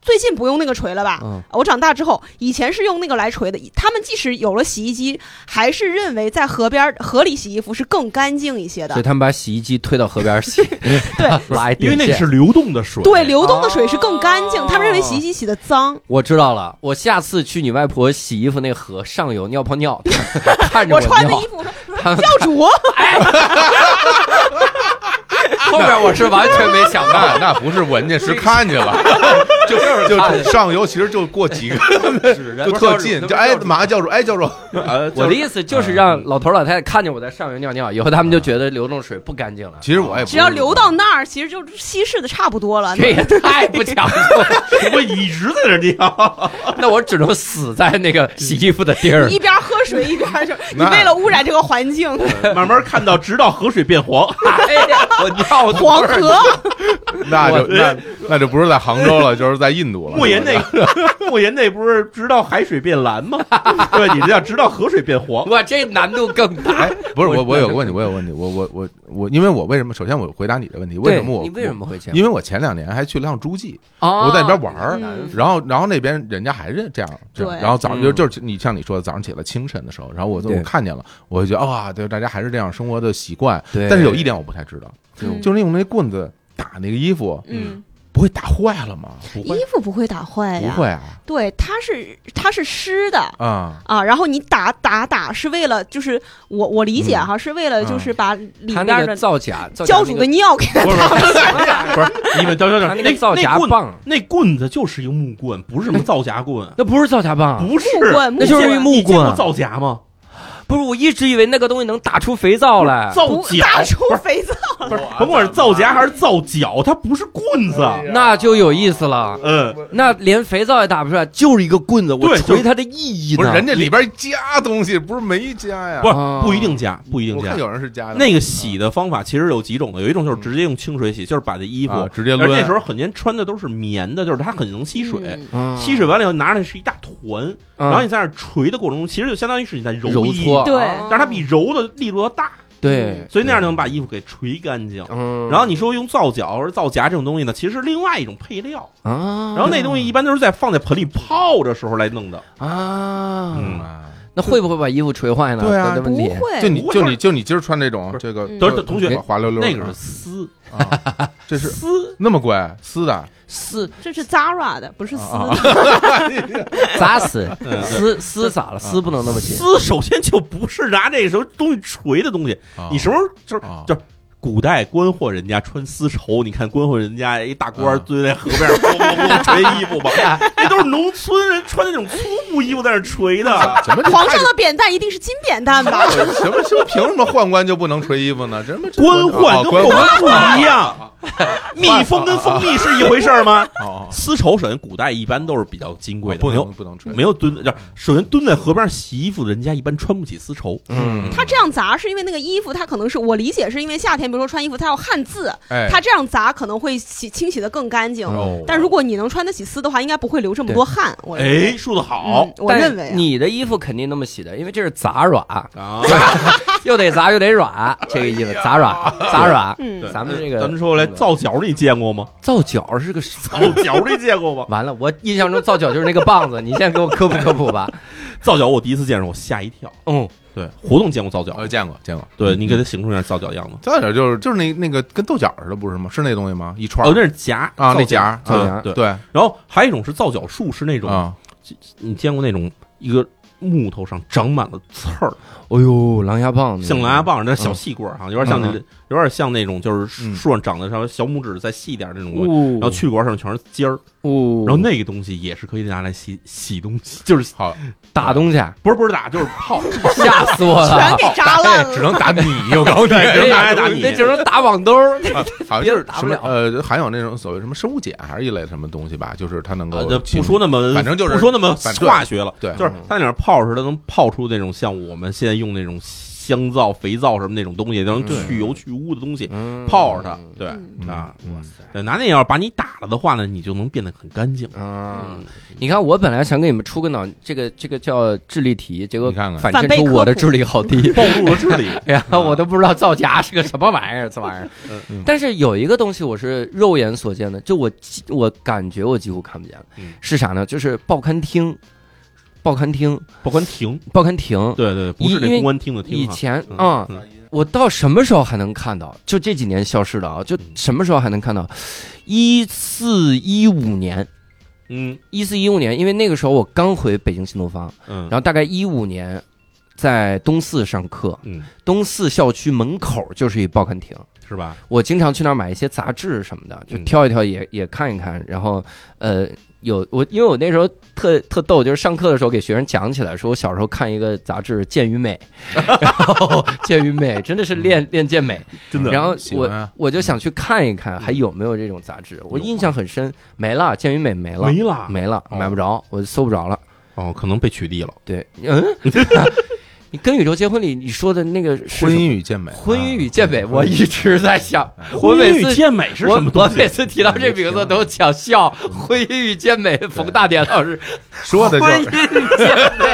Speaker 5: 最近不用那个锤了吧？
Speaker 4: 嗯
Speaker 5: 我长大之后，以前是用那个来锤的。他们即使有了洗衣机，还是认为在河边儿河里洗衣服是更干净一些的
Speaker 4: 所以。他们把洗衣机推到河 边洗， 对，拉一
Speaker 6: 因为那
Speaker 4: 电线
Speaker 6: 个是流动的水，
Speaker 5: 对，流动的水是更干净。
Speaker 4: 哦
Speaker 5: 他们认为洗衣机洗的脏，
Speaker 4: 我知道了，我下次去你外婆洗衣服那河上游尿泡尿， 看着
Speaker 5: 我穿的
Speaker 4: 尿
Speaker 5: 衣，服，我说
Speaker 4: 他们
Speaker 5: 教 主，
Speaker 4: 后面我是完全没想到
Speaker 2: 那那不是闻见，是看见 了，就就上游其实就过几个，就特近，就哎，马上叫住，哎，叫住，
Speaker 6: 呃，
Speaker 4: 我的意思就是让老头老太太看见我在上游尿尿，以后他们就觉得流动水不 干净了。
Speaker 2: 其实我也不
Speaker 5: 只要流到那儿，其实就稀释的差不多了。
Speaker 4: 这也太不讲究了，
Speaker 6: 就是我一直在这尿，
Speaker 4: 那我只能死在那个洗衣服的地儿
Speaker 5: 你。一边喝水一边 就，你
Speaker 2: 那
Speaker 5: 为了污染这个环境，
Speaker 6: 慢慢看到，直到河水变 黄。
Speaker 4: 哎呀，我 尿多
Speaker 5: 黄
Speaker 4: 少
Speaker 5: 河
Speaker 2: 那就
Speaker 4: 哎
Speaker 2: 那那就不是在杭州了，就是在印度了。
Speaker 6: 莫言那个，莫言那不是直到海水变蓝吗？对，你这叫直到河水变黄。
Speaker 4: 我这难度更大
Speaker 2: 哎。，不是我，
Speaker 4: 我
Speaker 2: 我有个问题，我有个问题，我我我我，因为我为什么？首先我回答你的问题，为什么我
Speaker 4: 对你为什么会这样？
Speaker 2: 因为我前两年还去了趟诸暨，
Speaker 4: 哦
Speaker 2: 我在那边玩儿，
Speaker 5: 嗯
Speaker 2: 然后然后那边人家还是这样，这样
Speaker 5: 对
Speaker 2: 然后早上就
Speaker 4: 嗯
Speaker 2: 就是你像你说的，早上起来清晨的时候，然后我就
Speaker 4: 对
Speaker 2: 我看见了，我就觉得哇，对，大家还是这样生活的习惯。
Speaker 4: 对
Speaker 2: 但是有一点我不太知道，
Speaker 5: 嗯
Speaker 2: 就是用那棍子打那个衣服，
Speaker 5: 嗯，
Speaker 2: 不会打坏了吗？不
Speaker 5: 衣服不会打坏
Speaker 2: 不
Speaker 5: 呀，
Speaker 2: 会 啊
Speaker 5: 对，它是它是湿的。
Speaker 2: 啊！
Speaker 5: 啊，然后你打打打是为了，就是我我理解
Speaker 2: 嗯
Speaker 5: 哈，是为了就是把里
Speaker 4: 他
Speaker 5: 边
Speaker 4: 那
Speaker 5: 的
Speaker 4: 个造假，造假
Speaker 5: 教主的
Speaker 4: 那
Speaker 5: 尿给它
Speaker 6: 不是
Speaker 5: 打
Speaker 6: 不
Speaker 5: 了。
Speaker 4: 个
Speaker 6: 不是，你们等等
Speaker 4: 他
Speaker 6: 等，
Speaker 4: 那个造假
Speaker 6: 那棍
Speaker 4: 棒
Speaker 6: 那棍子就是一个木棍，不是什么造假棍，
Speaker 4: 那不是造假棒啊，
Speaker 6: 不是
Speaker 5: 木棍，
Speaker 4: 那就是
Speaker 5: 木棍
Speaker 4: 一木
Speaker 6: 你见过
Speaker 4: 棍
Speaker 6: 造假吗？
Speaker 4: 不是，我一直以为那个东西能打出肥皂来。
Speaker 6: 造
Speaker 5: 不
Speaker 6: 假
Speaker 5: 打出肥皂，
Speaker 6: 不是，甭管是造假还是造脚，它不是棍子。
Speaker 2: 哎
Speaker 4: 那就有意思了，
Speaker 6: 嗯，
Speaker 4: 那连肥皂也打不出来，就是一个棍子，我
Speaker 6: 对
Speaker 4: 锤
Speaker 6: 就
Speaker 4: 它的意义
Speaker 2: 不是
Speaker 4: 呢？
Speaker 2: 人家里边加东西，不是没加呀？
Speaker 6: 不是
Speaker 4: 啊
Speaker 6: 不一定假，不一定
Speaker 2: 我
Speaker 6: 假
Speaker 2: 看。有人是嗯加的，
Speaker 6: 那个洗的方法其实有几种的，有一种就是直接用清水洗，就是把这衣
Speaker 2: 衣
Speaker 4: 啊
Speaker 6: 服
Speaker 2: 啊直接
Speaker 6: 而
Speaker 2: 抡。
Speaker 6: 那时候很年穿的都是棉的，就是它很能吸水。
Speaker 5: 嗯
Speaker 4: 嗯
Speaker 6: 吸水，完了以后拿出来是一大团，
Speaker 4: 嗯
Speaker 6: 然后你在那儿捶的过程中，其实就相当于是你在揉
Speaker 4: 揉
Speaker 6: 衣，
Speaker 4: 搓，
Speaker 5: 对
Speaker 2: 啊
Speaker 6: 但是它比揉的力度要大，
Speaker 4: 对，
Speaker 6: 所以那样能把衣服给捶干净。
Speaker 4: 嗯，
Speaker 6: 然后你说用皂角或者皂荚这种东西呢，其实是另外一种配料，
Speaker 4: 啊，
Speaker 6: 然后那东西一般都是在放在盆里泡的时候来弄的。
Speaker 4: 啊，
Speaker 6: 嗯
Speaker 2: 啊
Speaker 4: 那会不会把衣服锤坏呢？
Speaker 2: 对啊
Speaker 4: 的问
Speaker 5: 不
Speaker 4: 题。
Speaker 5: 会，
Speaker 2: 就你
Speaker 6: 不会
Speaker 2: 就你就你今儿穿这种
Speaker 6: 不是
Speaker 2: 这个，
Speaker 5: 嗯
Speaker 6: 都是同学
Speaker 2: 滑溜溜的，
Speaker 6: 那个是丝，
Speaker 2: 啊，这是
Speaker 6: 丝，
Speaker 2: 那么贵，丝的，
Speaker 4: 撕
Speaker 5: 这是 Zara 的，不是丝
Speaker 2: 啊
Speaker 5: 的。
Speaker 4: 砸死，撕撕咋了？撕不能那么紧。
Speaker 6: 丝首先就不是拿这什么东西锤的东西，
Speaker 2: 啊
Speaker 6: 你什么时候就是
Speaker 2: 啊
Speaker 6: 就是古代官货人家穿丝绸，你看官货人家一大官
Speaker 2: 啊
Speaker 6: 儿蹲在河边儿咣咣咣捶衣 服吧，那都是农村人穿那种粗布衣服在那儿捶的。
Speaker 2: 什么这
Speaker 5: 皇上的扁担一定是金扁担 吧？
Speaker 2: 什么什么凭什么宦官就不能锤衣服呢？什么这
Speaker 6: 官
Speaker 2: 啊
Speaker 6: 宦跟
Speaker 2: 官
Speaker 6: 我们不
Speaker 2: 啊
Speaker 6: 一样，蜜蜂跟蜂蜜是一回事儿吗？
Speaker 2: 哦，
Speaker 6: 丝绸首先古代一般都是比较金啊贵
Speaker 2: 啊
Speaker 6: 的，
Speaker 2: 不
Speaker 6: 没有
Speaker 2: 能不能锤，
Speaker 6: 没有蹲，就是首先蹲在河边洗衣服的人家一般穿不起丝绸，
Speaker 2: 嗯，
Speaker 5: 他这样砸是因为那个衣服，他可能是我理解是因为夏天，比如说穿衣服，它要汗渍，
Speaker 2: 哎，
Speaker 5: 他这样砸可能会洗清洗的更干净。
Speaker 2: 哦
Speaker 5: 但如果你能穿得起丝的话，应该不会流这么多汗。我认为
Speaker 6: 哎，说的好
Speaker 5: 嗯，我认为
Speaker 4: 但
Speaker 5: 啊
Speaker 4: 你的衣服肯定那么洗的，因为这是杂软，
Speaker 6: 啊。
Speaker 4: 又得杂又得软，这个意思。杂软，杂软。
Speaker 5: 嗯，
Speaker 4: 咱们这个
Speaker 6: 咱们说来造角，你见过吗？
Speaker 4: 皂角是个啥？
Speaker 6: 造角你见过吗？
Speaker 4: 完了，我印象中皂角就是那个棒子，你现在给我科普科普 吧。
Speaker 6: 皂角我第一次见着，我吓一跳。
Speaker 4: 嗯，
Speaker 6: 对，活动见过皂角，
Speaker 2: 我见过见过，
Speaker 6: 对你给它形容一下皂角样子。
Speaker 2: 再点就是就是那那个跟豆角似的，不是吗？是那东西吗？一串
Speaker 6: 哦，那是夹
Speaker 2: 啊，那
Speaker 6: 皂角
Speaker 2: 夹
Speaker 4: 皂角
Speaker 2: 啊
Speaker 6: 对
Speaker 2: 对
Speaker 6: 然后还有一种是皂角树，是那种
Speaker 2: 啊，
Speaker 6: 你见过那种一个木头上长满了刺儿，
Speaker 4: 哎呦，狼牙棒，
Speaker 6: 像狼牙，啊棒，那小细棍儿哈，有点像那，有点像那种就是
Speaker 2: 嗯
Speaker 6: 树上长的稍微小拇指再细一点那种东西。
Speaker 4: 呜，
Speaker 6: 然后去管上面全是尖儿，
Speaker 4: 呜，
Speaker 6: 然后那个东西也是可以拿来洗洗东西，就是
Speaker 2: 好，
Speaker 4: 打东 家，
Speaker 6: 不是不是打就是泡，
Speaker 4: 吓死我
Speaker 5: 全
Speaker 4: 了。
Speaker 5: 给扎 烂
Speaker 2: 只能
Speaker 5: 了。
Speaker 2: 打你，我 告诉你。
Speaker 6: 只能拿来打你
Speaker 4: 那只能打网兜儿。
Speaker 2: 啊 好像就是
Speaker 4: 别人打
Speaker 2: 什
Speaker 4: 不
Speaker 2: 么
Speaker 4: 了
Speaker 2: 呃，含有那种所谓什么生物碱还是一类什么东西吧，就是它能够
Speaker 6: 呃，这
Speaker 2: 清
Speaker 6: 不说那么，
Speaker 2: 反正就是
Speaker 6: 不说那么
Speaker 2: 反正
Speaker 6: 化学了，
Speaker 2: 对嗯
Speaker 6: 就是它那点泡似的，能泡出那种像我们现在用那种香皂、肥皂什么那种东西，能
Speaker 2: 对
Speaker 6: 去油去污的东西，
Speaker 4: 嗯
Speaker 6: 泡着它，对
Speaker 5: 嗯
Speaker 6: 啊，
Speaker 2: 嗯
Speaker 6: 对，拿那要是把你打了的话呢，你就能变得很干净。
Speaker 4: 嗯，你看，我本来想给你们出个脑，这个这个叫智力题，结果
Speaker 2: 你看看
Speaker 4: 反衬出我的智力好低，
Speaker 6: 暴露了智力，
Speaker 4: 哎呀，我都不知道造假是个什么玩意儿，这玩意儿
Speaker 2: 嗯。
Speaker 4: 但是有一个东西我是肉眼所见的，就我几我感觉我几乎看不见了
Speaker 6: 嗯，
Speaker 4: 是啥呢？就是报刊厅，报刊厅，
Speaker 6: 报官亭，
Speaker 4: 报刊亭，
Speaker 6: 对对，对不是
Speaker 4: 因
Speaker 6: 那
Speaker 4: 为
Speaker 6: 公安厅的
Speaker 4: 以
Speaker 6: 厅哈，
Speaker 4: 前
Speaker 6: 嗯
Speaker 4: 啊，
Speaker 6: 嗯
Speaker 4: 我到什么时候还能看到？就这几年消失了啊，
Speaker 6: 嗯
Speaker 4: 就什么时候还能看到？一四一五年，
Speaker 6: 嗯
Speaker 4: 一四一五年，因为那个时候我刚回北京新东方，
Speaker 6: 嗯，
Speaker 4: 然后大概一五年，在东四上课，
Speaker 6: 嗯
Speaker 4: 东四校区门口就是一报刊亭，
Speaker 6: 是吧？
Speaker 4: 我经常去那儿买一些杂志什么的，就
Speaker 6: 嗯
Speaker 4: 挑一挑也也看一看，然后呃。有我，因为我那时候特特逗，就是上课的时候给学生讲起来，说我小时候看一个杂志《健与美》，然后《健与美》真的是练练健美，
Speaker 6: 真的
Speaker 4: 然后
Speaker 2: 喜欢
Speaker 4: 我
Speaker 2: 啊
Speaker 4: 我就想去看一看还有没有这种杂志，我印象很深，没了，《健与美》没了，
Speaker 6: 没了
Speaker 4: 没了，买不着，我搜不着了。
Speaker 6: 哦，可能被取缔了。
Speaker 4: 对，嗯，你跟宇宙结婚里你说的那个是
Speaker 2: 婚
Speaker 4: 什么
Speaker 2: 姻与健美，
Speaker 4: 婚姻与
Speaker 2: 啊
Speaker 4: 健美，我一直在想，我
Speaker 6: 婚
Speaker 4: 每
Speaker 6: 姻与
Speaker 4: 次。
Speaker 6: 健美是
Speaker 4: 我
Speaker 6: 什么
Speaker 4: 我
Speaker 6: 东
Speaker 4: 每
Speaker 6: 西？
Speaker 4: 次提到这名字都想笑，婚姻与健美，冯大典老 师，
Speaker 2: 说的就
Speaker 4: 婚
Speaker 2: 是
Speaker 4: 姻与健美，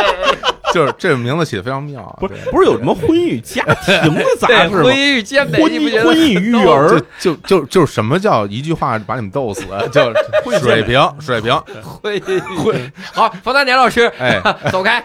Speaker 2: 就是这个名字起的非常妙啊，
Speaker 6: 不是
Speaker 2: 对
Speaker 6: 不是有什么婚姻与家庭的杂
Speaker 4: 对，
Speaker 6: 志吗？
Speaker 4: 婚姻与健美，
Speaker 6: 婚
Speaker 4: 你不
Speaker 6: 姻
Speaker 4: 觉
Speaker 6: 婚
Speaker 4: 得？
Speaker 6: 姻与育儿，
Speaker 2: 就就就就是什么叫一句话把你们逗死，啊就水平水平，
Speaker 4: 婚姻婚，好，冯大典老 师，
Speaker 2: 哎
Speaker 4: 走开，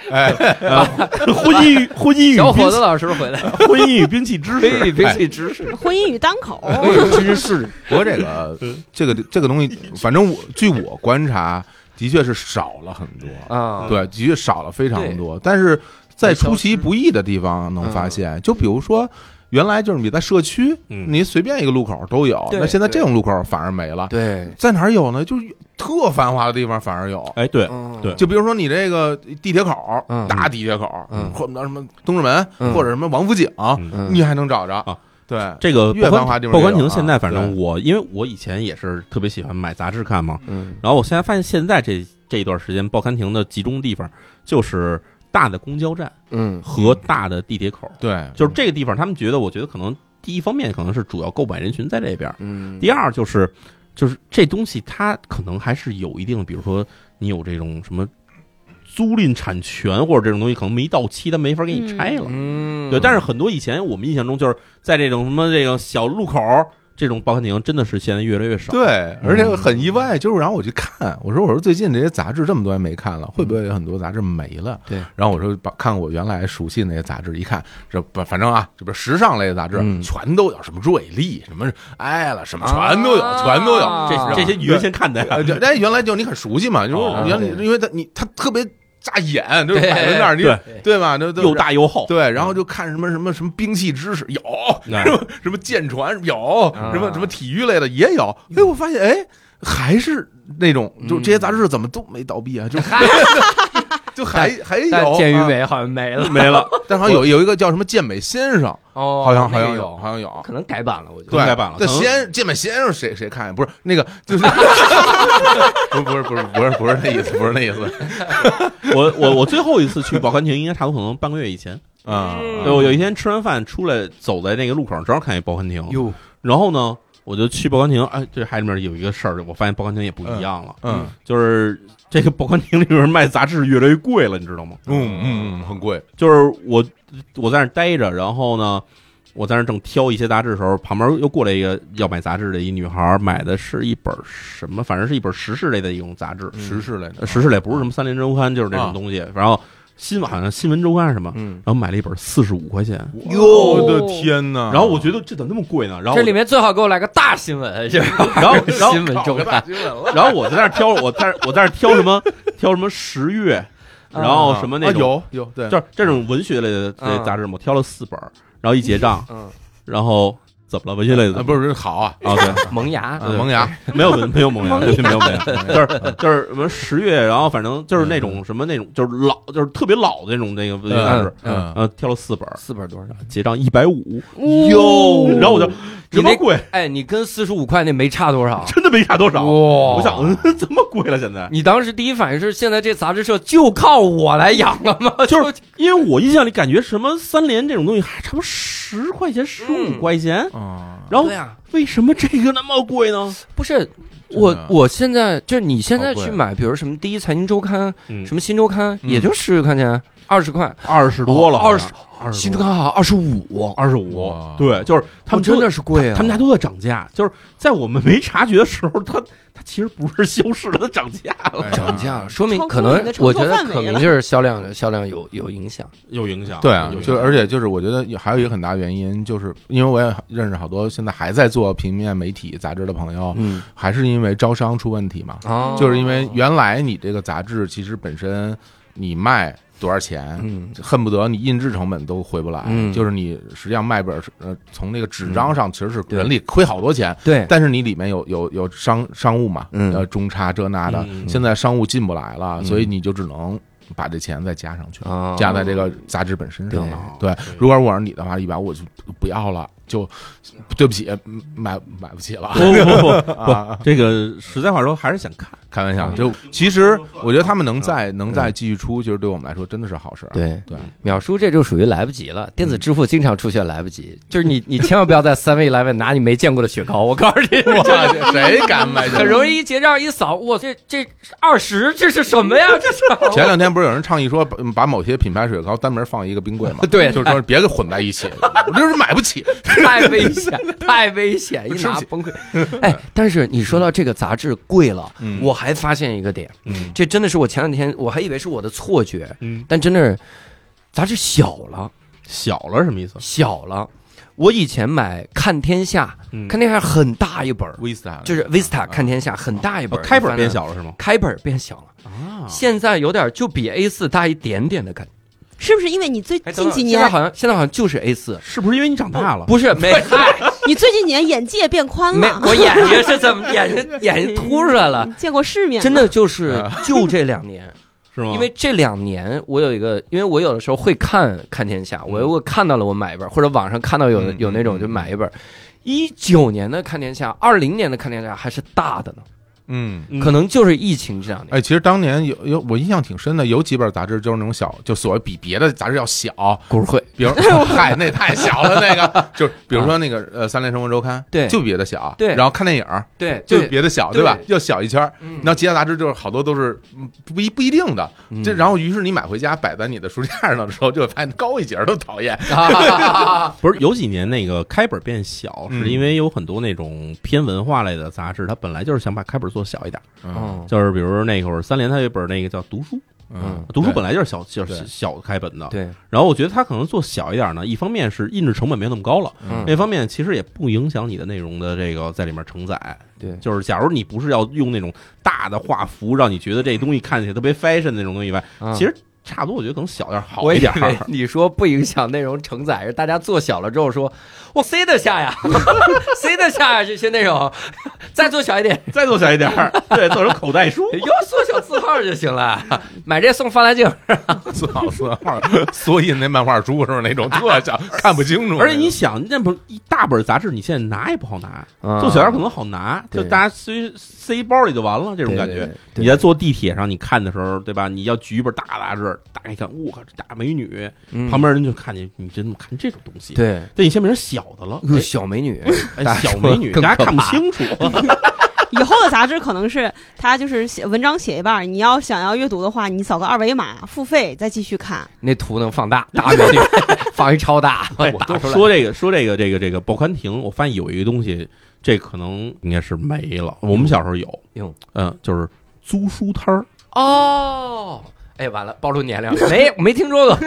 Speaker 6: 婚姻与婚姻与
Speaker 4: 小
Speaker 6: 兵
Speaker 4: 伙子老师回 来，
Speaker 6: 器婚姻与兵器 知
Speaker 4: 婚姻与
Speaker 6: 识，
Speaker 4: 兵器知识，
Speaker 5: 婚姻与单口，
Speaker 2: 真是。不过这个
Speaker 6: 嗯
Speaker 2: 这个这个东西，反正我据我观察，的确是少了很多，
Speaker 4: 啊，
Speaker 6: 嗯
Speaker 2: 对，的确少了非常多，但是在出其不意的地方能发现，就比如说。原来就是你在社区，
Speaker 6: 嗯
Speaker 2: 你随便一个路口都有，
Speaker 4: 对
Speaker 2: 那现在这种路口反而没了。
Speaker 4: 对，
Speaker 2: 在哪儿有呢？就是特繁华的地方反而有。
Speaker 6: 哎，对，
Speaker 4: 嗯
Speaker 6: 对
Speaker 2: 就比如说你这个地铁口
Speaker 4: 嗯，
Speaker 2: 大地铁口
Speaker 4: 嗯，
Speaker 2: 或者什么东直门，
Speaker 4: 嗯
Speaker 2: 或者什么王府井，
Speaker 6: 嗯
Speaker 4: 嗯
Speaker 2: 你还能找着
Speaker 6: 啊。
Speaker 2: 对，
Speaker 6: 这个
Speaker 2: 越繁华地方
Speaker 6: 报
Speaker 2: 越
Speaker 6: 刊
Speaker 2: 有
Speaker 6: 亭
Speaker 2: 啊
Speaker 6: 现在反正
Speaker 2: 对
Speaker 6: 我，因为我以前也是特别喜欢买杂志看嘛，
Speaker 4: 嗯
Speaker 6: 然后我现在发现现在这这一段时间报刊亭的集中地方就是大的公交站
Speaker 4: 嗯
Speaker 6: 和大的地铁口，
Speaker 2: 对，
Speaker 6: 就是这个地方，他们觉得，我觉得可能第一方面可能是主要购买人群在这边，
Speaker 4: 嗯，
Speaker 6: 第二就是就是这东西它可能还是有一定的，比如说你有这种什么租赁产权或者这种东西，可能没到期，它没法给你拆了。
Speaker 4: 嗯，
Speaker 6: 对，但是很多以前我们印象中就是在这种什么这个小路口，这种报刊亭真的是现在越来越少。
Speaker 2: 对，
Speaker 4: 嗯
Speaker 2: 而且很意外，就是然后我去看，我说我说最近这些杂志这么多年没看了，会不会有很多杂志没了？
Speaker 4: 嗯对，
Speaker 2: 然后我说把看我原来熟悉那些杂志，一看这不反正啊，这不是时尚类的杂志
Speaker 4: 嗯
Speaker 2: 全都有，什么瑞丽，什么爱了，什么全都有，全都有。
Speaker 4: 啊
Speaker 6: 这这些你原先看的呀，
Speaker 2: 呃，这哎，原来就你很熟悉嘛，就是
Speaker 6: 哦
Speaker 2: 原来因为他你他特别扎眼，就是摆在那儿，你
Speaker 6: 对
Speaker 2: 对吧？那
Speaker 6: 又大又厚。
Speaker 2: 对，然后就看什么什么什么兵器知识有，
Speaker 6: 哎
Speaker 2: 什么什么舰船有，
Speaker 4: 啊
Speaker 2: 什么什么体育类的也有。哎，我发现哎，还是那种就这些杂志怎么都没倒闭啊？ 就就还还
Speaker 4: 嗯但
Speaker 2: 有
Speaker 4: 鉴于
Speaker 2: 啊
Speaker 4: 美好像没了，
Speaker 6: 没了，
Speaker 2: 但好像有有一个叫什么健美先生，
Speaker 4: 哦，
Speaker 2: 好像
Speaker 4: 那
Speaker 2: 好
Speaker 4: 个
Speaker 2: 像
Speaker 4: 有，
Speaker 2: 好像有。
Speaker 4: 可能改版了，我觉
Speaker 2: 对
Speaker 4: 得。
Speaker 6: 应该办了
Speaker 2: 那
Speaker 6: 可能
Speaker 2: 先健美先生谁谁看呀？不是那个，就是 不不是不是不是不是那意思，不是那意 思
Speaker 6: 我我我最后一次去报刊亭，应该差不多可能半个月以前。
Speaker 2: 啊！
Speaker 6: 嗯对，我有一天吃完饭出来，走在那个路口，正好看一报刊亭，
Speaker 4: 哟，
Speaker 6: 然后呢，我就去报刊亭。哎，这还里面有一个事儿，我发现报刊亭也不一样了，
Speaker 2: 嗯
Speaker 6: 就是这个报刊亭里边卖杂志越来越贵了，你知道吗？
Speaker 2: 嗯嗯嗯，很贵，
Speaker 6: 就是我我在那儿待着，然后呢，我在那儿正挑一些杂志的时候，旁边又过来一个要买杂志的一女孩儿，买的是一本什么，反正是一本时事类的一种杂志，
Speaker 2: 时事类的
Speaker 6: 呃时事类不是什么三联周刊，就是这种东西。然后新闻好像新闻周刊是什么，
Speaker 2: 啊嗯，
Speaker 6: 然后买了一本四十五块钱，
Speaker 2: 哟，哦我的天哪！
Speaker 6: 然后我觉得这怎么那么贵呢？然后
Speaker 4: 这
Speaker 6: 我
Speaker 4: 里面最好给我来个大新闻，就是
Speaker 6: 然后然后
Speaker 4: 新闻周刊，
Speaker 2: 新闻了。
Speaker 6: 然后我在那儿挑，我在我在那儿挑什么挑什么十月，然后什么那
Speaker 2: 啊
Speaker 6: 种，
Speaker 2: 有有对，
Speaker 6: 就是这种文学类的
Speaker 4: 嗯
Speaker 6: 这杂志嘛，我挑了四本儿，然后一结账，
Speaker 4: 嗯，
Speaker 6: 然后怎么了？文学类的
Speaker 2: 啊
Speaker 6: 怎么
Speaker 2: 不是好啊，
Speaker 6: 啊？对，
Speaker 4: 萌芽，
Speaker 2: 啊萌芽
Speaker 6: 没有文没有萌芽，对没有萌芽，就是就是什么十月，然后反正就是那种什么那种就是老就是特别老的那种那个文学杂志，
Speaker 2: 嗯
Speaker 6: 呃，挑了四本儿，
Speaker 4: 四本多少？
Speaker 6: 结账一百五，
Speaker 4: 哟
Speaker 6: 然后我就这么贵，
Speaker 4: 哎，你跟四十五块那没差多少。
Speaker 6: 真的没差多少。
Speaker 4: 哇
Speaker 6: 我想 嗯怎么贵了现在？
Speaker 4: 你当时第一反应是，现在这杂志社就靠我来养了吗？
Speaker 6: 就是因为我印象里感觉什么三联这种东西还差不多十块钱、十五块钱，
Speaker 2: 啊，
Speaker 6: 然
Speaker 4: 嗯
Speaker 6: 后
Speaker 4: 对呀，
Speaker 6: 为什么这个那么贵呢？
Speaker 4: 不是
Speaker 2: 的
Speaker 4: 我，我现在就是你现在
Speaker 2: 好贵
Speaker 4: 去买，比如什么第一财经周刊、
Speaker 6: 嗯
Speaker 4: 什么新周刊，
Speaker 2: 嗯
Speaker 4: 也就十块钱、二十块，
Speaker 6: 二十多了，
Speaker 4: 哦20
Speaker 6: 二
Speaker 4: 新周刊好像二十五，
Speaker 6: 二十五
Speaker 2: 哇，
Speaker 6: 对，就是他们
Speaker 4: 真
Speaker 6: 都
Speaker 4: 的是贵啊！
Speaker 6: 他们家都在涨价，就是在我们没察觉的时候，它它其实不是消失了，它涨价了，
Speaker 2: 哎
Speaker 4: 涨价了，说明
Speaker 5: 超出
Speaker 4: 可能
Speaker 5: 你的承
Speaker 4: 我觉
Speaker 5: 受
Speaker 4: 得
Speaker 5: 范围
Speaker 4: 可能
Speaker 5: 了
Speaker 4: 就是销量销量有有影响。
Speaker 6: 有影响。
Speaker 2: 对啊
Speaker 6: 有，影
Speaker 2: 就
Speaker 6: 响
Speaker 2: 而且就是我觉得有还有一个很大原因，就是因为我也认识好多现在还在做平面媒体杂志的朋友，
Speaker 4: 嗯
Speaker 2: 还是因为招商出问题嘛，
Speaker 4: 啊，
Speaker 2: 哦就是因为原来你这个杂志其实本身你卖多少钱，
Speaker 4: 嗯
Speaker 2: 恨不得你印制成本都回不来，
Speaker 4: 嗯
Speaker 2: 就是你实际上卖本儿是呃从那个纸张上其实是
Speaker 4: 对
Speaker 2: 人力亏好多钱，
Speaker 4: 对
Speaker 2: 但是你里面有有有商商务嘛，
Speaker 4: 嗯
Speaker 2: 呃中差这那的，
Speaker 6: 嗯嗯
Speaker 2: 现在商务进不来了，
Speaker 4: 嗯
Speaker 2: 所以你就只能把这钱再加上去，
Speaker 4: 啊
Speaker 2: 加在这个杂志本身上
Speaker 4: 对
Speaker 2: 了。对，如果我是你的话，一百五就不要了，就对不起，嗯买买不起了。
Speaker 6: 不不不不，这个实在话说还是想看，
Speaker 2: 开玩笑，就其实我觉得他们能在能再继续出，就是对我们来说真的是好事儿。
Speaker 4: 对
Speaker 2: 对，
Speaker 4: 秒叔这就属于来不及了。电子支付经常出现来不及，就是你你千万不要在三 e Eleven 拿你没见过的雪糕，我告诉你，
Speaker 2: 哇，谁敢买？
Speaker 4: 很容易一结账一扫，我这这二十这是什么呀？这是
Speaker 2: 前两天不是有人倡议说把把某些品牌雪糕单门放一个冰柜吗？
Speaker 4: 对
Speaker 2: 就是说别给混在一起， 我就是买不起。
Speaker 4: 太危险，太危险，一拿崩溃。 哎，但是你说到这个杂志贵了，
Speaker 2: 嗯
Speaker 4: 我还发现一个点，
Speaker 2: 嗯
Speaker 4: 这真的是我前两天我还以为是我的错觉，
Speaker 6: 嗯，
Speaker 4: 但真的是杂志小了，
Speaker 6: 小了什么意思？
Speaker 4: 小了。我以前买《看天下》，
Speaker 6: 嗯啊
Speaker 4: 看天下》很大一本儿，
Speaker 2: ，Vista
Speaker 4: 就是 Vista 看天下很大一
Speaker 6: 哦
Speaker 4: 本，
Speaker 6: 开本
Speaker 4: 你翻
Speaker 6: 变
Speaker 4: 到，
Speaker 6: 小了是吗？
Speaker 4: 开本变小了，
Speaker 6: 啊
Speaker 4: 现在有点就比 A 四大一点点的感觉。
Speaker 5: 是不是因为你最
Speaker 4: 哎
Speaker 5: 近几
Speaker 4: 现在
Speaker 5: 年，
Speaker 4: 好像现在好像就是 A 四，
Speaker 6: 是不是因为你 长大了？
Speaker 4: 不是没嗨
Speaker 5: 你最近几年眼界变宽
Speaker 4: 没
Speaker 5: 了？
Speaker 4: 我眼睛是怎么眼睛眼睛凸出来了
Speaker 5: 你。见过世面了，
Speaker 4: 真的就是
Speaker 2: 啊
Speaker 4: 就这 两年，
Speaker 6: 是吗？
Speaker 4: 因为这两年我有一个，因为我有的时候会看看天下，我我看到了我买一本，或者网上看到有
Speaker 2: 嗯
Speaker 4: 有那种就买一本。一九年的看天下，二零年的看天下还是大的呢，
Speaker 2: 嗯，
Speaker 6: 嗯
Speaker 4: 可能就是疫情这两年。
Speaker 2: 哎，其实当年有有我印象挺深的，有几本杂志就是那种小，就所谓比别的杂志要小，
Speaker 4: 股会
Speaker 2: 比 如嗨，那太小了，那个就是比如说那个呃《三联生活周刊》，
Speaker 4: 对
Speaker 2: 就比别的小，
Speaker 4: 对
Speaker 2: 然后看电影儿
Speaker 4: 对
Speaker 2: 就
Speaker 4: 对
Speaker 2: 比别的小，
Speaker 4: 对
Speaker 2: 吧？又小一圈儿。
Speaker 4: 嗯
Speaker 2: 那其他杂志就是好多都是嗯不一不一定的，这
Speaker 4: 嗯
Speaker 2: 然后于是你买回家摆在你的书架上的时候，就会发现高一截儿都讨厌。
Speaker 6: 不是有几年那个开本变小，
Speaker 2: 嗯
Speaker 6: 是因为有很多那种偏文化类的杂志，它本来就是想把开本做小一点，
Speaker 4: 嗯
Speaker 6: 就是比如那会儿三联它有一本那个叫《读书》，
Speaker 4: 嗯
Speaker 6: 读书本来就是小小
Speaker 2: 对
Speaker 6: 小开本的，
Speaker 4: 对，
Speaker 6: 然后我觉得它可能做小一点呢，一方面是印制成本没有那么高了，
Speaker 4: 嗯
Speaker 6: 另一方面其实也不影响你的内容的这个在里面承载。
Speaker 4: 对
Speaker 6: 就是假如你不是要用那种大的画幅，让你觉得这东西看起来特别 fashion 那种东西以外，
Speaker 4: 啊
Speaker 6: 其实差不多，我觉得可能小点儿好
Speaker 4: 我
Speaker 6: 一
Speaker 4: 以
Speaker 6: 点 儿。
Speaker 4: 为你说不影响内容承载，是大家做小了之后说，我塞得下呀， 塞得下呀这些内容， 再做小一点，
Speaker 6: 再做小一点儿，对，做成口 袋书。
Speaker 4: 要缩小字号就行了，买这送放大镜，
Speaker 2: 缩小缩画，缩印那漫画书是不是那种特 小，看不清楚那种。
Speaker 6: 而且你想，那本一大本杂志，你现在拿也不好拿，做小点儿可能好拿，就
Speaker 4: 啊对
Speaker 6: 大家塞塞包里就完了，这种感觉。你在坐地铁上，你看的时候，对吧？你要举一本大杂志，大家一看，我靠，这大美女，旁边人就看见你真的看这种东西，，
Speaker 4: 嗯对，
Speaker 6: 但你先变成小的了，
Speaker 4: 呃， 小美女，
Speaker 6: 哎
Speaker 4: 大家
Speaker 6: 小
Speaker 4: 说
Speaker 6: 美女，
Speaker 4: 更
Speaker 6: 大家
Speaker 4: 可
Speaker 6: 看不
Speaker 4: 怕
Speaker 6: 清楚，
Speaker 5: 以后的杂志可能是它就是写文章写一半儿，你要想要阅读的话，你扫个二维码付费再继续看。
Speaker 4: 那图能放大，大美女，放一超大，
Speaker 6: 哎
Speaker 4: 我打出来
Speaker 6: 说这个说这个这个这个报刊亭，我发现有一个东西，这可能应该是没了。我们小时候有，
Speaker 4: 哟
Speaker 6: 嗯，就是租书摊儿，
Speaker 4: 哦，哎，完了，暴露年龄，没没听说过，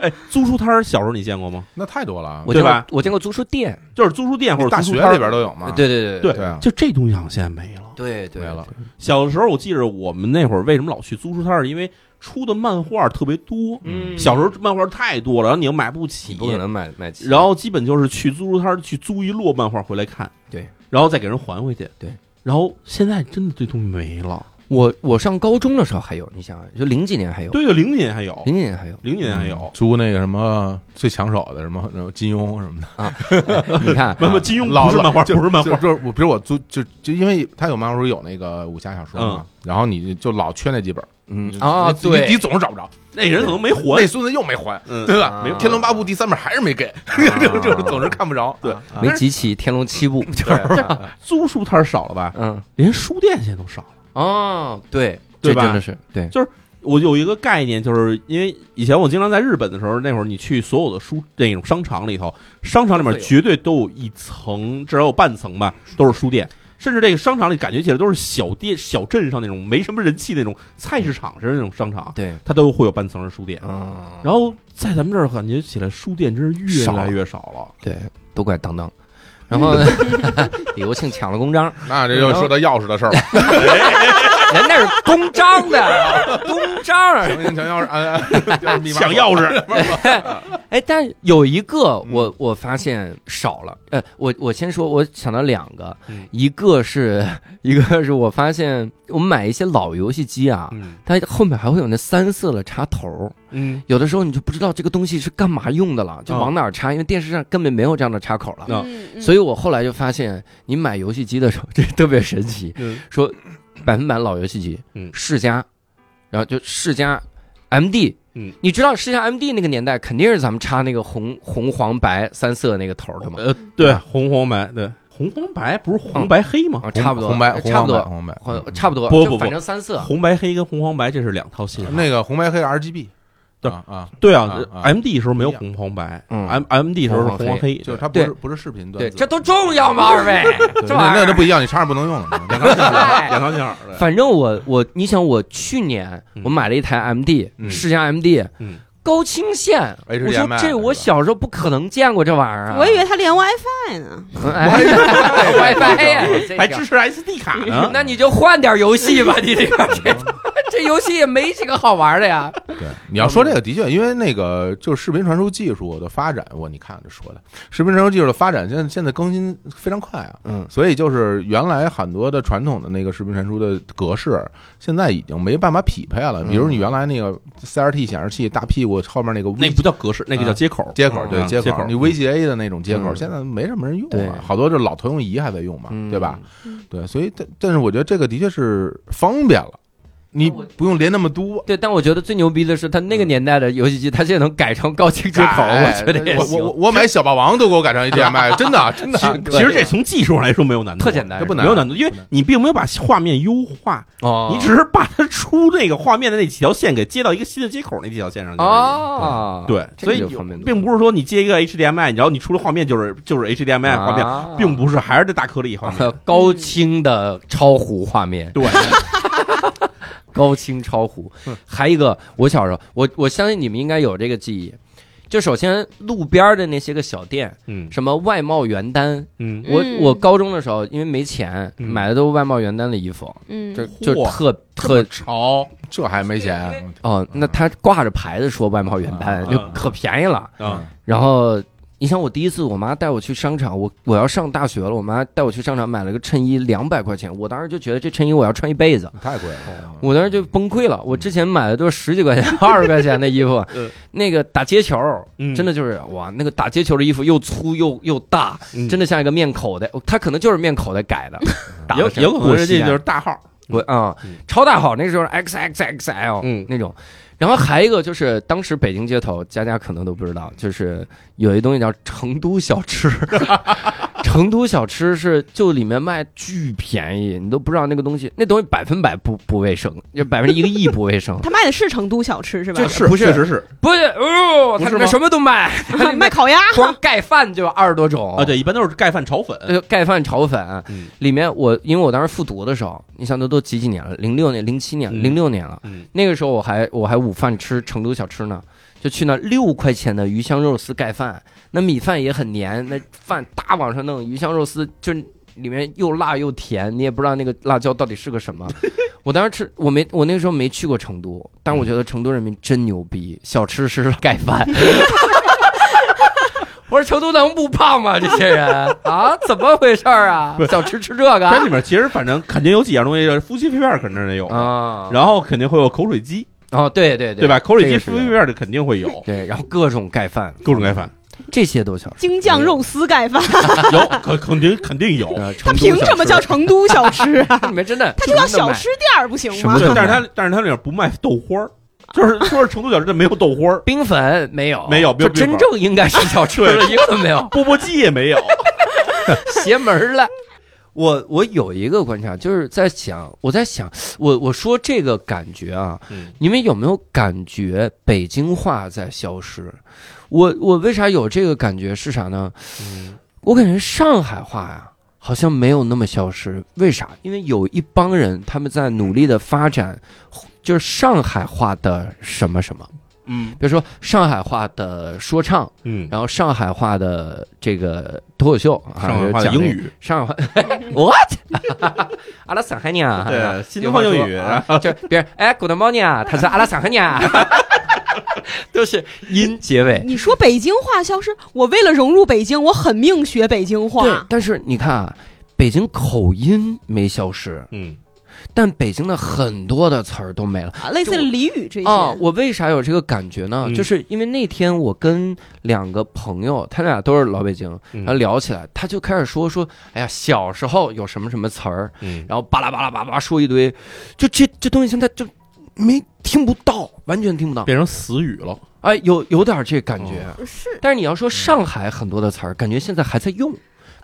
Speaker 6: 哎，租书摊儿小时候你见过吗？
Speaker 2: 那太多了，啊
Speaker 4: 我见
Speaker 6: 对吧
Speaker 4: 过，我见过租书店，
Speaker 6: 就是租书店或者
Speaker 2: 大
Speaker 6: 租
Speaker 2: 学
Speaker 6: 书摊儿
Speaker 2: 里边都有嘛。
Speaker 4: 对对
Speaker 6: 对
Speaker 2: 对啊
Speaker 6: 就这东西好像现在没了。
Speaker 4: 对对，
Speaker 2: 没了，
Speaker 6: 小的时候我记着我们那会儿为什么老去租书摊儿，因为出的漫画特别多，
Speaker 4: 嗯
Speaker 6: 小时候漫画太多了，然后你又买不起，
Speaker 4: 不可能买买齐，
Speaker 6: 然后基本就是去租书摊儿去租一摞漫画回来看，
Speaker 4: 对，
Speaker 6: 然后再给人还回去，
Speaker 4: 对。
Speaker 6: 然后现在真的这东西没了，
Speaker 4: 我我上高中的时候还有，你想啊想，就零几年还有，
Speaker 6: 对对，零几年还有，，
Speaker 4: 零几年还有
Speaker 6: 零几年还有，
Speaker 2: 嗯租那个什么最抢手的什么什么金庸什么的，
Speaker 4: 你看
Speaker 6: 不不，金庸
Speaker 2: 老
Speaker 6: 不是漫画，
Speaker 2: 就
Speaker 6: 不是漫
Speaker 2: 就
Speaker 6: 画，
Speaker 2: 就是我，比如我租就就因为他有漫画书有那个武侠小说嘛
Speaker 6: 嗯，
Speaker 2: 然后你就老缺那几本
Speaker 4: 嗯
Speaker 2: 你
Speaker 4: 啊，
Speaker 2: 你
Speaker 4: 对，
Speaker 2: 你总是找不着，
Speaker 6: 那人可能没活
Speaker 2: 那，孙子又没还，
Speaker 6: 嗯
Speaker 2: 对吧
Speaker 4: 啊？没
Speaker 2: 《天龙八部》第三本还是没给，就就是总是看不着。对，
Speaker 4: 没集齐《天龙七 部》就是，
Speaker 6: 租书摊儿少了吧？
Speaker 4: 嗯，
Speaker 6: 连书店现在都少了。
Speaker 4: 哦，对，
Speaker 6: 对
Speaker 4: 这
Speaker 6: 吧
Speaker 4: 真的是对，
Speaker 6: 我有一个概念，就是因为以前我经常在日本的时候，那会儿你去所有的书那种商场里头，商场里面绝对都有一层，至少有半层吧，都是书店。甚至这个商场里感觉起来都是小店、小镇上那种没什么人气那种菜市场似的那种商场，
Speaker 4: 对，
Speaker 6: 它都会有半层是书店。
Speaker 4: 嗯，
Speaker 6: 然后在咱们这儿感觉起来，书店真是越
Speaker 4: 少
Speaker 6: 来越少了。
Speaker 4: 对，都怪当当。然 后呢，李国庆抢了公章，
Speaker 2: 那这又说到钥匙的事儿了。
Speaker 4: 人那是公章的，啊公章。
Speaker 2: 强行抢钥匙，啊啊啊密码
Speaker 6: 抢钥匙，
Speaker 4: 哎，但有一个我我发现少了。呃，我我先说，我想到两个，
Speaker 6: 嗯
Speaker 4: 一个是一个是我发现我买一些老游戏机啊，
Speaker 6: 嗯
Speaker 4: 它后面还会有那三色的插头儿，
Speaker 6: 嗯，
Speaker 4: 有的时候你就不知道这个东西是干嘛用的了，就
Speaker 6: 嗯
Speaker 4: 往哪儿插，因为电视上根本没有这样的插口了。
Speaker 6: 啊
Speaker 5: 嗯
Speaker 4: 所
Speaker 5: 以
Speaker 4: 以我后来就发现，你买游戏机的时候，这特别神奇，
Speaker 6: 嗯
Speaker 4: 说百分百老游戏机，
Speaker 6: 嗯
Speaker 4: 世嘉，然后就世嘉，MD，
Speaker 6: 嗯，
Speaker 4: 你知道世嘉 MD 那个年代肯定是咱们插那个红红黄白三色那个头儿的嘛，
Speaker 6: 呃，对，红黄白，对，红黄白不是红白黑吗？
Speaker 4: 啊，差不多，
Speaker 2: 红白，红
Speaker 4: 差不
Speaker 2: 白
Speaker 4: 多，
Speaker 2: 红白，
Speaker 4: 红差不多，嗯
Speaker 6: 不
Speaker 4: 就
Speaker 6: 不不
Speaker 4: 反正三色，
Speaker 6: 红白黑跟红黄白这是两套系统。
Speaker 2: 那个红白黑 RGB，
Speaker 6: 对
Speaker 2: 啊啊，
Speaker 6: 对
Speaker 2: 啊啊
Speaker 6: 啊，M D 时候没有
Speaker 2: 不一
Speaker 6: 红黄白
Speaker 4: 嗯
Speaker 6: ，M M D 时候是
Speaker 4: 红黄
Speaker 6: 红黄黑，
Speaker 2: 就是
Speaker 6: 对
Speaker 2: 它不是
Speaker 4: 对
Speaker 2: 不是视频段
Speaker 4: 对，
Speaker 2: 字
Speaker 4: 这都重要吗？二位，
Speaker 2: 那
Speaker 4: 这玩意
Speaker 2: 那
Speaker 4: 儿
Speaker 2: 那不一样，你插上不能用了。
Speaker 4: 哎
Speaker 6: 两套信号。对
Speaker 4: 反正我我，你想我去年
Speaker 6: 嗯
Speaker 4: 我买了一台 MD，、
Speaker 2: 嗯
Speaker 4: 世嘉 MD，、
Speaker 6: 嗯
Speaker 4: 高清线，
Speaker 2: HDMI
Speaker 4: 我说这我小时候不可能见过这玩意儿、啊，
Speaker 5: 我以为它连 WiFi 呢。
Speaker 4: 哎 WiFi 哎呀，这个
Speaker 6: 还支持 S D 卡 呢， 嗯
Speaker 4: 那你就换点游戏吧，你这个这这游戏也没几个好玩的呀。
Speaker 2: 对，你要说这个的确，因为那个就是视频传输技术的发展，我你看这说的，视频传输技术的发展，现在现在更新非常快啊，
Speaker 1: 嗯
Speaker 2: 所以就是原来很多的传统的那个视频传输的格式，现在已经没办法匹配了。比如你原来那个 CRT 显示器大屁股后面那个 V
Speaker 6: 那不叫格式，那个
Speaker 2: 啊
Speaker 6: 叫接口。
Speaker 2: 接口，对
Speaker 6: 啊
Speaker 2: 接
Speaker 6: 接
Speaker 2: 口
Speaker 6: 口，
Speaker 2: 你 VGA 的那种接口，
Speaker 1: 嗯
Speaker 2: 现在没什么人用
Speaker 4: 对
Speaker 2: 了，好多这老投影仪还在用嘛，
Speaker 1: 嗯
Speaker 2: 对吧？对，所以但但是我觉得这个的确是方便了，你不用连那么多。
Speaker 4: 对，但我觉得最牛逼的是，它那个年代的游戏机，它现在能改成高清接口，我
Speaker 2: 哎
Speaker 4: 觉得也
Speaker 2: 我
Speaker 4: 行
Speaker 2: 我我我买小霸王都给我改成 HDMI，真的真的。
Speaker 6: 其实这从技术上来说没有难度，
Speaker 4: 特简单
Speaker 2: 这不难，
Speaker 6: 没有难度，因为你并没有把画面优化，
Speaker 4: 哦
Speaker 6: 你只是把它出那个画面的那几条线给接到一个新的接口那几条线上去而已。
Speaker 4: 哦，
Speaker 6: 对，
Speaker 4: 这
Speaker 6: 所
Speaker 4: 个
Speaker 6: 以
Speaker 4: 就
Speaker 6: 你
Speaker 4: 方便多
Speaker 6: 并不是说你接一个 HDMI，然后你出了画面就是就是 HDMI 画面，
Speaker 4: 啊
Speaker 6: 并不是还是这大颗粒画 面。
Speaker 4: 高清的超糊画面，
Speaker 6: 对，
Speaker 4: 高清超糊。
Speaker 6: 嗯
Speaker 4: 还一个，我小时候，我我相信你们应该有这个记忆。就首先路边的那些个小店，
Speaker 6: 嗯
Speaker 4: 什么外贸原单，
Speaker 6: 嗯
Speaker 4: 我
Speaker 5: 嗯
Speaker 4: 我高中的时候因为没钱，
Speaker 6: 嗯
Speaker 4: 买的都是外贸原单的衣服，
Speaker 5: 嗯，。
Speaker 4: 就就
Speaker 6: 嚯
Speaker 4: 特特
Speaker 2: 潮，这还没钱，
Speaker 4: 哦，那
Speaker 6: 嗯
Speaker 4: 他挂着牌子说外贸原单
Speaker 6: 啊
Speaker 4: 就可便宜了。
Speaker 6: 啊
Speaker 4: 然后你想，我第一次我妈带我去商场，我我要上大学了，我妈带我去商场买了个衬衣，两百块钱，我当时就觉得这衬衣我要穿一辈子，
Speaker 2: 太贵了。
Speaker 4: 我当时就崩溃了。我之前买的都是十几块钱、 二十块钱的衣服
Speaker 6: 嗯，
Speaker 4: 那个打街球，
Speaker 6: 嗯
Speaker 4: 真的就是哇，那个打街球的衣服又粗又又大，
Speaker 6: 嗯
Speaker 4: 真的像一个面口袋，它可能就是面口袋改的，打的
Speaker 6: 有
Speaker 4: 是
Speaker 6: 有可能人家
Speaker 4: 过膝
Speaker 6: 就
Speaker 4: 盖
Speaker 6: 是大号，
Speaker 4: 我啊、
Speaker 6: 嗯
Speaker 4: 超大号，那时候 X X X L
Speaker 6: 嗯
Speaker 4: 那种。然后还一个就是，当时北京街头，佳佳可能都不知道，就是有一东西叫成都小 吃。成都小吃是就里面卖巨便宜，你都不知道那个东西，那东西百分百不不卫生，就百分之一个亿不卫生
Speaker 5: 他卖的是成都小吃是吧？
Speaker 6: 啊
Speaker 5: 啊
Speaker 6: 是
Speaker 4: 不是
Speaker 6: 确实是
Speaker 4: 不是哦，他里面什么都 卖，它里
Speaker 5: 卖
Speaker 4: 面
Speaker 5: 烤鸭，
Speaker 4: 光盖饭就二十多种
Speaker 6: 啊，对，一般都是盖饭炒粉，
Speaker 4: 呃，盖饭炒粉
Speaker 6: 嗯
Speaker 4: 里面我，因为我当时复读的时候，你想都都几几年了，零六年、零七年、
Speaker 6: 嗯
Speaker 4: 零六年了
Speaker 6: 嗯，
Speaker 4: 那个时候我还我还午饭吃成都小吃呢，就去那六块钱的鱼香肉丝盖饭，那米饭也很黏，那饭大往上弄，鱼香肉丝就里面又辣又甜，你也不知道那个辣椒到底是个什么。我当时吃，我没我那个时候没去过成都，但我觉得成都人民真牛逼，小吃是盖饭。我说成都能不胖吗？这些人啊，怎么回事儿啊
Speaker 6: 不？是
Speaker 4: 小吃吃这个啊
Speaker 6: 它里面其实反正肯定有几样东西，夫妻肺片肯定得有，
Speaker 4: 啊？
Speaker 6: 然后肯定会有口水鸡，
Speaker 4: 哦，对对对
Speaker 6: 对吧？口水
Speaker 4: 这
Speaker 6: 鸡、
Speaker 4: 个是
Speaker 6: 夫妻肺片的肯定会有，
Speaker 4: 对，然后各种盖饭，
Speaker 6: 各种盖 饭
Speaker 4: 这些都小吃。
Speaker 5: 京酱肉丝盖饭，
Speaker 6: 有，肯肯定肯定有。
Speaker 4: 呃
Speaker 5: 他
Speaker 4: 成都
Speaker 5: 凭
Speaker 4: 小
Speaker 5: 什么
Speaker 4: 吃
Speaker 5: 叫成都小吃啊？
Speaker 4: 它里面真的？
Speaker 5: 他就叫
Speaker 4: 什么都
Speaker 5: 小
Speaker 4: 卖
Speaker 5: 吃店儿不行
Speaker 4: 什
Speaker 5: 吗
Speaker 4: 么？
Speaker 6: 对
Speaker 4: 都，
Speaker 6: 但是
Speaker 4: 卖
Speaker 6: 它但是它里面不卖豆花儿，就是说是成都小吃，但没有豆花儿，
Speaker 4: 冰粉没有，
Speaker 6: 没有没
Speaker 4: 就
Speaker 6: 有
Speaker 4: 真正应该是小吃的
Speaker 6: 对
Speaker 4: 一个没有，
Speaker 6: 钵钵鸡 也没有。
Speaker 4: 邪门儿了。我我有一个观察，就是在想，我在想，我我说这个感觉啊，
Speaker 6: 嗯
Speaker 4: 你们有没有感觉北京话在消失？我我为啥有这个感觉是啥呢？我感觉上海话呀、好像没有那么消失，为啥？因为有一帮人他们在努力的发展，就是上海话的什么什么，
Speaker 6: 嗯
Speaker 4: 比如说上海话的说唱，
Speaker 6: 嗯，
Speaker 4: 然后上海话的这个脱口秀，啊
Speaker 6: 上海话的
Speaker 4: 讲
Speaker 6: 英
Speaker 4: 这
Speaker 6: 语，
Speaker 4: 上海话 what？阿 拉上海人啊，
Speaker 6: 对新东方英语
Speaker 4: 啊就是别人哎，good morning 啊，他是阿拉上海人 啊，都是音结尾。
Speaker 5: 你说北京话消失，我为了融入北京，我狠命学北京
Speaker 4: 对
Speaker 5: 话，。
Speaker 4: 但是你看啊，北京口音没消失，
Speaker 6: 嗯，
Speaker 4: 但北京的很多的词儿都没了。
Speaker 5: 啊，类似
Speaker 4: 就
Speaker 5: 俚语这些。
Speaker 4: 啊、我为啥有这个感觉呢？
Speaker 6: 嗯
Speaker 4: 就是因为那天我跟两个朋友，他俩都是老北京，
Speaker 6: 嗯
Speaker 4: 然后聊起来，他就开始说说，哎呀，小时候有什么什么词儿，
Speaker 6: 嗯
Speaker 4: 然后巴拉巴拉巴拉说一堆，就这这东西现在就没听不到，完全听不到。
Speaker 6: 变成死语 了。
Speaker 4: 哎，有有点这感觉，
Speaker 6: 哦
Speaker 5: 是
Speaker 4: 但是你要说上海很多的词儿，感觉现在还在用，
Speaker 6: 嗯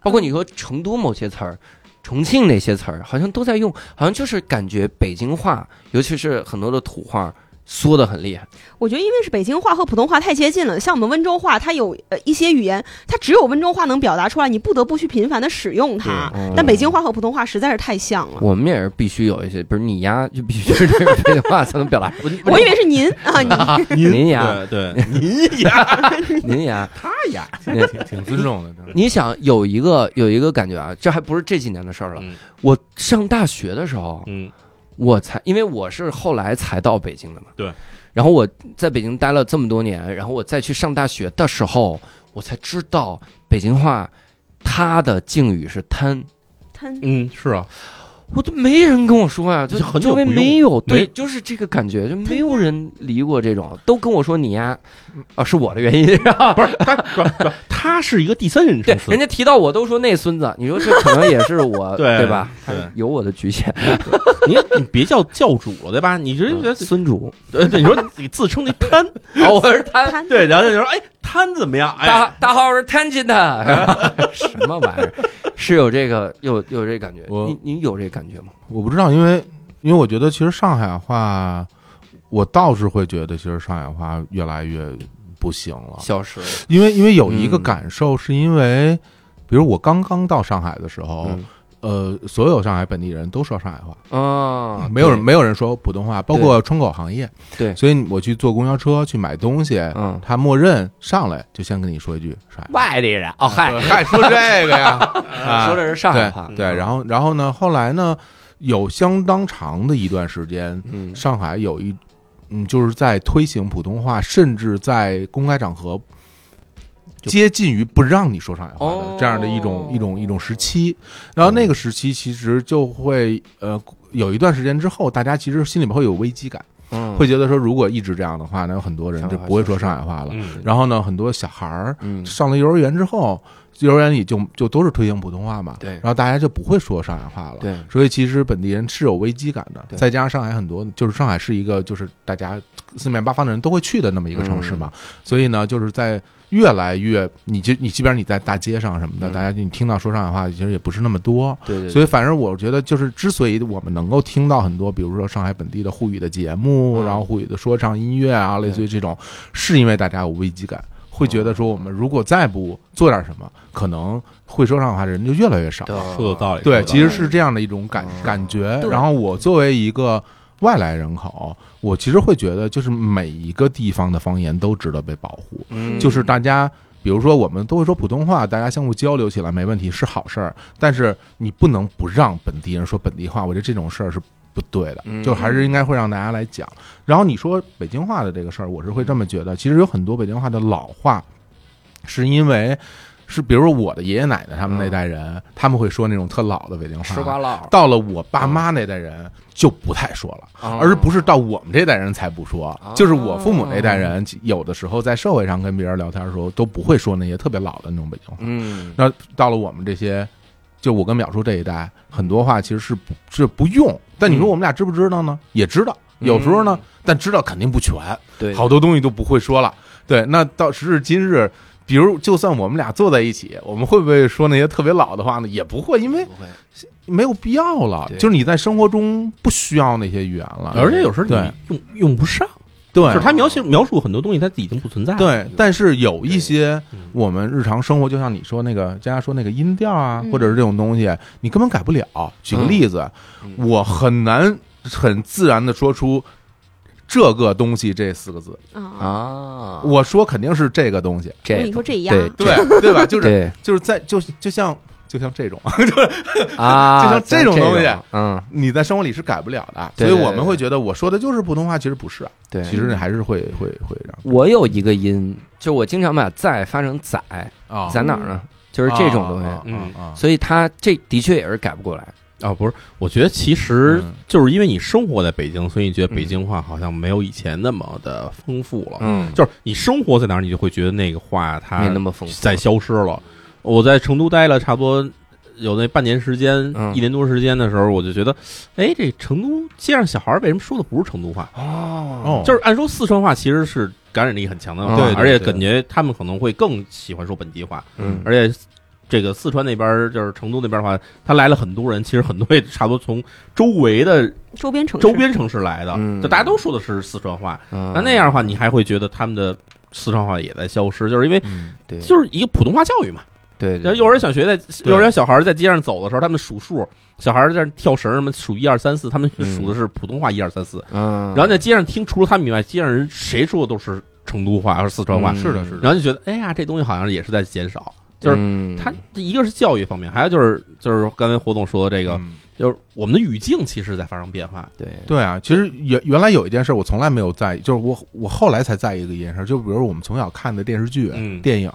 Speaker 4: 包括你说成都某些词儿。重庆那些词儿好像都在用，好像就是感觉北京话，尤其是很多的土话缩得很厉害。
Speaker 5: 我觉得因为是北京话和普通话太接近了，像我们温州话，它有呃一些语言，它只有温州话能表达出来，你不得不去频繁的使用它。
Speaker 6: 哦
Speaker 4: 对嗯
Speaker 5: 但北京话和普通话实在是太像了。
Speaker 4: 我们也是必须有一些，不是你呀，就必须是这个北京话才能 表达。
Speaker 5: 我以为是您啊， 你
Speaker 4: 您呀，
Speaker 6: 对对，您呀，
Speaker 4: 您呀，
Speaker 6: 他呀，
Speaker 2: 挺挺尊重的，
Speaker 4: 你想有一个有一个感觉啊，这还不是这几年的事儿了
Speaker 6: 嗯。
Speaker 4: 我上大学的时候，
Speaker 6: 嗯
Speaker 4: 我才因为我是后来才到北京的嘛，
Speaker 6: 对。
Speaker 4: 然后我在北京待了这么多年，然后我再去上大学的时候，我才知道北京话它的敬语是摊，
Speaker 5: 他
Speaker 6: 嗯，是啊，
Speaker 4: 我都没人跟我说呀、就
Speaker 6: 就很久
Speaker 4: 周围
Speaker 6: 不用
Speaker 4: 没有，
Speaker 6: 没
Speaker 4: 对，就是这个感觉，就没有人理我这种，都跟我说你呀，啊，是我的原因，
Speaker 6: 不是他不是，不是他是一个第三人
Speaker 4: 对
Speaker 6: 称，词
Speaker 4: 人，家提到我都说那孙子，你说这可能也是我，
Speaker 6: 对
Speaker 4: 对吧？
Speaker 6: 对，
Speaker 4: 有我的局限，
Speaker 6: 你你别叫教主了，对吧？你
Speaker 4: 嗯
Speaker 6: 这这
Speaker 4: 孙 主，
Speaker 6: 呃， 对，你说你自称那摊，
Speaker 4: 哦，我是他，
Speaker 5: 他
Speaker 6: 对，然后就说哎，摊怎么样？哎，
Speaker 4: 大大号是弹琴的， 什么玩意儿？是有这个有有这感觉，
Speaker 2: 我
Speaker 4: 你你有这感觉吗？
Speaker 2: 我不知道，因为因为我觉得其实上海话，我倒是会觉得其实上海话越来越不行了，
Speaker 4: 消失了，
Speaker 2: 因为因为有一个
Speaker 4: 嗯
Speaker 2: 感受，是因为、比如我刚刚到上海的时候，
Speaker 4: 嗯
Speaker 2: 呃，所有上海本地人都说上海话，
Speaker 4: 啊，
Speaker 2: 没有人没有人说普通话，包括窗口行业，
Speaker 4: 对
Speaker 2: 所以我去坐公交车去买东西，
Speaker 4: 嗯
Speaker 2: 他默认上来就先跟你说一句上海话。
Speaker 4: 外地人哦，嗨，
Speaker 2: 嗨，说这个呀，啊
Speaker 4: 说的是上海话，
Speaker 2: 对对，然后然后呢，后来呢，有相当长的一段时间，
Speaker 4: 嗯
Speaker 2: 上海有一嗯，就是在推行普通话，甚至在公开场合。
Speaker 6: 就
Speaker 2: 接近于不让你说上海话
Speaker 4: 哦
Speaker 2: 的这样的一种一种一种时期，然后那个时期其实就会呃有一段时间之后，大家其实心里面会有危机感，
Speaker 4: 嗯
Speaker 2: 会觉得说如果一直这样的话，那有很多人
Speaker 4: 上海
Speaker 2: 就
Speaker 4: 话
Speaker 2: 不会
Speaker 4: 消
Speaker 2: 说
Speaker 4: 失
Speaker 2: 上海话了。
Speaker 6: 嗯，
Speaker 2: 然后呢，很多小孩儿
Speaker 4: 嗯
Speaker 2: 上了幼儿园之后，幼儿园里就就都是推行普通话嘛，
Speaker 4: 对
Speaker 2: 然后大家就不会说上海话了，
Speaker 4: 对
Speaker 2: 所以其实本地人是有危机感的。
Speaker 4: 对
Speaker 2: 再加上上海很多，就是上海是一个就是大家四面八方的人都会去的那么一个城市嘛，
Speaker 4: 嗯
Speaker 2: 所以呢，就是在越来越，你就你即便你在大街上什么的，
Speaker 4: 嗯
Speaker 2: 大家你听到说上海话，其实也不是那么多。
Speaker 4: 对对，
Speaker 2: 所
Speaker 4: 以
Speaker 2: 以，反正我觉得，就是之所以我们能够听到很多，比如说上海本地的沪语的节目，
Speaker 4: 嗯
Speaker 2: 然后沪语的说唱音乐啊，类似于这种，是因为大家有危机感，会觉得说我们如果再不做点什么，可能会说上海话的人就越来越少。
Speaker 6: 说的有道理，
Speaker 2: 对，其
Speaker 6: 实
Speaker 2: 实是这样的一种感
Speaker 4: 嗯
Speaker 2: 感觉。
Speaker 5: 对
Speaker 2: 然后我作为一个外来人口，我其实会觉得，就是每一个地方的方言都值得被保护。
Speaker 4: 嗯
Speaker 2: 就是大家，比如说我们都会说普通话，大家相互交流起来没问题，是好事儿。但是你不能不让本地人说本地话，我觉得这种事儿是不对的
Speaker 4: 嗯，
Speaker 2: 就还是应该会让大家来讲。然后你说北京话的这个事儿，我是会这么觉得，其实有很多北京话的老话，是因为。是，比如说我的爷爷奶奶他们那代人，他们会说那种特老的北京
Speaker 4: 吃瓜
Speaker 2: 话。
Speaker 4: 唠，
Speaker 2: 到了我爸妈那代人就不太说了，而
Speaker 4: 而
Speaker 2: 不是到我们这代人才不说
Speaker 6: 哦
Speaker 4: 啊，
Speaker 2: 就是我父母那代人，有的时候在社会上跟别人聊天的时候，都不会说那些特别老的那种北京话。
Speaker 4: 嗯
Speaker 2: 那到了我们这些，就我跟淼叔这一代，很多话其实是不是不用。但你说
Speaker 4: 嗯
Speaker 2: 我们俩知不知道呢？也知道，
Speaker 4: 嗯
Speaker 2: 有时候呢，但知道肯定不全，
Speaker 4: 对
Speaker 2: 好多东西都不会说了。对，那到时至今日。比如，就算我们俩坐在一起，我们会不会说那些特别老的话呢？也不会，因为
Speaker 4: 不会
Speaker 2: 没有必要了
Speaker 4: 对。
Speaker 2: 就是你在生活中不需要那些语言了，
Speaker 6: 而且有时候
Speaker 2: 对
Speaker 6: 你用用不上，
Speaker 2: 对，
Speaker 6: 就是他描写描述很多东西，它已经不存在了，
Speaker 2: 对，但是有一些
Speaker 6: 对嗯
Speaker 2: 我们日常生活，就像你说那个佳佳说那个音调啊，
Speaker 5: 嗯
Speaker 2: 或者是这种东西，你根本改不了。举个
Speaker 4: 嗯
Speaker 2: 例子，
Speaker 4: 嗯
Speaker 2: 我很难很自然的说出。这个东西这四个字，
Speaker 5: 啊，
Speaker 4: 啊，
Speaker 2: 我说肯定是这个东西，
Speaker 5: 我跟
Speaker 4: 这
Speaker 5: 你说这一样，
Speaker 4: 对
Speaker 2: 对对吧？就是
Speaker 4: 对
Speaker 2: 就是在就就像就像这种，
Speaker 4: 啊，
Speaker 2: 就像这种东西
Speaker 4: 像这种嗯，
Speaker 2: 你在生活里是改不了的，
Speaker 4: 对
Speaker 2: 所以
Speaker 4: 对
Speaker 2: 我
Speaker 4: 对
Speaker 2: 们会觉得我说的就是普通话，其实不是啊，
Speaker 4: 对，
Speaker 2: 其实还是会会会这样
Speaker 4: 我有一个音，就我经常把在发成宰，
Speaker 2: 啊
Speaker 4: 在哪儿呢？就是这种东西，
Speaker 2: 啊啊啊
Speaker 4: 所以它这的确也是改不过来。
Speaker 6: 啊，不是，我觉得其实
Speaker 2: 嗯
Speaker 6: 就是因为你生活在北京，所以你觉得北京话好像没有以前那么的丰富了。
Speaker 4: 嗯，
Speaker 6: 就是你生活在哪儿，你就会觉得那个话它
Speaker 2: 哎
Speaker 4: 没那么丰富。
Speaker 6: 在消失了。我在成都待了差不多有那半年时间，
Speaker 4: 嗯
Speaker 6: 一年多时间的时候，我就觉得，哎，这成都街上小孩儿为什么说的不是成都话？
Speaker 4: 哦
Speaker 2: 哦，
Speaker 6: 就是按说四川话其实是感染力很强的话，
Speaker 4: 对对
Speaker 6: 而且
Speaker 2: 对
Speaker 6: 感觉他们可能会更喜欢说本地话，
Speaker 4: 嗯
Speaker 6: 而且。这个四川那边儿就是成都那边儿的话，他来了很多人，其实很多也差不多从周 围的
Speaker 5: 周边城市，
Speaker 6: 周边城市来的，
Speaker 4: 嗯
Speaker 6: 就大家都说的是四川话。
Speaker 4: 那
Speaker 2: 嗯
Speaker 6: 那那样的话，你还会觉得他们的四川话也在消失，就是因为
Speaker 2: 嗯
Speaker 4: 对
Speaker 6: 就是一个普通话教育嘛。
Speaker 4: 对，
Speaker 6: 然
Speaker 4: 对
Speaker 6: 后幼儿园小学在
Speaker 2: 对
Speaker 6: 幼儿园小孩在街上走的时候，他们数数，小孩在那跳绳什么数一二三四，他们
Speaker 4: 嗯
Speaker 6: 数的是普通话一二三四。
Speaker 4: 嗯，
Speaker 6: 然后在街上听，除了他们以外，街上人谁说的都是成都话还是四川话
Speaker 4: 嗯，
Speaker 2: 是的是的
Speaker 6: 然后就觉得哎呀，这东西好像也是在减少。就是
Speaker 2: 嗯
Speaker 4: 是
Speaker 6: 它这一个是教育方面，还有就是就是刚才胡总说的这个，
Speaker 2: 嗯
Speaker 6: 就是我们的语境其实在发生变化。
Speaker 4: 对
Speaker 2: 对啊，其实原原来有一件事我从来没有在意，就是我我后来才在意的一件事，就比如我们从小看的电视剧、
Speaker 6: 嗯
Speaker 2: 电影，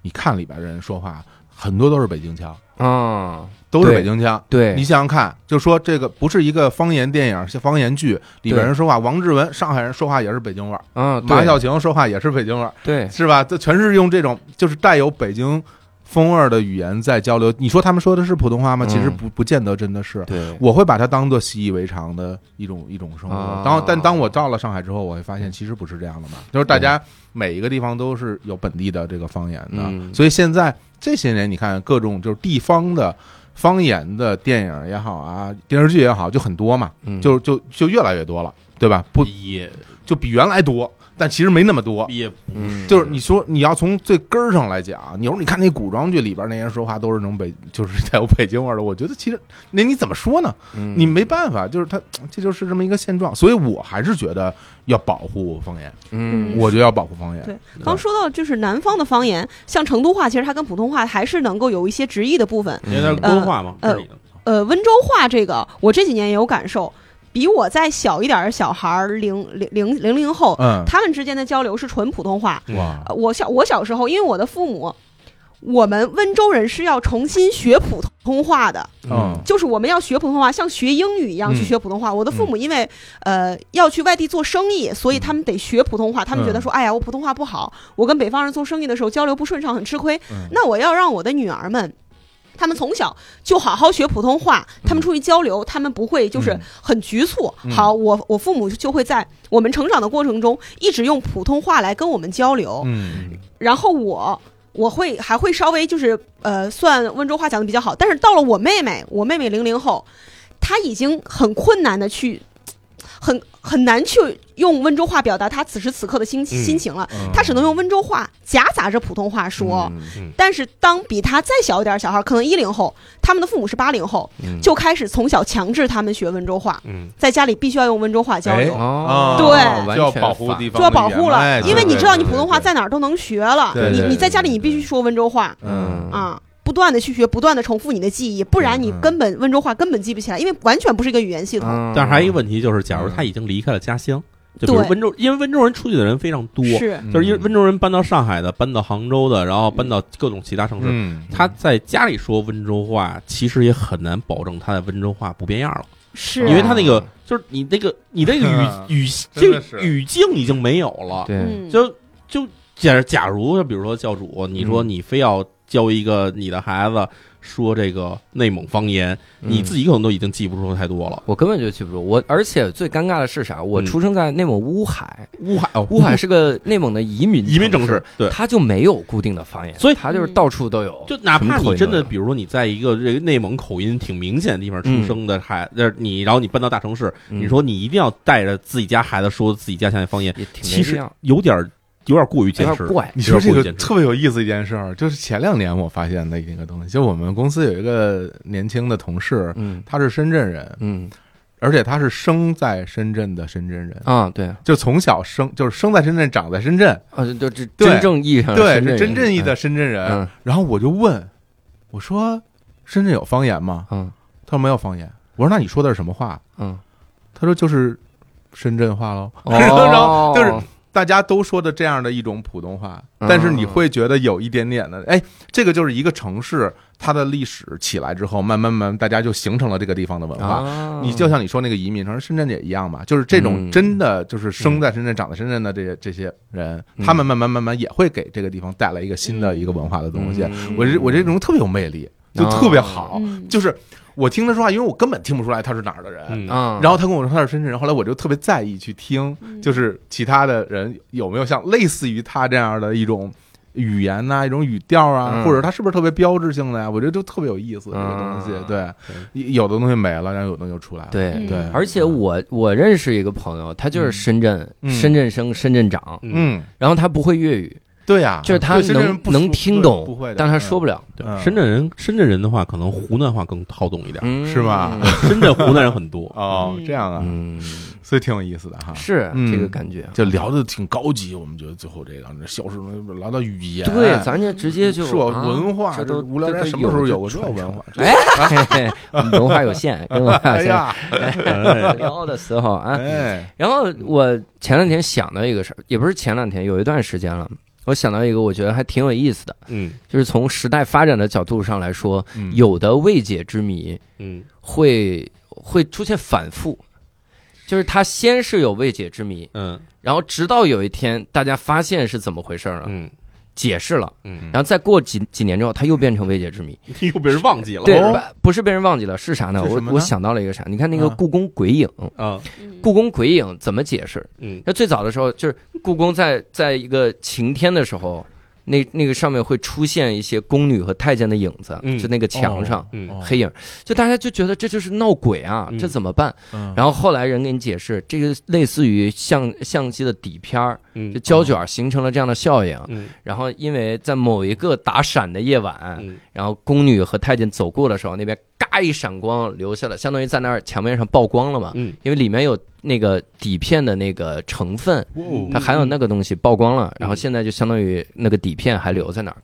Speaker 2: 你看里边人说话很多都是北京腔，
Speaker 4: 啊，
Speaker 2: 都是
Speaker 4: 对
Speaker 2: 北京腔。
Speaker 4: 对
Speaker 2: 你想想看，就说这个不是一个方言电影、方言剧，里边人说话，王志文上海人说话也是北京味儿，
Speaker 4: 啊，对
Speaker 2: 马小晴说话也是北京味儿，
Speaker 4: 对
Speaker 2: 是吧？这全是用这种就是带有北京风味儿的语言在交流。你说他们说的是普通话吗？
Speaker 4: 嗯
Speaker 2: 其实不不见得真的是。
Speaker 4: 对
Speaker 2: 我会把它当做习以为常的一种一种生活
Speaker 4: 啊。
Speaker 2: 当但当我到了上海之后，我会发现其实不是这样的嘛，就是大家每一个地方都是有本地的这个方言的，
Speaker 4: 嗯
Speaker 2: 所以现在这些年你看各种就是地方的方言的电影也好啊，电视剧也好，就很多嘛，
Speaker 4: 嗯
Speaker 2: 就就就越来越多了，对吧？不
Speaker 6: 也
Speaker 2: 就比原来多，但其实没那么多。
Speaker 6: 也
Speaker 4: 嗯
Speaker 2: 就是你说你要从最根儿上来讲，你说你看那古装剧里边那些人说话都是那种北，就是带有北京味儿的，我觉得其实那你怎么说呢？
Speaker 4: 嗯
Speaker 2: 你没办法，就是他这就是这么一个现状，所以我还是觉得要保护方言，
Speaker 4: 嗯
Speaker 2: 我觉得要保护方言。
Speaker 5: 对，刚说到就是南方的方言，像成都话，其实它跟普通话还是能够有一些直译的部分。
Speaker 6: 因为它
Speaker 2: 嗯
Speaker 6: 是官话嘛，
Speaker 5: 呃
Speaker 6: 这里的
Speaker 5: 呃，温州话这个，我这几年也有感受，比我再小一点儿的小孩儿，零零零零零后，
Speaker 2: 嗯，
Speaker 5: 他们之间的交流是纯普通话。
Speaker 2: 哇，
Speaker 5: 呃我小我小时候，因为我的父母，我们温州人是要重新学普通话的，
Speaker 2: 嗯
Speaker 5: 就是我们要学普通话，像学英语一样去
Speaker 2: 嗯
Speaker 5: 学普通话。我的父母因为、呃要去外地做生意，所以他们得学普通话。他们
Speaker 2: 嗯
Speaker 5: 觉得说，哎呀，我普通话不好，我跟北方人做生意的时候交流不顺畅，很吃亏。
Speaker 2: 嗯
Speaker 5: 那我要让我的女儿们。他们从小就好好学普通话，他们出去交流，他们不会就是
Speaker 2: 嗯
Speaker 5: 很局促。
Speaker 2: 嗯
Speaker 5: 好，我我父母就会在我们成长的过程中一直用普通话来跟我们交流。
Speaker 2: 嗯
Speaker 5: 然后我我会还会稍微就是呃，算温州话讲的比较好，但是到了我妹妹，我妹妹零零后，她已经很困难的去，很很难去用温州话表达她此时此刻的心心情了，
Speaker 2: 嗯
Speaker 5: 她只能用温州话夹杂着普通话说。但是，当比她再小一点儿小孩儿，可能一零后，他们的父母是八零后，就开始从小强制他们学温州话，
Speaker 6: 嗯
Speaker 5: 在家里必须要用温州话交流，
Speaker 4: 哦，
Speaker 5: 对
Speaker 4: 完
Speaker 2: 就要
Speaker 4: 全
Speaker 2: 保护
Speaker 4: 反
Speaker 2: 地方，
Speaker 5: 就要保护了，
Speaker 2: 哎
Speaker 5: 因为你知道你普通话在哪儿都能学了，
Speaker 2: 对对对
Speaker 5: 你你在家里你必须说温州话，
Speaker 2: 嗯
Speaker 5: 啊，不断的去学，不断的重复你的记忆，不然你根本温州话根本记不起来，因为完全不是一个语言系统。
Speaker 4: 嗯
Speaker 6: 但是还有一个问题就是，假如
Speaker 2: 嗯
Speaker 6: 他已经离开了家乡，就比如
Speaker 5: 对
Speaker 6: 温州，因为温州人出去的人非常多，
Speaker 5: 是，
Speaker 2: 嗯
Speaker 6: 就是因为温州人搬到上海的，搬到杭州的，然后搬到各种其他城市，
Speaker 2: 嗯，
Speaker 6: 他在家里说温州话，其实也很难保证他的温州话不变样了，
Speaker 5: 是，
Speaker 6: 因为他那
Speaker 4: 嗯
Speaker 6: 个就是你那个你那
Speaker 2: 嗯
Speaker 6: 个语语
Speaker 2: 真
Speaker 6: 这
Speaker 2: 的是
Speaker 6: 个语境已经没有了，
Speaker 4: 对
Speaker 5: 嗯，
Speaker 6: 就就假假如就比如说教主，你
Speaker 4: 嗯
Speaker 6: 说你非要教一个你的孩子说这个内蒙方言，你自
Speaker 4: 己。
Speaker 6: 己可能都已经记不住太多了。
Speaker 4: 我根本就记不住我，而且最尴尬的是啥？我
Speaker 6: 嗯
Speaker 4: 出生在内蒙乌海，
Speaker 6: 乌 海哦，
Speaker 4: 乌海是个内蒙的移民
Speaker 6: 移民城
Speaker 4: 市
Speaker 6: 市，，对，
Speaker 4: 它就没有固定的方言，
Speaker 6: 所以
Speaker 4: 它就是到处都有。
Speaker 6: 就哪
Speaker 4: 什
Speaker 6: 怕
Speaker 4: 么口
Speaker 6: 你
Speaker 4: 音
Speaker 6: 真
Speaker 4: 都
Speaker 6: 的，
Speaker 4: 有
Speaker 6: 比如说你在一个这个内蒙口音挺明显的地方出生的孩，呃，你然后你搬到大城市，
Speaker 4: 嗯
Speaker 6: 你说你一定要带着自己家孩子说自己家乡的方言，
Speaker 4: 也挺没
Speaker 6: 其
Speaker 4: 必
Speaker 6: 实
Speaker 4: 要，
Speaker 6: 有点儿有点儿过于坚
Speaker 4: 有
Speaker 6: 持
Speaker 4: 点。怪。
Speaker 2: 你说这
Speaker 6: 有
Speaker 2: 个
Speaker 6: 点过于坚持
Speaker 2: 特别有意思一件事儿，就是前两年我发现的一个东西，就我们公司有一个年轻的同事，
Speaker 4: 嗯
Speaker 2: 他是深圳人，
Speaker 4: 嗯
Speaker 2: 而且他是生在深圳的深圳人，
Speaker 4: 啊，对，
Speaker 2: 就从小生就是生在深圳，长在深圳，
Speaker 4: 啊，就这
Speaker 2: 对
Speaker 4: 真正意义上
Speaker 2: 对，
Speaker 4: 啊深圳
Speaker 2: 是真
Speaker 4: 人
Speaker 2: 正意义的深圳人
Speaker 4: 嗯。
Speaker 2: 然后我就问，我说深圳有方言吗？
Speaker 4: 嗯
Speaker 2: 他说没有方言。我说那你说的是什么话？
Speaker 4: 嗯，
Speaker 2: 他说就是深圳话喽。
Speaker 4: 哦
Speaker 2: 然后就是大家都说的这样的一种普通话，
Speaker 4: 嗯
Speaker 2: 但是你会觉得有一点点的，哎，这个就是一个城市它的历史起来之后，慢慢慢慢大家就形成了这个地方的文化。
Speaker 4: 啊，
Speaker 2: 你就像你说那个移民，城市深圳也一样嘛，就是这种
Speaker 4: 嗯
Speaker 2: 真的就是生在深圳、长在深圳的这些这些人，
Speaker 4: 嗯
Speaker 2: 他们慢慢慢慢也会给这个地方带来一个新的一个文化的东西。
Speaker 4: 嗯
Speaker 2: 我这我这种特别有魅力，就
Speaker 4: 啊
Speaker 2: 特别好，
Speaker 5: 嗯
Speaker 2: 就是我听他说话，因为我根本听不出来他是哪儿的人。
Speaker 6: 嗯
Speaker 4: 啊，
Speaker 2: 然后他跟我说他是深圳人，后来我就特别在意去听，
Speaker 5: 嗯
Speaker 2: 就是其他的人有没有像类似于他这样的一种语言呐、一种语调啊，
Speaker 4: 嗯
Speaker 2: 或者他是不是特别标志性的呀、我觉得就特别有意思、这个东西。
Speaker 4: 嗯
Speaker 2: 对，有的东西没了，然后有的东西就出来了。
Speaker 4: 对
Speaker 5: 嗯
Speaker 2: 对，
Speaker 4: 而且我我认识一个朋友，他就是深圳
Speaker 2: 嗯
Speaker 4: 深圳生深圳长，
Speaker 2: 嗯，
Speaker 4: 然后他不会粤语，
Speaker 2: 对呀、
Speaker 4: 就是他
Speaker 2: 对深圳人
Speaker 4: 能
Speaker 2: 不
Speaker 4: 能
Speaker 2: 说
Speaker 4: 听
Speaker 2: 对
Speaker 4: 懂
Speaker 2: 不会的，
Speaker 4: 但他说不了，
Speaker 6: 对
Speaker 2: 嗯，
Speaker 6: 深圳人，深圳人的话，可能湖南话更好懂一点。
Speaker 4: 嗯
Speaker 2: 是吧？
Speaker 6: 深圳湖南人很多，
Speaker 2: 哦，
Speaker 5: 嗯
Speaker 2: 这样啊，
Speaker 4: 嗯，
Speaker 2: 所以挺有意思的哈。
Speaker 4: 是
Speaker 2: 嗯
Speaker 4: 这个感觉。
Speaker 2: 就聊的挺高级，我们觉得最后这个这消失聊到语言，
Speaker 4: 对，咱这直接就
Speaker 2: 说我
Speaker 4: 啊
Speaker 2: 文化
Speaker 4: 这都
Speaker 2: 这无聊斋
Speaker 4: 这都
Speaker 2: 什么时候
Speaker 4: 有
Speaker 2: 有过这
Speaker 4: 传
Speaker 2: 文
Speaker 4: 承
Speaker 2: 化？
Speaker 4: 哎，嘿嘿我们文化有限，跟文化
Speaker 2: 哎
Speaker 4: 有限。
Speaker 2: 呀，
Speaker 4: 聊的时候啊，
Speaker 2: 哎，
Speaker 4: 然后我前两天想到一个事儿，也不是前两天，有一段时间了，我想到一个我觉得还挺有意思的，
Speaker 6: 嗯
Speaker 4: 就是从时代发展的角度上来说，
Speaker 2: 嗯
Speaker 4: 有的未解之谜
Speaker 6: 嗯
Speaker 4: 会会出现反复，就是它先是有未解之谜，
Speaker 6: 嗯
Speaker 4: 然后直到有一天大家发现是怎么回事儿了，
Speaker 6: 嗯
Speaker 4: 解释了，
Speaker 6: 嗯，
Speaker 4: 然后再过几几年之后，它又变成未解之谜。
Speaker 6: 又被人忘记了。
Speaker 4: 对，
Speaker 2: 哦
Speaker 4: 不不是被人忘记了，是啥呢？
Speaker 2: 是
Speaker 4: 我
Speaker 2: 什么呢
Speaker 4: 我想到了一个啥？你看那个
Speaker 2: 啊
Speaker 4: 故宫鬼影，
Speaker 6: 啊，
Speaker 4: 故宫鬼影怎么解释？
Speaker 6: 嗯
Speaker 4: 那最早的时候，就是故宫在在一个晴天的时候，那那个上面会出现一些宫女和太监的影子，
Speaker 6: 嗯
Speaker 4: 就那个墙上。
Speaker 2: 哦
Speaker 6: 嗯
Speaker 4: 黑影，就大家就觉得这就是闹鬼啊，
Speaker 6: 嗯
Speaker 4: 这怎么办？
Speaker 2: 嗯
Speaker 4: 然后后来人给你解释，这个类似于相相机的底片儿，
Speaker 6: 嗯
Speaker 4: 就胶卷形成了这样的效应。
Speaker 6: 嗯
Speaker 4: 然后因为在某一个打闪的夜晚，
Speaker 6: 嗯
Speaker 4: 然后宫女和太监走过的时候，那边嘎一闪光留下了，相当于在那儿墙面上曝光了嘛。
Speaker 6: 嗯，
Speaker 4: 因为里面有那个底片的那个成分，
Speaker 6: 哦
Speaker 4: 它含有那个东西曝光
Speaker 6: 嗯
Speaker 4: 了，然后现在就相当于那个底片还留在那儿，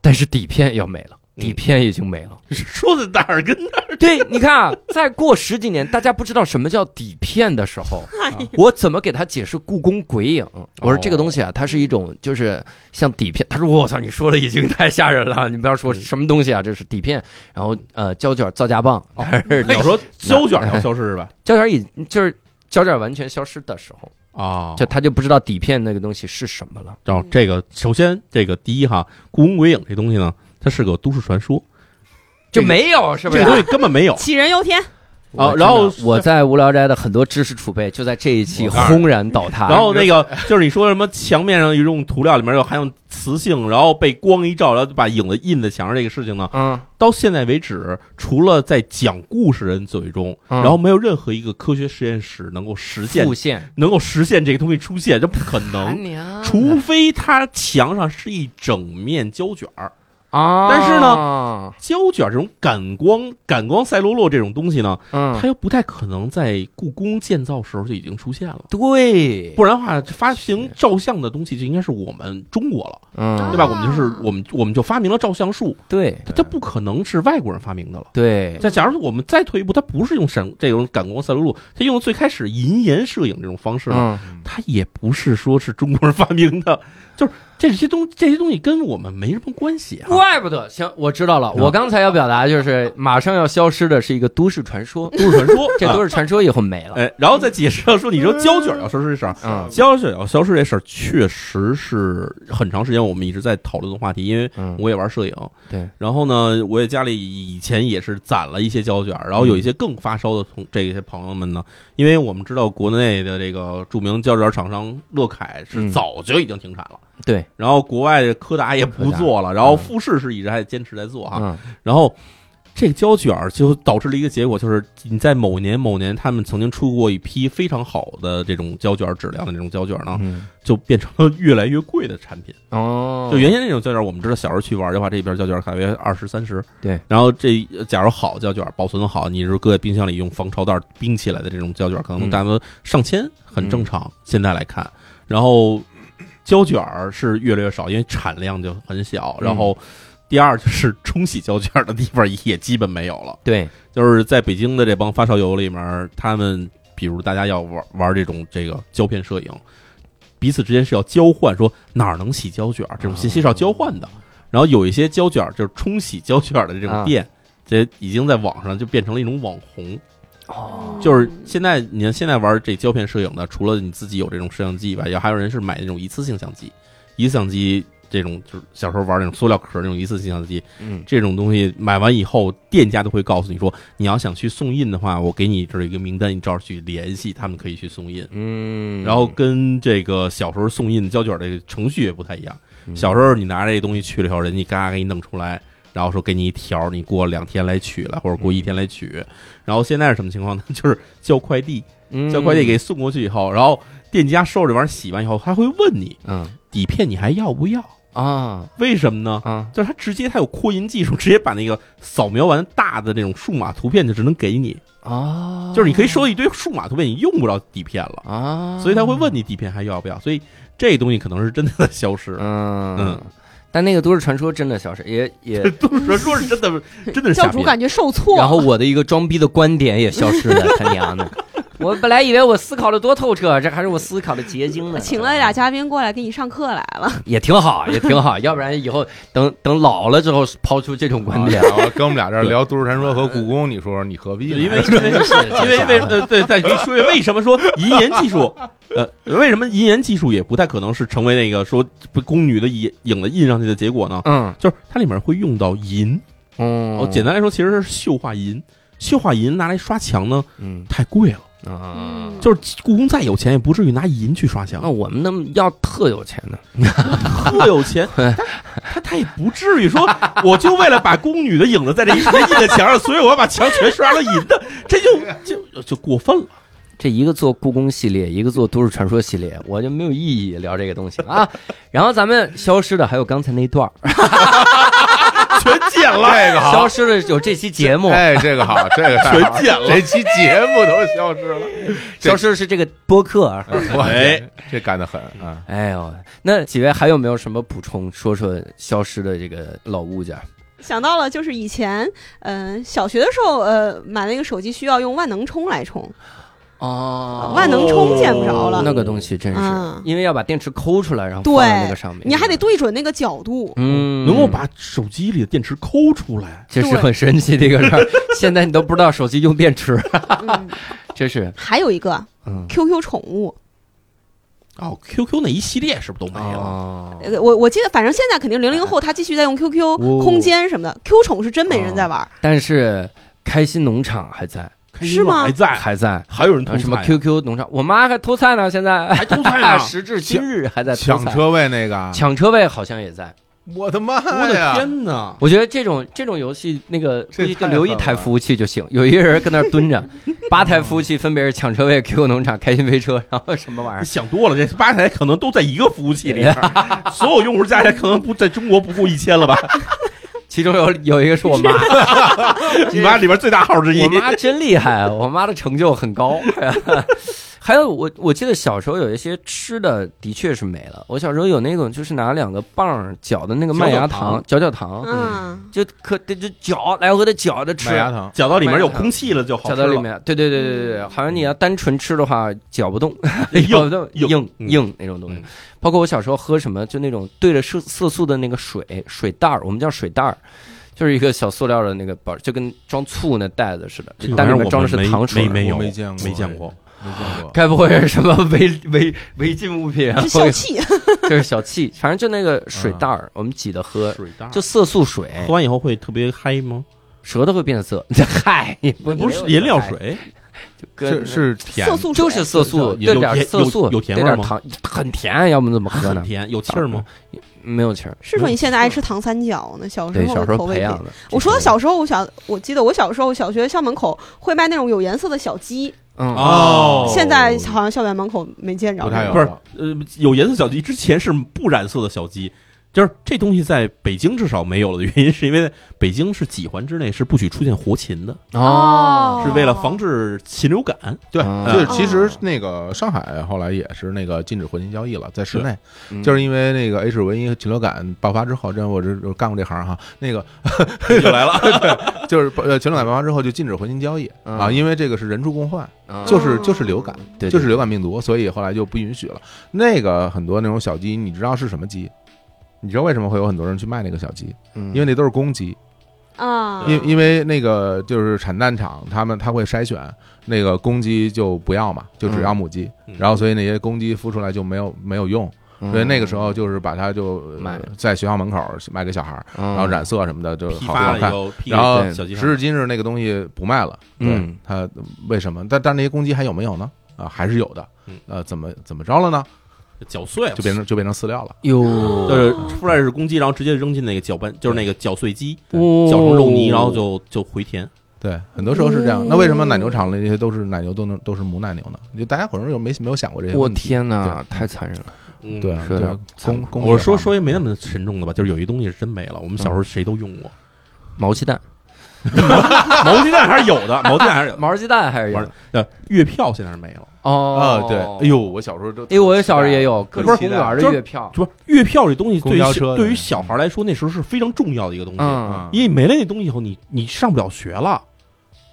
Speaker 4: 但是底片要没了。
Speaker 6: 嗯
Speaker 4: 底片已经没了。
Speaker 6: 说的哪儿跟哪 儿？
Speaker 4: 对，你看啊，再过十几年，大家不知道什么叫底片的时候，啊我怎么给他解释故宫鬼影？我说
Speaker 6: 哦
Speaker 4: 这个东西啊，它是一种就是像底片。他说我操，你说的已经太吓人了，你不要说
Speaker 6: 嗯
Speaker 4: 什么东西啊，这是底片。然后呃，胶卷造价棒，
Speaker 6: 哦 你要说哎胶卷要消失是吧？
Speaker 4: 胶卷已就是胶卷完全消失的时候。
Speaker 6: 啊
Speaker 4: 就他就不知道底片那个东西是什么了。
Speaker 6: 然后这个，首先这个第一哈，故宫鬼影这东西呢，它是个都市传说，
Speaker 4: 就没有是不
Speaker 6: 这
Speaker 4: 是啊
Speaker 6: 个？东西根本 没有。
Speaker 5: 嗯杞人忧天，
Speaker 4: 我
Speaker 6: 啊然后
Speaker 4: 真的我在无聊斋的很多知识储备就在这一期轰然倒塌。
Speaker 6: 然后那个就是啊你说什么墙面上有一种涂料，里面有含有磁性，然后被光一照，然后就把影子印在墙上这个事情呢，
Speaker 4: 嗯，
Speaker 6: 到现在为止，除了在讲故事人嘴中，
Speaker 4: 嗯
Speaker 6: 然后没有任何一个科学实验室能够实现
Speaker 4: 复，现
Speaker 6: 能够实现这个东西出现，这不可能。
Speaker 5: 啊
Speaker 4: 娘
Speaker 2: 嗯
Speaker 6: 除非它墙上是一整面胶卷儿，
Speaker 4: 啊！
Speaker 6: 但是
Speaker 4: 呢，
Speaker 6: 胶卷这种感光感光赛璐珞这种东西呢，它
Speaker 4: 嗯，
Speaker 6: 又不太可能在故宫建造时候就已经出现了。
Speaker 4: 对，
Speaker 6: 不然的话，发行照相的东西就应该是我们中国了，
Speaker 4: 嗯，
Speaker 6: 对吧？我们就是我们我们就发明了照相术，
Speaker 4: 对嗯
Speaker 6: 它它不可能是外国人发明的了。
Speaker 4: 对，
Speaker 6: 再假如我们再退一步，它不是用闪这种感光赛璐珞，它用最开始银盐摄影这种方式呢，
Speaker 4: 嗯
Speaker 6: 它也不是说是中国人发明的， 就是这些东这些东西跟我们没什么关系啊。
Speaker 4: 怪不得，行，我知道了。我刚才要表达就是，马上要消失的是一个都市传说，，
Speaker 6: 都市传说
Speaker 4: 这都
Speaker 6: 是
Speaker 4: 市传说以后没了。
Speaker 6: 哎，然后再解释到说，你说胶卷要消失这事儿，
Speaker 4: 嗯
Speaker 6: 胶卷要消失这事儿确实是很长时间我们一直在讨论的话题，因为
Speaker 4: 嗯，
Speaker 6: 我也玩摄影，
Speaker 4: 对，
Speaker 6: 然后呢，我也家里以前也是攒了一些胶卷，然后
Speaker 4: 嗯
Speaker 6: 有一些更发烧的同这些朋友们呢，因为我们知道国内的这个著名胶卷厂商乐凯
Speaker 4: 嗯
Speaker 6: 是早就已经停产了，
Speaker 4: 对，
Speaker 6: 然后国外的柯达也不做了，然后富士是一直还坚持在做哈，
Speaker 4: 嗯
Speaker 6: 然后这个胶卷就导致了一个结果，就是你在某年某年他们曾经出过一批非常好的这种胶卷质量的这种胶卷呢，
Speaker 4: 嗯，
Speaker 6: 就变成了越来越贵的产品。
Speaker 4: 哦，
Speaker 6: 就原先那种胶卷，我们知道小时候去玩的话，这一边胶卷大约二十三十。
Speaker 4: 对，
Speaker 6: 然后这呃假如好胶卷保存得好，你是搁在冰箱里用防潮袋冰起来的这种胶卷，可能
Speaker 4: 嗯
Speaker 6: 大多上千，很正常。现在来看，然后胶卷儿是越来越少，因为产量就很小。
Speaker 4: 嗯
Speaker 6: 然后第二就是冲洗胶卷的地方也基本没有了。
Speaker 4: 对，
Speaker 6: 就是在北京的这帮发烧友里面，他们比如大家要玩玩这种这个胶片摄影，彼此之间是要交换，说哪儿能洗胶卷儿，这种信息是要交换的。然后有一些胶卷儿就是冲洗胶卷儿的这
Speaker 4: 啊
Speaker 6: 种店，这已经在网上就变成了一种网红。
Speaker 4: 哦，
Speaker 6: 就是现在，你看现在玩这胶片摄影的，除了你自己有这种摄像机以外，也还有人是买那种一次性相机，一次相机。这种就是小时候玩那种塑料壳那种一次性相机，
Speaker 4: 嗯
Speaker 6: 这种东西买完以后，店家都会告诉你说，你要想去送印的话，我给你这儿有一个名单，你照着去联系，他们可以去送印。
Speaker 4: 嗯，
Speaker 6: 然后跟这个小时候送印胶卷这个程序也不太一样。
Speaker 4: 嗯
Speaker 6: 小时候你拿这东西去了以后，人家嘎嘎给你弄出来，然后说给你一条儿，你过两天来取来，或者过一天来
Speaker 4: 嗯
Speaker 6: 取。然后现在是什么情况呢？就是叫快递，
Speaker 4: 嗯
Speaker 6: 叫快递给送过去以后，然后店家收着这玩意儿洗完以后，还会问你
Speaker 4: 嗯
Speaker 6: 底片你还要不要？
Speaker 4: 啊
Speaker 6: 为什么呢？
Speaker 4: 啊
Speaker 6: 就是它直接它有扩音技术，直接把那个扫描完大的那种数码图片就只能给你，
Speaker 5: 哦
Speaker 4: 啊！
Speaker 6: 就是你可以收一堆数码图片，你用不着底片了，
Speaker 4: 啊，
Speaker 5: 哦
Speaker 6: 所以他会问你底片还要不要，所以这东西可能是真的在消失。
Speaker 4: 嗯
Speaker 6: 嗯
Speaker 4: 但那个都市传说真的消失，也 也
Speaker 6: 这都是说是真的，真的是
Speaker 5: 教
Speaker 6: 瞎
Speaker 5: 主
Speaker 6: 编。
Speaker 5: 感觉受挫了。
Speaker 4: 然后我的一个装逼的观点也消失 了，他娘的！我本来以为我思考的多透彻，这还是我思考的结晶呢。
Speaker 5: 请了俩嘉宾过来给你上课来了，
Speaker 4: 也挺好，也挺好，要不然以后等等老了之后抛出这种观 点，
Speaker 2: 然后跟我们俩这儿聊《都市传说》和
Speaker 6: 哎
Speaker 2: 故宫，你说你何必呢？
Speaker 6: 因为因为因为为呃对，再说为什么说银盐技术，呃，为什么银盐技术也不太可能是成为那个说不宫女的影影子印上去的结果呢？
Speaker 4: 嗯
Speaker 6: 就是它里面会用到银，
Speaker 4: 哦
Speaker 6: 哦，简单来说其实是锈化银，锈化银拿来刷墙呢
Speaker 4: 嗯
Speaker 6: 太贵了，
Speaker 2: 嗯
Speaker 4: 啊。
Speaker 5: 嗯
Speaker 6: 就是故宫再有钱也不至于拿银去刷墙
Speaker 4: 那，我们那么要特有钱呢？
Speaker 6: 特哦有 钱，他他他也不至于说，我就为了把宫女的影子在这一个印的墙上，所以我要把墙全刷了银的，这就就就过分了。
Speaker 4: 这一个做故宫系列，一个做都市传说系列，我就没有意义聊这个东西了啊。 然后咱们消失的还有刚才那段儿，
Speaker 6: 全剪了，
Speaker 2: 这个好
Speaker 4: 消，失的有这期节目，
Speaker 2: 哎，这个 好，这个太好
Speaker 6: 全剪了
Speaker 2: 这期节目都消失了。这
Speaker 4: 消失的是这个播客。啊
Speaker 2: 哇，
Speaker 6: 哎
Speaker 2: 这这干得很啊！
Speaker 4: 哎呦，那几位还有没有什么补充？说说消失的这个老物件儿
Speaker 5: 想到了就是以前，嗯、小学的时候，呃，买那个手机需要用万能充来充，
Speaker 4: 哦
Speaker 5: 万能充见不着了，
Speaker 4: 那个东西真是，
Speaker 5: 嗯
Speaker 4: 因为要把电池抠出来，然后放在那个上面，
Speaker 5: 你还得对准那个 角度。
Speaker 4: 嗯，
Speaker 6: 能够把手机里的电池抠出来，
Speaker 4: 这是很神奇的一个事儿。 现在你都不知道手机用电池，
Speaker 5: 嗯、
Speaker 4: 这是
Speaker 5: 还有一个
Speaker 4: 嗯
Speaker 5: QQ 宠物，
Speaker 6: 哦，QQ 那一系列是不是都没了？
Speaker 4: 哦，
Speaker 5: 呃我我记得，反正现在肯定零零后他继续在用 QQ
Speaker 4: 哦
Speaker 5: 空间什么的，Q 宠是真没人在玩。
Speaker 4: 但是开心农场还在，
Speaker 6: 开心
Speaker 5: 是吗
Speaker 6: 还在，
Speaker 4: 还在。
Speaker 6: 还有人偷
Speaker 4: 啊，
Speaker 6: 菜
Speaker 4: 什么 QQ 农场，我妈还偷菜呢，现在
Speaker 6: 还偷菜呢？
Speaker 4: 时至今日还在偷
Speaker 2: 抢
Speaker 4: 菜。
Speaker 2: 车位那个，
Speaker 4: 抢车位好像也在，
Speaker 2: 我的妈
Speaker 6: 我的
Speaker 2: 哎呀！
Speaker 6: 天哪！
Speaker 4: 我觉得这种这种游戏，那个估
Speaker 2: 这
Speaker 4: 计就
Speaker 2: 太
Speaker 4: 留一
Speaker 2: 狠
Speaker 4: 台
Speaker 2: 了
Speaker 4: 服务器就行，有一个人跟那儿蹲着，八台服务器分别是抢车位、QQ 农场、开心飞车，然后什么玩意
Speaker 6: 你
Speaker 4: 儿，
Speaker 6: 想多了，这八台可能都在一个服务器里面， 所有用户加起来可能不在中国不过一千了吧？
Speaker 4: 其中有有一个是我 妈，
Speaker 6: 你妈里边最大号之一
Speaker 4: 我，妈真厉害，我妈的成就很高。 还有我我记得小时候有一些吃的的确是没了，我小时候有那种就是拿两个棒儿搅的那个麦
Speaker 6: 嚼嚼
Speaker 4: 芽
Speaker 6: 糖
Speaker 4: 糖，嚼嚼糖，
Speaker 5: 嗯，
Speaker 4: 就可就就搅来回的搅着
Speaker 6: 啊
Speaker 4: 吃
Speaker 2: 麦，芽糖，
Speaker 6: 搅到里面有空气了就好
Speaker 4: 搅
Speaker 6: 吃
Speaker 4: 到里
Speaker 6: 了。
Speaker 4: 面，对对对对对
Speaker 2: 嗯
Speaker 4: 对，好像你要单纯吃的话，搅不动，
Speaker 6: 硬
Speaker 4: 搅不动哎
Speaker 6: 硬
Speaker 4: 硬
Speaker 6: 嗯
Speaker 4: 硬那种东西
Speaker 6: 嗯。
Speaker 4: 包括我小时候喝什么，就那种兑着色色素的那个水水袋儿，我们叫水袋儿，就是一个小塑料的那个包，就跟装醋那袋子似的，
Speaker 6: 这个
Speaker 4: 但
Speaker 6: 玩意
Speaker 4: 里
Speaker 6: 儿
Speaker 4: 面装的是
Speaker 6: 我们
Speaker 4: 糖水
Speaker 6: 没。没有
Speaker 2: 我没见过，
Speaker 6: 没见过，
Speaker 2: 没见过。
Speaker 4: 该不会是什么违违违禁物品啊？
Speaker 5: 是笑气，
Speaker 4: 就是小气，反正就那个水袋儿，我们挤着喝，
Speaker 6: 嗯水大
Speaker 4: 就色素水，
Speaker 6: 喝完以后会特别嗨吗？
Speaker 4: 舌头会变色。 嗨，你不
Speaker 6: 不是饮料，水，
Speaker 4: 就
Speaker 2: 是
Speaker 4: 跟
Speaker 2: 是甜
Speaker 5: 色素水
Speaker 4: 就是色素，兑
Speaker 6: 有
Speaker 4: 点
Speaker 6: 有
Speaker 4: 色素，
Speaker 6: 有有甜
Speaker 4: 兑
Speaker 6: 味儿
Speaker 4: 点
Speaker 6: 吗
Speaker 4: 糖，很甜，啊要不怎么喝
Speaker 6: 很
Speaker 4: 呢？
Speaker 6: 甜，有气儿吗？
Speaker 4: 没有气儿，
Speaker 5: 是说你现在爱吃糖三角呢？小时
Speaker 4: 对，
Speaker 5: 候
Speaker 4: 小时
Speaker 5: 的口
Speaker 4: 候
Speaker 5: 味
Speaker 4: 培
Speaker 5: 变
Speaker 4: 养的。
Speaker 5: 我说小时候，我小我记得我小时候小学校门口会卖那种有颜色的小鸡，
Speaker 4: 嗯，
Speaker 6: 哦
Speaker 5: 现在好像校园门口没见着。
Speaker 2: 不太有
Speaker 6: 不是呃，有颜色小鸡之前是不染色的小鸡，就是这东西在北京至少没有了的原因，是因为北京是几环之内是不许出现活禽的，
Speaker 5: 哦
Speaker 6: 是为了防治禽流感。
Speaker 2: 对，
Speaker 4: 嗯
Speaker 2: 就是其
Speaker 6: 哦
Speaker 2: 实那个上海后来也是那个禁止婚姻交易了，在室内，
Speaker 4: 嗯
Speaker 2: 啊就是因为那个 H 文一禽流感爆发之后，这我这我干过这行哈，那个
Speaker 6: 又 来了，
Speaker 2: 就是呃禽流感爆发之后就禁止婚姻交易
Speaker 4: 嗯
Speaker 2: 啊，因为这个是人畜共患，
Speaker 4: 嗯
Speaker 2: 就是就是流感，
Speaker 4: 对
Speaker 2: 就是流感病毒，所以后来就不允许了。那个很多那种小鸡，你知道是什么鸡？你知道为什么会有很多人去卖那个小鸡？
Speaker 4: 嗯
Speaker 2: 因为那都是公鸡，
Speaker 5: 啊，
Speaker 2: 因因为那个就是产蛋场，他们他会筛选那个公鸡就不要嘛，就只要母鸡，
Speaker 6: 嗯
Speaker 2: 然后所以那些公鸡孵出来就没有没有用，
Speaker 4: 嗯
Speaker 2: 所以那个时候就是把它就
Speaker 4: 卖
Speaker 2: 呃在学校门口卖给小孩儿，
Speaker 4: 嗯
Speaker 2: 然后染色什么的就
Speaker 6: 批
Speaker 2: 好
Speaker 6: 发
Speaker 2: 好
Speaker 6: 了以
Speaker 2: 看。
Speaker 6: 后，批
Speaker 2: 然后
Speaker 6: 给小鸡
Speaker 2: 时
Speaker 6: 上
Speaker 2: 至今日那个东西不卖了，对
Speaker 4: 嗯，
Speaker 2: 它为什么？但但那些公鸡还有没有呢？啊，还是有的
Speaker 6: 嗯。
Speaker 2: 呃，怎么怎么着了呢？
Speaker 6: 搅碎了，
Speaker 2: 就变成就变成饲料了。
Speaker 4: 哟，
Speaker 6: 就是出来是公鸡，然后直接扔进那个搅拌，就是那个搅碎机，
Speaker 4: 哦
Speaker 6: 搅成肉泥，然后就就回填。
Speaker 2: 对，很多时候是这样
Speaker 5: 哦。
Speaker 2: 那为什么奶牛场里那些都是奶牛都能都是母奶牛呢？就大家可能有没没有想过这些
Speaker 4: 我
Speaker 2: 问题？
Speaker 4: 天哪，太残忍了！
Speaker 6: 嗯
Speaker 2: 对，啊
Speaker 4: 是有
Speaker 2: 对
Speaker 4: 点
Speaker 2: 工工业化
Speaker 6: 我说说一没那么沉重的吧，就是有一东西是真没了，我们小时候谁都用过，
Speaker 4: 毛鸡蛋，
Speaker 6: 毛鸡蛋还是有的，毛鸡蛋还是有的。
Speaker 4: 毛鸡蛋还是
Speaker 6: 毛
Speaker 4: 有
Speaker 6: 鸡 呃，月票现在是没了，
Speaker 4: 哦
Speaker 2: 啊，对，哎呦，我小时候都
Speaker 4: 哎，我小时候也有各
Speaker 2: 可
Speaker 4: 种
Speaker 2: 期
Speaker 4: 公
Speaker 2: 待
Speaker 4: 园
Speaker 2: 了
Speaker 4: 的月票，
Speaker 6: 就不是月票这东西
Speaker 2: 公
Speaker 6: 对
Speaker 2: 交
Speaker 6: 于
Speaker 2: 车
Speaker 6: 对于小孩来说，那时候是非常重要的一个东西，
Speaker 4: 嗯
Speaker 6: 因为没了那东西以后，你你上不了学了。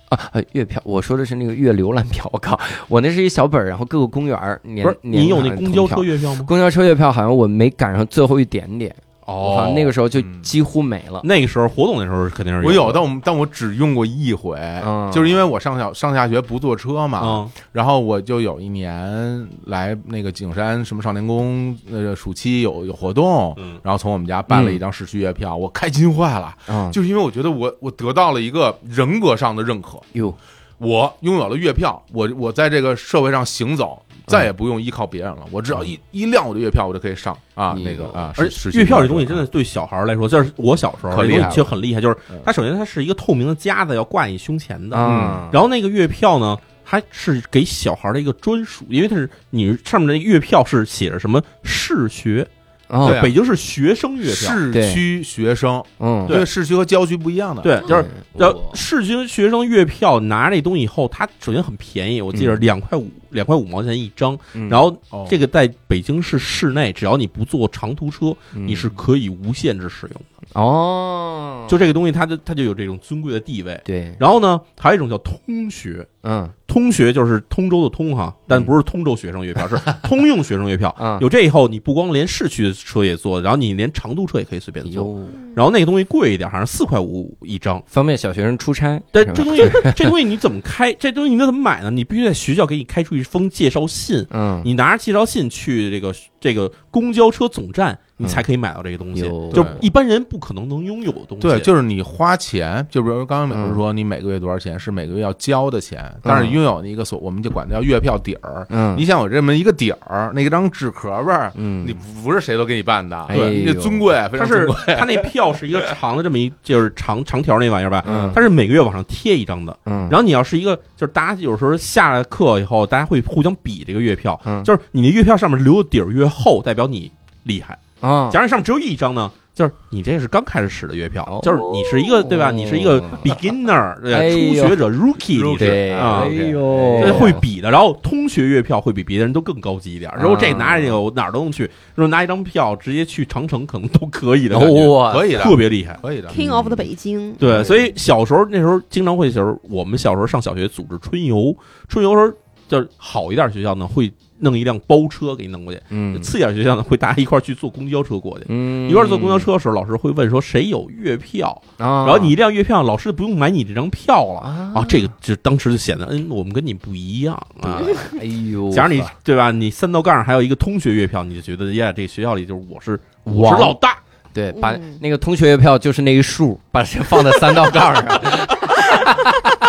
Speaker 4: 啊，呃月票，我说的是那个月浏览票，我靠，我那是一小本儿，然后各个公园儿年
Speaker 6: 不是，你
Speaker 4: 年
Speaker 6: 有
Speaker 4: 卡
Speaker 6: 那
Speaker 4: 通
Speaker 6: 公交
Speaker 4: 票
Speaker 6: 车月票吗？
Speaker 4: 公交车月票好像我没赶上最后一点点，
Speaker 2: 哦
Speaker 4: 我好像那个时候就
Speaker 2: 嗯
Speaker 4: 几乎没了。
Speaker 6: 那个时候活动的时候肯定是
Speaker 2: 我有，
Speaker 6: 有
Speaker 2: 但我们但我只用过一回，
Speaker 4: 嗯
Speaker 2: 就是因为我上小上下学不坐车嘛，
Speaker 6: 啊，
Speaker 2: 然后我就有一年来那个景山什么少年宫，呃，暑期有有活动，
Speaker 6: 嗯
Speaker 2: 然后从我们家办了一张市区月票，我开心坏了，
Speaker 6: 嗯
Speaker 4: 啊，
Speaker 2: 就是因为我觉得我我得到了一个人格上的认可，
Speaker 4: 哟，
Speaker 2: 我拥有了月票，我我在这个社会上行走，
Speaker 6: 嗯
Speaker 2: 再也不用依靠别人了，我只要一一亮我的月票，我就可以上啊
Speaker 4: 嗯
Speaker 2: 那个啊，
Speaker 6: 而
Speaker 2: 市区
Speaker 6: 月票这东西真的对小孩来说，就是我小时候
Speaker 2: 啊可
Speaker 6: 这
Speaker 2: 厉害
Speaker 6: 东西其实很厉害，就是
Speaker 2: 嗯
Speaker 6: 它首先它是一个透明的夹子，要挂你胸前的，
Speaker 4: 啊，
Speaker 6: 然后那个月票呢，它是给小孩的一个专属，因为它是你上面的月票是写着什么市学，
Speaker 4: 后
Speaker 2: 对啊
Speaker 6: 哦北京是学生月票，
Speaker 2: 市区学生，
Speaker 4: 嗯，
Speaker 2: 因为市区和郊区不一样的，
Speaker 6: 对，就是
Speaker 4: 对
Speaker 6: 要市区学生月票拿那东西以后，它首先很便宜，我记得
Speaker 2: 嗯
Speaker 6: 两块五两块五毛钱一张，
Speaker 4: 嗯
Speaker 6: 然后
Speaker 2: 哦
Speaker 6: 这个在北京市市内，只要你不坐长途车，
Speaker 4: 嗯
Speaker 6: 你是可以无限制使用的。
Speaker 4: 哦，
Speaker 6: 就这个东西，它就它就有这种尊贵的地位。
Speaker 4: 对，
Speaker 6: 然后呢，还有一种叫通学，
Speaker 4: 嗯
Speaker 6: 通学就是通州的通哈，
Speaker 2: 嗯
Speaker 6: 但不是通州学生月 票，是通用学生月票。
Speaker 4: 啊，
Speaker 6: 有这以后，你不光连市区的车也坐，然后你连长途车也可以随便坐。
Speaker 4: 有
Speaker 6: 然后那个东西贵一点，好像四块五一张。
Speaker 4: 方便小学生出差，
Speaker 6: 但
Speaker 4: 是吧
Speaker 6: 这东西，这东西你怎么开？这东西你怎么买呢？你必须在学校给你开出一封介绍信，
Speaker 4: 嗯，
Speaker 6: 你拿着介绍信去这个这个公交车总站，你才可以买到这个东西，
Speaker 4: 嗯有
Speaker 6: 就
Speaker 2: 对
Speaker 6: 一般人不可能能拥有的东西。
Speaker 2: 对，就是你花钱，就比如刚刚美
Speaker 4: 嗯
Speaker 2: 不是说你每个月多少钱是每个月要交的钱，但是拥有一个所我们就管它叫月票底儿。
Speaker 4: 嗯
Speaker 2: 你想有这么一个底儿，那张纸壳儿，
Speaker 4: 嗯
Speaker 2: 你不是谁都给你办的，
Speaker 4: 哎
Speaker 2: 对，
Speaker 4: 呦
Speaker 2: 那尊贵，非
Speaker 6: 它
Speaker 2: 常
Speaker 6: 是
Speaker 2: 尊贵。
Speaker 6: 它那票是一个长的这么一就是长长条那玩意儿吧，
Speaker 4: 嗯
Speaker 6: 它是每个月往上贴一张的。
Speaker 4: 嗯，
Speaker 6: 然后你要是一个，就是大家有时候下了课以后，大家会互相比这个月票，
Speaker 4: 嗯
Speaker 6: 就是你的月票上面留的底儿越厚，代表你厉害。
Speaker 4: 后啊，
Speaker 6: 假如你上面只有一张呢，就是你这是刚开始使的月票，
Speaker 4: 哦
Speaker 6: 就是你是一个对吧？你是一个 beginner，对吧、
Speaker 4: 哎呦
Speaker 6: 初学者 rookie，你是
Speaker 4: 对，
Speaker 6: 啊
Speaker 4: 哎
Speaker 2: 哦
Speaker 6: 这
Speaker 4: 呦，
Speaker 6: 会比的，然后通学月票会比别人都更高级一点。
Speaker 4: 啊
Speaker 6: 然后这拿这个我哪儿都能去，然后拿一张票直接去长城可能都可以的感觉，
Speaker 4: 哦哇，哎
Speaker 2: 可以的，
Speaker 6: 特别厉害。
Speaker 2: 可以的。
Speaker 5: King of the 北京，
Speaker 6: 对，所以小时候那时候经常会，就是我们小时候上小学组织春游，春游时候就是好一点学校呢会弄一辆包车给你弄过去，
Speaker 4: 嗯
Speaker 6: 次一点学校呢会大家一块儿去坐公交车过去。
Speaker 4: 嗯，
Speaker 6: 一块儿坐公交车的时候，老师会问说谁有月票，
Speaker 4: 啊，
Speaker 6: 然后你一辆月票，老师不用买你这张票了
Speaker 4: 啊
Speaker 6: 啊。这个就当时就显得，嗯，我们跟你不一样啊。
Speaker 4: 哎呦，
Speaker 6: 假如你对吧，你三道杠上还有一个通学月票，你就觉得哎呀，这学校里就是我是我
Speaker 4: 王
Speaker 6: 是老大，
Speaker 4: 对，把
Speaker 5: 嗯
Speaker 4: 那个同学月票就是那一竖， 把这放在三道杠上，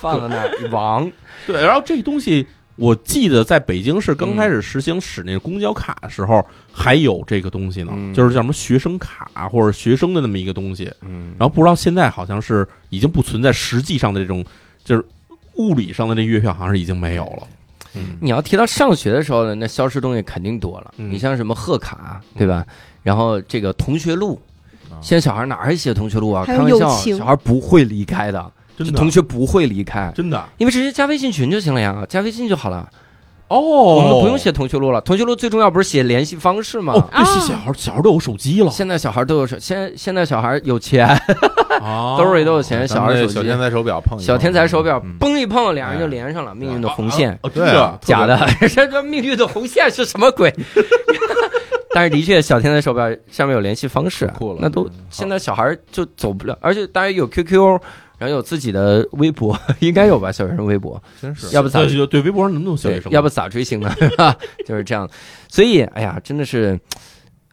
Speaker 4: 放在那儿王，
Speaker 6: 对，然后这东西。我记得在北京市
Speaker 4: 嗯
Speaker 6: 刚开始实行使那个公交卡的时候，还有这个东西呢，
Speaker 4: 嗯
Speaker 6: 就是叫什么学生卡或者学生的那么一个东西。
Speaker 4: 嗯，
Speaker 6: 然后不知道现在好像是已经不存在实际上的这种，就是物理上的这月票，好像是已经没有了。
Speaker 4: 你要提到上学的时候呢，那消失东西肯定多了。
Speaker 6: 嗯
Speaker 4: 你像什么贺卡，对吧？然后这个同学录，现在小孩哪儿还写同学录啊？
Speaker 5: 还
Speaker 4: 开
Speaker 5: 有
Speaker 4: 玩笑，
Speaker 5: 友情
Speaker 4: 小孩不会离开的，啊
Speaker 6: 真
Speaker 4: 就
Speaker 6: 的
Speaker 4: 同学不会离开，
Speaker 6: 真的
Speaker 4: 因为直接加微信群就行了呀，加微信就好了，我们
Speaker 6: 哦
Speaker 4: 不用写同学录了。同学录最重要不是写联系方式吗？
Speaker 6: 哦，
Speaker 5: 啊
Speaker 6: 这些小孩小孩都有手机了，
Speaker 4: 现在小孩都有手，现在现在小孩有钱，
Speaker 6: 啊
Speaker 4: 兜里都有钱，小
Speaker 2: 咱
Speaker 4: 孩
Speaker 2: 们
Speaker 4: 手
Speaker 2: 这
Speaker 4: 机，
Speaker 2: 小天才手表碰一碰
Speaker 4: 小天才手表
Speaker 2: 嗯
Speaker 4: 嘣一碰，俩人就连上了命运的红线。
Speaker 6: 哦，真
Speaker 2: 对啊
Speaker 6: 的，
Speaker 4: 假的， 这这命运的红线是什么鬼？ 但是的确，小天才手表上面有联系方式啊
Speaker 2: 酷了，
Speaker 4: 那都
Speaker 2: 嗯好
Speaker 4: 现在小孩儿就走不了，而且大家有 QQ，然后有自己的微博， 应该有吧？小学生微博，
Speaker 2: 真是
Speaker 4: 要不咋
Speaker 6: 对对对，微博上能不能小学
Speaker 4: 对，
Speaker 6: 生？
Speaker 4: 要不咋追星呢？ 是吧就是这样，所以哎呀，真的是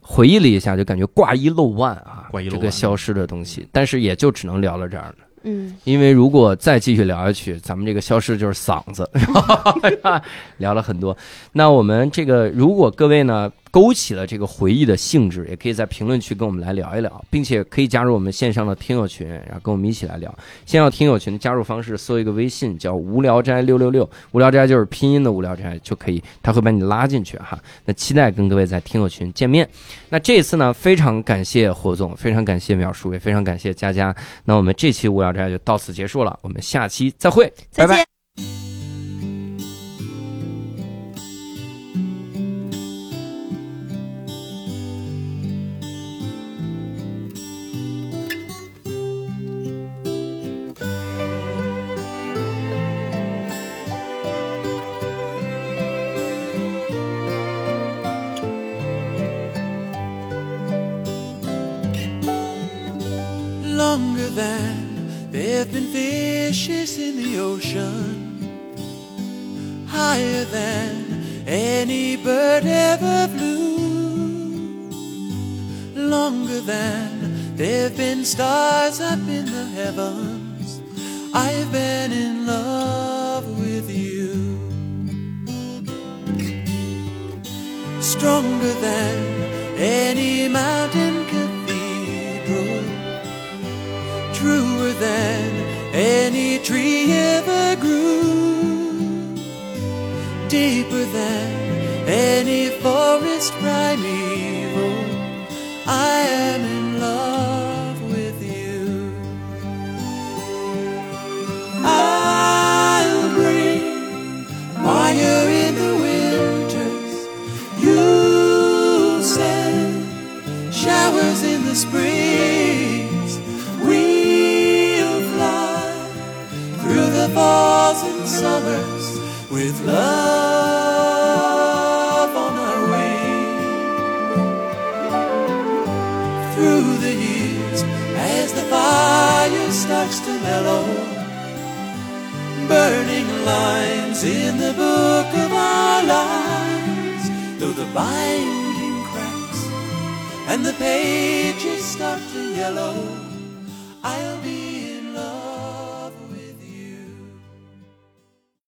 Speaker 4: 回忆了一下，就感觉挂一漏万啊，
Speaker 6: 挂一漏
Speaker 4: 这
Speaker 6: 万
Speaker 4: 个消失的东西，但是也就只能聊到这儿了。
Speaker 5: 嗯，
Speaker 4: 因为如果再继续聊下去，咱们这个消失就是嗓子，聊了很多。那我们这个，如果各位呢勾起了这个回忆的兴致，也可以在评论区跟我们来聊一聊，并且可以加入我们线上的听友群，然后跟我们一起来聊。线上听友群的加入方式，搜一个微信叫“无聊斋六六六”，无聊斋就是拼音的无聊斋，就可以，他会把你拉进去哈。那期待跟各位在听友群见面。那这次呢，非常感谢火总，非常感谢淼叔，也非常感谢佳佳。那我们这期无聊斋就到此结束了，我们下期再会，
Speaker 5: 再
Speaker 4: 拜拜
Speaker 5: 见。。
Speaker 7: longer than there have been fishes in the ocean, higher than any bird ever flew, longer than there have been stars up in the heavens. I've been in love with you, stronger than any mountain cathedral truer than any tree ever grew, deeper than any forest primeval. I am in love with you. I'll bring fire in the winters. You send showers in the springs. We'll fly through the falls and summers with love on our wing. Through the years, as the fire starts to mellow, burning lines in the book of our lives, though the binding cracks and the pages start to yellow. I'll be in love.